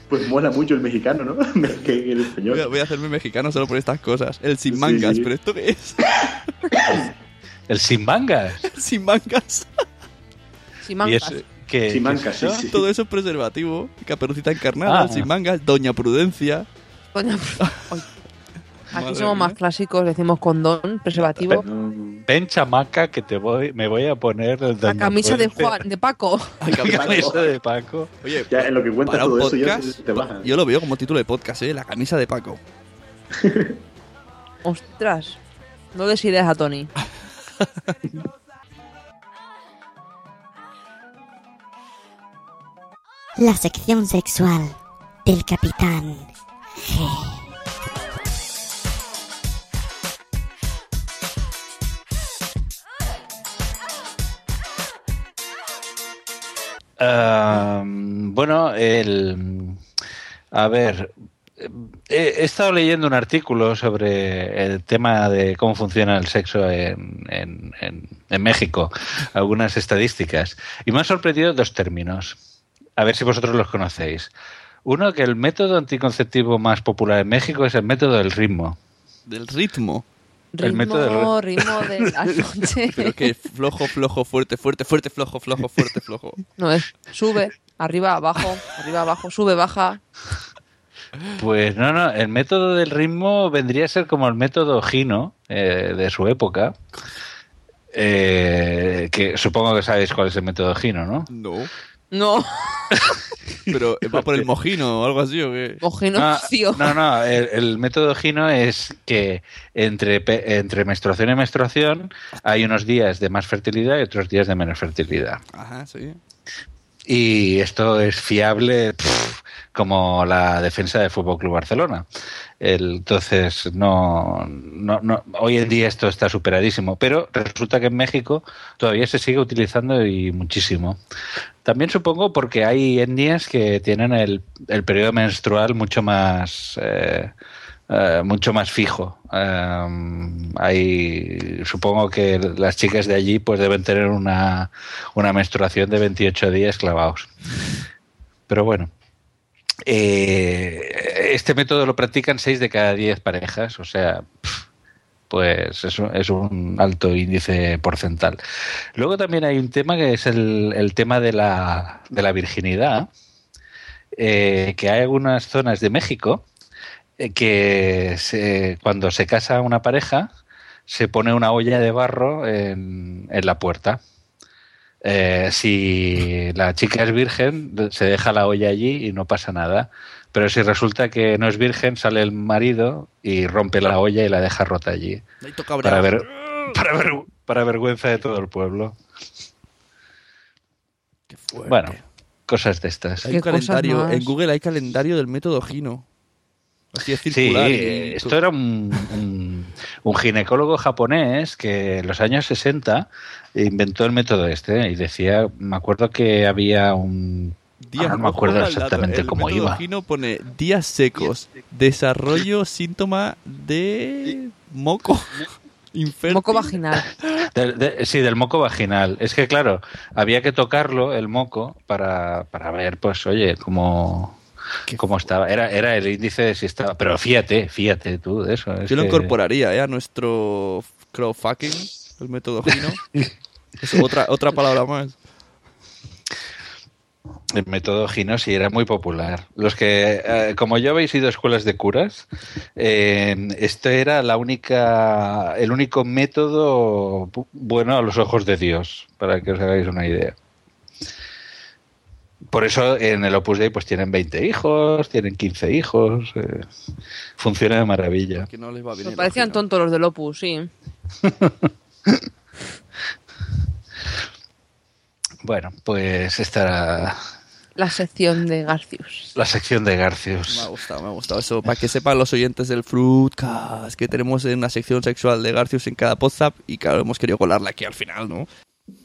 Speaker 3: Pues mola mucho el mexicano, ¿no? [laughs] que el español.
Speaker 2: Voy a, voy a hacerme mexicano solo por estas cosas. El sin mangas,
Speaker 3: sí.
Speaker 2: pero esto qué es. [laughs]
Speaker 4: El sin mangas.
Speaker 2: El sin mangas.
Speaker 4: Y es- "Ah, ¿qué- qué es eso?
Speaker 2: Todo eso es preservativo. Caperucita encarnada,
Speaker 4: Ah.
Speaker 2: el sin mangas, Doña Prudencia.
Speaker 4: [laughs]
Speaker 1: Doña Pru- Ay. Aquí
Speaker 2: Madre
Speaker 1: somos más clásicos, decimos condón, preservativo.
Speaker 4: Ven chamaca que te voy, me voy a poner el
Speaker 1: La camisa de
Speaker 4: [laughs]
Speaker 1: Juan, de Paco.
Speaker 4: camisa de Paco.
Speaker 2: Oye,
Speaker 3: Ya, en lo que cuenta
Speaker 2: para un
Speaker 3: todo eso, ya
Speaker 2: podcast,
Speaker 3: se te baja.
Speaker 2: yo lo veo como título de podcast, ¿eh? La camisa de Paco.
Speaker 1: Ostras. No des ideas a Tony.
Speaker 4: Ah,
Speaker 10: La sección sexual del Capitán G.
Speaker 4: Ah, bueno, el. A ver. eh, He estado leyendo un artículo sobre el tema de cómo funciona el sexo en, en- en- en México, algunas estadísticas, y me han sorprendido dos términos. A ver si vosotros los conocéis. Uno, que el método anticonceptivo más popular en México es el método del ritmo.
Speaker 2: Del ritmo.
Speaker 4: El
Speaker 1: Ritmo,
Speaker 4: método
Speaker 1: ritmo
Speaker 4: [laughs]
Speaker 1: de la noche.
Speaker 2: Pero
Speaker 3: [laughs]
Speaker 2: que flojo, flojo, fuerte, fuerte, fuerte, flojo, flojo, fuerte, flojo.
Speaker 1: No es. Sube, arriba, abajo, arriba, abajo, sube, baja.
Speaker 4: Pues no, no, el método del ritmo vendría a ser como el método Gino eh, de su época. Eh, que supongo que sabéis cuál es el método Gino, ¿no? [laughs]
Speaker 2: No.
Speaker 1: No.
Speaker 2: Pero eh, va por el mojino o algo así, ¿o qué?
Speaker 1: Mojino,
Speaker 4: Ah,
Speaker 1: tío.
Speaker 4: no, no, el, el método Gino es que entre, pe- entre menstruación y menstruación hay unos días de más fertilidad y otros días de menos fertilidad.
Speaker 2: Ajá, sí.
Speaker 4: Y esto es fiable pff, como la defensa del Fútbol Club Barcelona. El- entonces, no, no, no- hoy en día esto está superadísimo, pero resulta que en México todavía se sigue utilizando y muchísimo. También supongo porque hay etnias que tienen el, el periodo menstrual mucho más. eh, eh, mucho más fijo. Em, hay, supongo que las chicas de allí pues deben tener una, una menstruación de 28 días clavados. Pero bueno, eh, este método lo practican 6 de cada 10 parejas, o sea, pf, pues es un, es un alto índice porcental. Luego también hay un tema que es el, el tema de la, de la virginidad, eh, que hay algunas zonas de México eh, que se- cuando se casa una pareja se pone una olla de barro en, en la puerta. Eh, si la chica es virgen, se deja la olla allí y no pasa nada. Pero si resulta que no es virgen, sale el marido y rompe la olla y la deja rota allí.
Speaker 2: Ahí toca
Speaker 4: Para,
Speaker 2: bravo.
Speaker 4: ver, para, ver- para vergüenza de todo el pueblo. Bueno, cosas de estas.
Speaker 2: Hay un calendario. En Google hay calendario del método Gino. Así es circular.
Speaker 4: Sí,
Speaker 2: y-
Speaker 4: eh, esto era un, un- un ginecólogo japonés que en los años 60 inventó el método este y decía, me acuerdo que había un...
Speaker 2: Día-
Speaker 4: ahora no me acuerdo
Speaker 2: ojo al dato,
Speaker 4: exactamente
Speaker 2: el
Speaker 4: cómo
Speaker 2: método
Speaker 4: iba.
Speaker 2: Gino pone días secos, desarrollo síntoma de moco. [laughs] infértil.
Speaker 1: Moco vaginal.
Speaker 4: Del- de- sí, del moco vaginal. Es que claro, había que tocarlo, el moco, para, para ver, pues, oye, cómo, cómo estaba. Era, era el índice de si estaba... Pero fíjate, fíjate tú de eso. es
Speaker 2: Yo lo
Speaker 4: que-
Speaker 2: incorporaría ¿eh? a nuestro crowdfucking, el método
Speaker 4: [laughs]
Speaker 2: Gino. Es otra, otra palabra más.
Speaker 4: El método Gino sí era muy popular. Los que, eh, como yo habéis ido a escuelas de curas, eh, este era la única, el único método bu- bueno a los ojos de Dios, para que os hagáis una idea. Por eso en el Opus Dei pues tienen 20 hijos, tienen 15 hijos, eh, funciona de maravilla.
Speaker 2: Que no les va bien.
Speaker 1: Me
Speaker 2: el
Speaker 1: parecían tontos los del Opus, sí.
Speaker 4: Bueno, pues esta era
Speaker 1: La sección de Garcius.
Speaker 4: la sección de Garcius.
Speaker 2: Me ha gustado, me ha gustado eso. Para que sepan los oyentes del Fruitcast que tenemos en una sección sexual de Garcius en cada WhatsApp y claro, hemos querido colarla aquí al final, ¿no?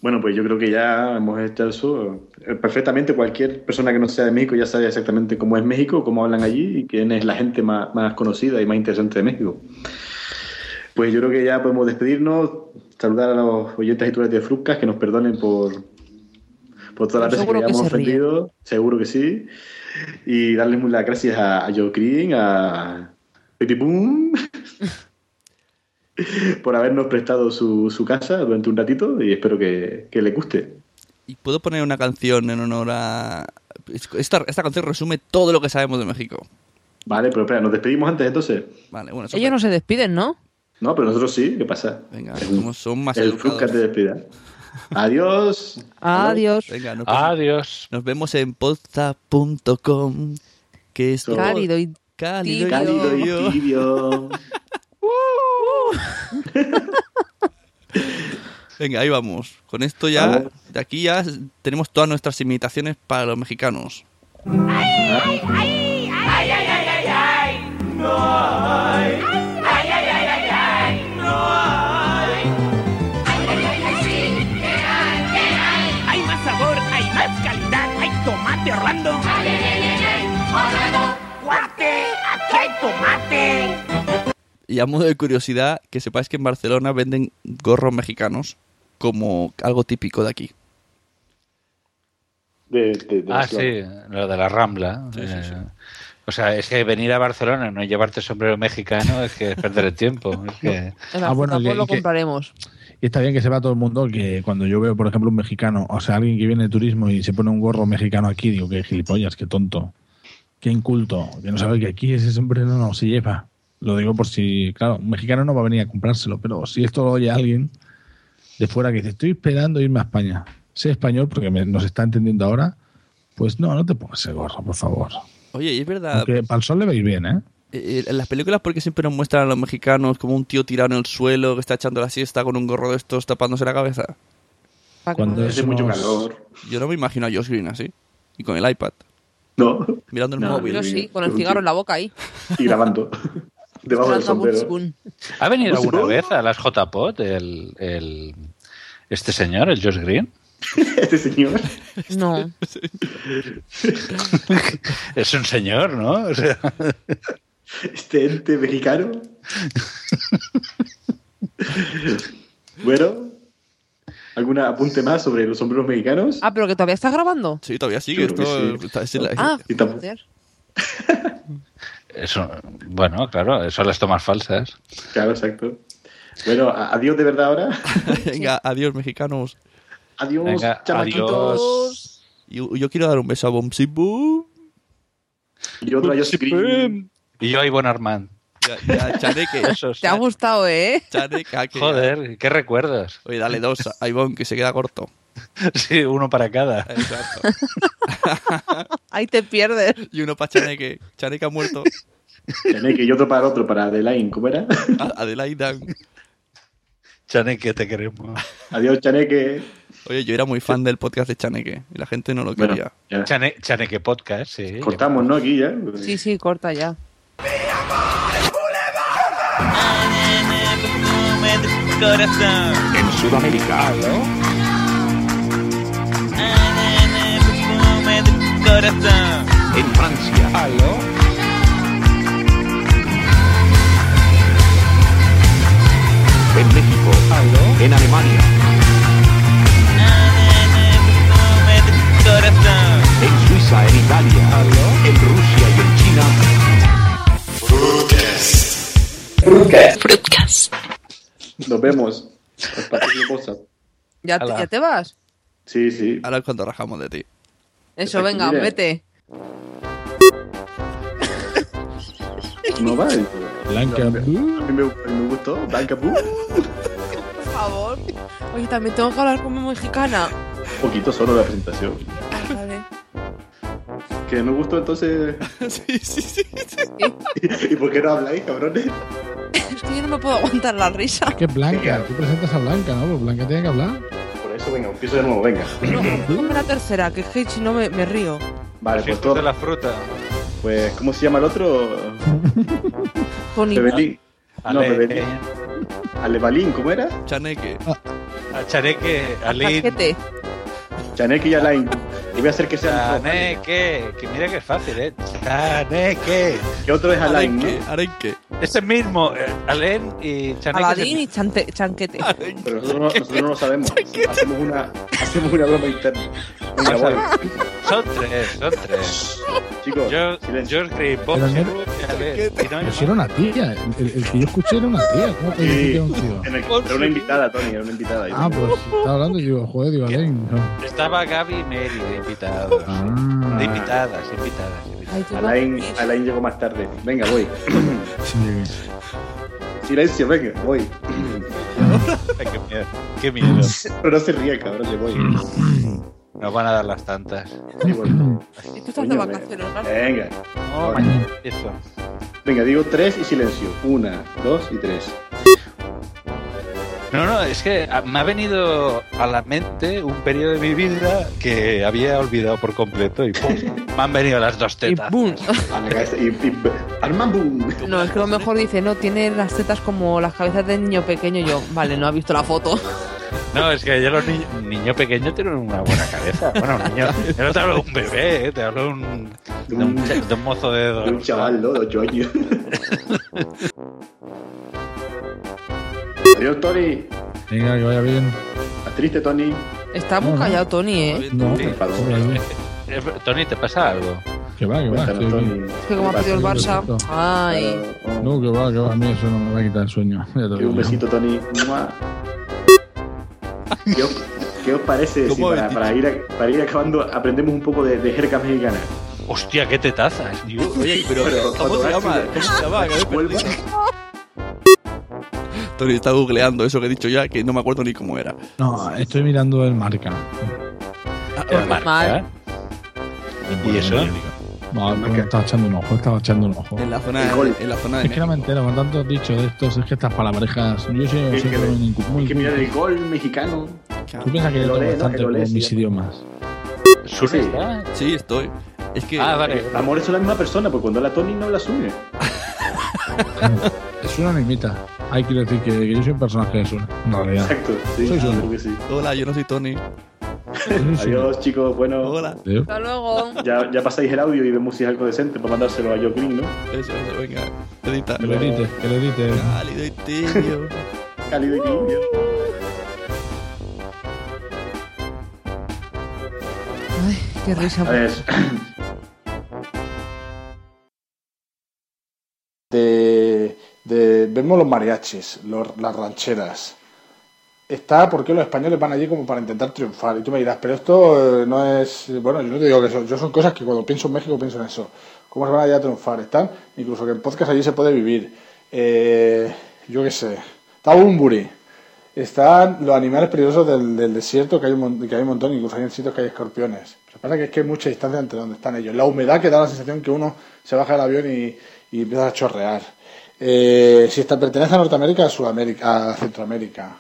Speaker 3: Bueno, pues yo creo que ya hemos hecho eso. Eh, Perfectamente cualquier persona que no sea de México ya sabe exactamente cómo es México, cómo hablan allí y quién es la gente más, más conocida y más interesante de México. Pues yo creo que ya podemos despedirnos, saludar a los oyentes y titulares de Frucas que nos perdonen por, por todas
Speaker 1: Pero
Speaker 3: las veces que
Speaker 1: seguro
Speaker 3: les
Speaker 1: que
Speaker 3: hemos
Speaker 1: se ríen.
Speaker 3: ofendido, seguro que sí. Y darles muy las gracias a, a Joe Green, a Petiboom, [laughs] por habernos prestado su, su casa durante un ratito y espero que, que le guste.
Speaker 2: Y puedo poner una canción en honor a... Esta, esta canción resume todo lo que sabemos de México.
Speaker 3: Vale, pero espera, nos despedimos antes entonces.
Speaker 2: Vale, bueno, eso-
Speaker 1: Ellos no se despiden, ¿no?
Speaker 3: No, pero nosotros sí, ¿qué pasa?
Speaker 2: Venga, somos, son más
Speaker 3: El
Speaker 2: educados.
Speaker 3: Fruca te despida. Adiós.
Speaker 1: Adiós.
Speaker 2: Venga, nos
Speaker 4: Ah,
Speaker 2: vemos,
Speaker 4: Adiós.
Speaker 2: nos vemos en posta.com que es
Speaker 1: Cálido y
Speaker 2: Cálido y
Speaker 1: tibio.
Speaker 2: tibio. Venga, ahí vamos. Con esto ya,
Speaker 3: Vamos.
Speaker 2: de aquí ya tenemos todas nuestras imitaciones para los mexicanos.
Speaker 11: Hay más sabor, hay más calidad, hay tomate Orlando. ¡Ay, ay, ay, ay, ay! Orlando. ¡Guate! ¡Aquí hay tomate!
Speaker 2: Y a modo de curiosidad, que sepáis que en Barcelona venden gorros mexicanos como algo típico de aquí.
Speaker 3: De, de- de-
Speaker 4: Ah,
Speaker 3: claro.
Speaker 4: sí, lo de la Rambla. eh, O sea, es que venir a Barcelona y no llevarte sombrero mexicano es que es perder el
Speaker 3: [laughs]
Speaker 4: tiempo. Es que...
Speaker 1: En la
Speaker 7: Ah, bueno,
Speaker 1: Frucapol
Speaker 7: que-
Speaker 1: lo
Speaker 7: que-
Speaker 1: compraremos.
Speaker 7: Y está bien que sepa todo el mundo que cuando yo veo, por ejemplo, un mexicano, o sea, alguien que viene de turismo y se pone un gorro mexicano aquí, digo, qué gilipollas, qué tonto, qué inculto, que no sabe que aquí ese sombrero no se lleva. Lo digo por si, claro, un mexicano no va a venir a comprárselo, pero si esto lo oye alguien de fuera que dice, estoy esperando irme a España, sé español porque me- nos está entendiendo ahora, Pues no, no te pongas ese gorro, por favor.
Speaker 2: Oye, y es verdad.
Speaker 7: Aunque para el sol le veis bien, ¿eh?
Speaker 2: Eh, En las películas, porque siempre nos muestran a los mexicanos como un tío tirado en el suelo que está echando la siesta con un gorro de estos tapándose la cabeza?
Speaker 7: Cuando Hace somos- mucho calor.
Speaker 2: Yo no me imagino a Josh Green así. Y con el iPad.
Speaker 3: No.
Speaker 2: Mirando el
Speaker 3: No,
Speaker 2: móvil.
Speaker 1: Yo sí, con el cigarro en la boca ahí. [laughs]
Speaker 3: Y grabando. Debajo
Speaker 1: Esperando
Speaker 3: del
Speaker 1: a
Speaker 3: sombrero.
Speaker 1: Butzkun.
Speaker 4: ¿Ha venido
Speaker 3: Pues
Speaker 4: alguna vez a las JPOT el, el, este señor, el Josh Green?
Speaker 3: [laughs] Este señor.
Speaker 1: No.
Speaker 4: Es un señor, ¿no? O sea, [laughs]
Speaker 3: Este ente mexicano. bueno. ¿Algún apunte más sobre los sombreros mexicanos?
Speaker 1: Ah, pero que todavía estás grabando.
Speaker 2: Sí, todavía sigue.
Speaker 3: Yo creo
Speaker 2: Esto,
Speaker 3: que sí.
Speaker 2: está- es la-
Speaker 1: Ah,
Speaker 3: Y tampoco-
Speaker 1: joder.
Speaker 4: eso, bueno, claro, son las tomas falsas.
Speaker 3: Claro, exacto. Bueno, a- adiós de verdad ahora.
Speaker 2: [laughs] Venga, adiós, mexicanos.
Speaker 3: Adiós,
Speaker 4: Venga,
Speaker 3: chamaquitos.
Speaker 4: adiós.
Speaker 2: Yo, yo quiero dar un beso a Bombsy Boom.
Speaker 3: Y
Speaker 4: Pues
Speaker 3: otro a Josh Green.
Speaker 4: Y yo a Ivonne Armand.
Speaker 2: Ya, ya, chaneque.
Speaker 1: Te ha gustado, ¿eh?
Speaker 2: Chaneca, que-
Speaker 4: Joder, qué recuerdos. [laughs]
Speaker 2: Oye, dale dos a Ivonne, que se queda corto.
Speaker 4: Sí, uno para cada.
Speaker 2: Exacto.
Speaker 1: Ahí te pierdes.
Speaker 2: Y uno para Chaneque. Chaneque ha muerto.
Speaker 3: Chaneque y otro para otro, para Adeline. ¿Cómo era? [laughs]
Speaker 2: A- Adelaida.
Speaker 4: Chaneque, te queremos.
Speaker 3: [laughs] adiós, Chaneque.
Speaker 2: Oye, yo era muy fan del podcast de Chaneque. Y la gente no lo
Speaker 3: Bueno,
Speaker 2: quería.
Speaker 4: Chane- Chaneque Podcast, sí.
Speaker 3: Cortamos, ¿no? Aquí ya.
Speaker 1: Sí, sí, corta ya.
Speaker 6: En Sudamérica. En Francia. En México. En Alemania. En Suiza, en Italia, en Rusia y en China.
Speaker 3: Fruitcast. Nos vemos. Hasta la próxima cosa.
Speaker 1: ¿Ya te,
Speaker 3: Ala.
Speaker 1: ya te vas?
Speaker 3: Sí, sí.
Speaker 2: Ahora es cuando rajamos de ti.
Speaker 1: Eso, venga,
Speaker 2: Mira.
Speaker 1: vete.
Speaker 3: No va.
Speaker 7: Blanca
Speaker 3: A mí me, me gustó. Blanca Boo.
Speaker 1: Por favor. Oye, también tengo que hablar con mi mexicana.
Speaker 3: Un poquito solo la presentación.
Speaker 1: Ah, Vale.
Speaker 3: Que no gustó entonces. [laughs]
Speaker 2: [laughs] sí, sí, sí.
Speaker 3: ¿Y por qué no habláis, cabrones?
Speaker 1: Es que yo no me puedo aguantar la risa.
Speaker 3: [coughs]
Speaker 7: Que Blanca, tú presentas a Blanca, ¿no? Pues Blanca tiene que hablar.
Speaker 3: Por eso, venga, empiezo de nuevo, venga.
Speaker 1: Ponme la tercera, que es que si no me, me río.
Speaker 3: Vale, pues todo.
Speaker 4: la fruta.
Speaker 3: Pues, ¿cómo se llama el otro?
Speaker 1: Tony.
Speaker 3: Bebelín. No,
Speaker 4: Ale- eh.
Speaker 3: Bebelín. Alebalín, ¿cómo era?
Speaker 2: Chaneque.
Speaker 4: A Chaneque, Ali.
Speaker 1: Casquete.
Speaker 3: Chaneque y Alain. Y voy a hacer que sean.
Speaker 4: Chaneque, que mira que es fácil, ¿eh? Chaneque.
Speaker 3: Y otro es Alain, ¿no?
Speaker 2: Arenque.
Speaker 4: Ese mismo, eh, Alain y Chaneque.
Speaker 1: Aladín y chante-
Speaker 2: [laughs]
Speaker 1: chanquete.
Speaker 3: Pero nosotros, no- nosotros no lo sabemos. Hacemos una, hacemos una broma interna. Venga,
Speaker 4: Vamos a ver.
Speaker 3: voy.
Speaker 4: Son tres, son tres.
Speaker 3: Chicos,
Speaker 4: yo, George Green, Bob,
Speaker 7: Pero no-
Speaker 4: Seru, Ale, y no hay
Speaker 7: Pero si era una tía, el, el- el que yo escuché era una tía. ¿Cómo te dije que era un tío?
Speaker 3: En el- era una invitada, Tony, era una invitada.
Speaker 7: Ah, pues estaba hablando y yo, joder, digo, Alain. no.
Speaker 4: más. Estaba Gaby y Mary de invitados.
Speaker 7: Ah.
Speaker 4: De invitadas, invitadas.
Speaker 3: Alain, Alain llegó más tarde. Venga, voy. [clears throat] Silencio, venga, voy. [laughs]
Speaker 4: Ay, qué miedo, qué [laughs] miedo.
Speaker 3: Pero no se ríe, cabrón, le voy.
Speaker 7: Mm.
Speaker 4: Nos van a dar las tantas.
Speaker 1: Tú estás de vacaciones, ¿no?
Speaker 3: Venga.
Speaker 4: No, mañana empiezo.
Speaker 3: Venga, digo tres y silencio. Una, dos y tres.
Speaker 4: No, no, es que a- me ha venido a la mente un periodo de mi vida que había olvidado por completo y ¡pum! me han venido las dos tetas.
Speaker 1: ¡Bum!
Speaker 3: A la cabeza Ah, y, y Arman boom.
Speaker 1: No, es que a lo mejor dice, no, tiene las tetas como las cabezas de niño pequeño. Yo, vale, no ha visto la foto. [laughs]
Speaker 4: No, es que ya los niños niño pequeños tienen una buena cabeza. Bueno, un niño, yo no te hablo de un bebé, eh, te hablo de un, de un, cha- de un mozo de dos.
Speaker 3: De un chaval, ¿no? De ocho años.
Speaker 4: [laughs]
Speaker 3: Adiós, Tony.
Speaker 7: [clears throat] Venga, que vaya bien.
Speaker 3: Estás triste, Tony.
Speaker 1: Está muy
Speaker 7: No, no.
Speaker 1: callado, Tony, ¿eh?
Speaker 7: No,
Speaker 4: Sí. Eh, Tony, ¿te pasa algo?
Speaker 7: que va, que va.
Speaker 3: Cuéntanos,
Speaker 7: estoy
Speaker 3: Tony.
Speaker 7: bien.
Speaker 1: Es que como ha perdido el Barça. Ay.
Speaker 7: No, que va, que va. A mí eso no me va a quitar el sueño. [laughs] Ya te
Speaker 3: Y
Speaker 7: lo
Speaker 3: un
Speaker 7: digo.
Speaker 3: besito, Tony. Mua. ¿Qué os, qué os parece si
Speaker 4: ¿Cómo
Speaker 3: para,
Speaker 4: habéis
Speaker 3: para ir a- para ir acabando aprendemos un poco de, de jerga mexicana?
Speaker 4: Hostia, qué tetazas, tío.
Speaker 2: Oye, pero,
Speaker 3: Pero,
Speaker 2: ¿cómo se
Speaker 3: fotográfico.
Speaker 2: llama? ¿Cómo se llama? Que [laughs] me he perdido. Tony está googleando eso que he dicho ya, que no me acuerdo ni cómo era.
Speaker 7: No, estoy mirando el marca.
Speaker 4: ¿eh? ¿Ah? El marca.
Speaker 1: Mal.
Speaker 4: ¿Y eso?
Speaker 3: No,
Speaker 7: pues,
Speaker 3: no, estaba echando un ojo, estaba echando un ojo.
Speaker 2: En la zona de, en la zona de
Speaker 3: Es que no me entero, con tantos dichos de estos, es que estas palabrejas. Yo soy
Speaker 7: Hay que,
Speaker 3: siempre muy incu- muy.
Speaker 7: hay que mirar el gol mexicano.
Speaker 3: Tú piensas que yo
Speaker 7: Lo
Speaker 3: tengo
Speaker 7: lee, ¿no?
Speaker 3: bastante
Speaker 7: Lo
Speaker 3: con
Speaker 7: lee, sí.
Speaker 3: mis idiomas.
Speaker 7: Sí.
Speaker 2: Sí, estoy. Es que.
Speaker 4: Ah,
Speaker 3: Ah,
Speaker 7: eh, Amor es la misma persona, porque cuando la Tony no la asume.
Speaker 3: Es una mimita. Hay que decir que, que yo soy un personaje de Suna. En realidad. [laughs]
Speaker 7: Exacto, sí,
Speaker 3: Soy Suna.
Speaker 7: creo que sí.
Speaker 2: Hola, yo no soy Tony.
Speaker 7: Adiós, chicos. Bueno, Hola.
Speaker 1: Hasta luego.
Speaker 7: Ya, ya pasáis el audio y vemos si es algo decente para mandárselo a Joe Green, ¿no?
Speaker 2: Eso, eso, venga. Edita.
Speaker 3: Que lo edite, que lo edite.
Speaker 2: Cálido y tibio.
Speaker 7: Cálido y tibio.
Speaker 3: Uh.
Speaker 1: Ay, qué risa.
Speaker 7: A ver. De, de- vemos los mariachis, los- las rancheras. Está porque los españoles van allí como para intentar triunfar. Y tú me dirás, pero esto eh, no es. Bueno, yo no te digo que eso. Yo son cosas que cuando pienso en México pienso en eso. ¿Cómo se van allá a triunfar? Están. Incluso que en podcast allí se puede vivir. Eh, yo qué sé. Está Bumburi. Están los animales peligrosos del, del desierto, que hay, un, mon- que hay un montón, incluso hay en sitios que hay escorpiones. Lo que pasa es que hay mucha distancia entre donde están ellos. La humedad que da la sensación que uno se baja del avión y, y empieza a chorrear. Eh, si está, pertenece a Norteamérica, a, Sudamérica, a Centroamérica.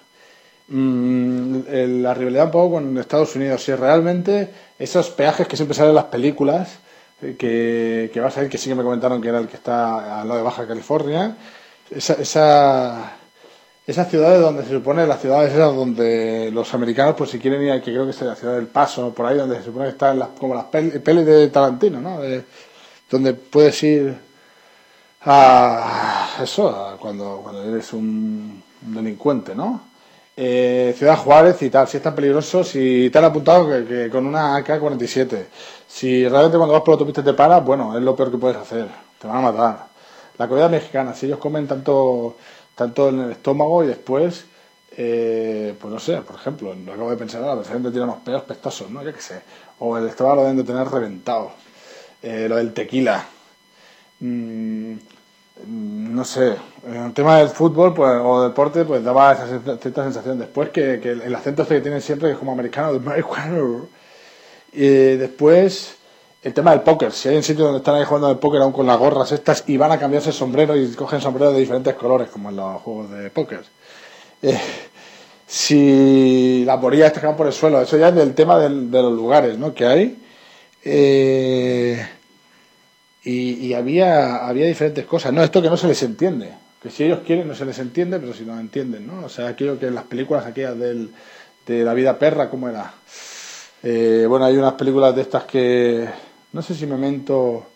Speaker 7: Mm, el- la rivalidad un poco con Estados Unidos. Si realmente esos peajes que siempre salen en las películas, eh, que, que vas a ver que sí que me comentaron que era el que está al lado de Baja California, esa, esa, esas ciudades donde se supone, las ciudades esas donde los americanos, pues si quieren ir, a- que creo que es la ciudad del Paso, por ahí donde se supone que están las, como las pel- pelis, de Tarantino, ¿no? De- donde puedes ir a eso, a cuando, cuando eres un, un delincuente, ¿no? Eh, ciudad Juárez y tal, si es tan peligroso, si te han apuntado que, que con una AK-47, si realmente cuando vas por la autopista te paras, bueno, es lo peor que puedes hacer, te van a matar. La comida mexicana, si ellos comen tanto tanto en el estómago y después, eh, pues no sé, por ejemplo, lo acabo de pensar ahora, presidente tiene unos pedos pestosos, ¿no? Yo qué sé. O el estómago lo deben de tener reventado. Eh, lo del tequila. Mm, mm, no sé. En el tema del fútbol pues, o deporte, pues daba esa sen- cierta sensación. Después que, que el el acento este que tienen siempre, que es como americano, de americano. Y después, el tema del póker. Si hay un sitio donde están ahí jugando al póker aún con las gorras estas y van a cambiarse el sombrero y cogen sombreros de diferentes colores, como en los juegos de póker. Eh, si las borillas estas que van por el suelo, eso ya es del tema del- de los lugares ¿no? que hay. Eh, y y había, había diferentes cosas. No, esto que no se les entiende. Que si ellos quieren no se les entiende, pero si no entienden, ¿no? O sea, aquello que en las películas aquellas del, de la vida perra, ¿cómo era? Eh, bueno, hay unas películas de estas que. No sé si Memento.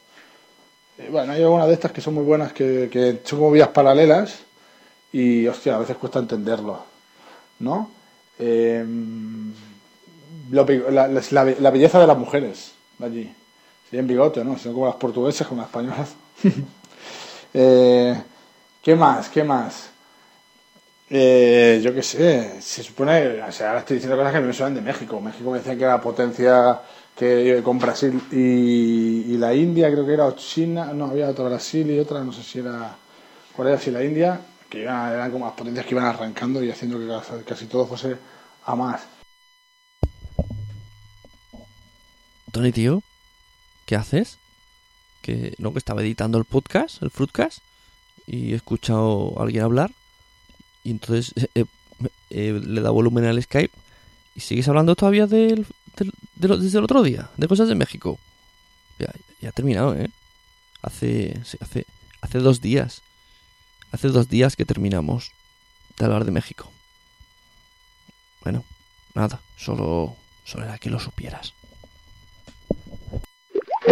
Speaker 7: eh, bueno, hay algunas de estas que son muy buenas, que, que son como vías paralelas. Y, hostia, a veces cuesta entenderlo. ¿No? Eh, lo pe- la, la- la be- la belleza de las mujeres de allí. Serían bigote, ¿no? Son como las portuguesas, como las españolas. [laughs] Eh, ¿Qué más? ¿Qué más? Eh, yo qué sé, se supone, o sea, ahora estoy diciendo cosas que me suenan de México. México me decían que era potencia que eh, con Brasil y, y la India, creo que era, o China, no, había otra Brasil y otra, no sé si era, cuál era, si la India, que iban- eran como las potencias que iban arrancando y haciendo que casi, casi todo fuese a más.
Speaker 2: Tony, tío, ¿qué haces? Que no, que estaba editando el podcast, el Fruitcast, y he escuchado a alguien hablar, y entonces eh, eh, me- eh, le da volumen al Skype, y sigues hablando todavía del, del- de lo- desde el otro día, de cosas de México. Ya, ya ha terminado, ¿eh? Hace, sí, hace, hace dos días. Hace dos días que terminamos de hablar de México. Bueno, nada, solo, solo era que lo supieras.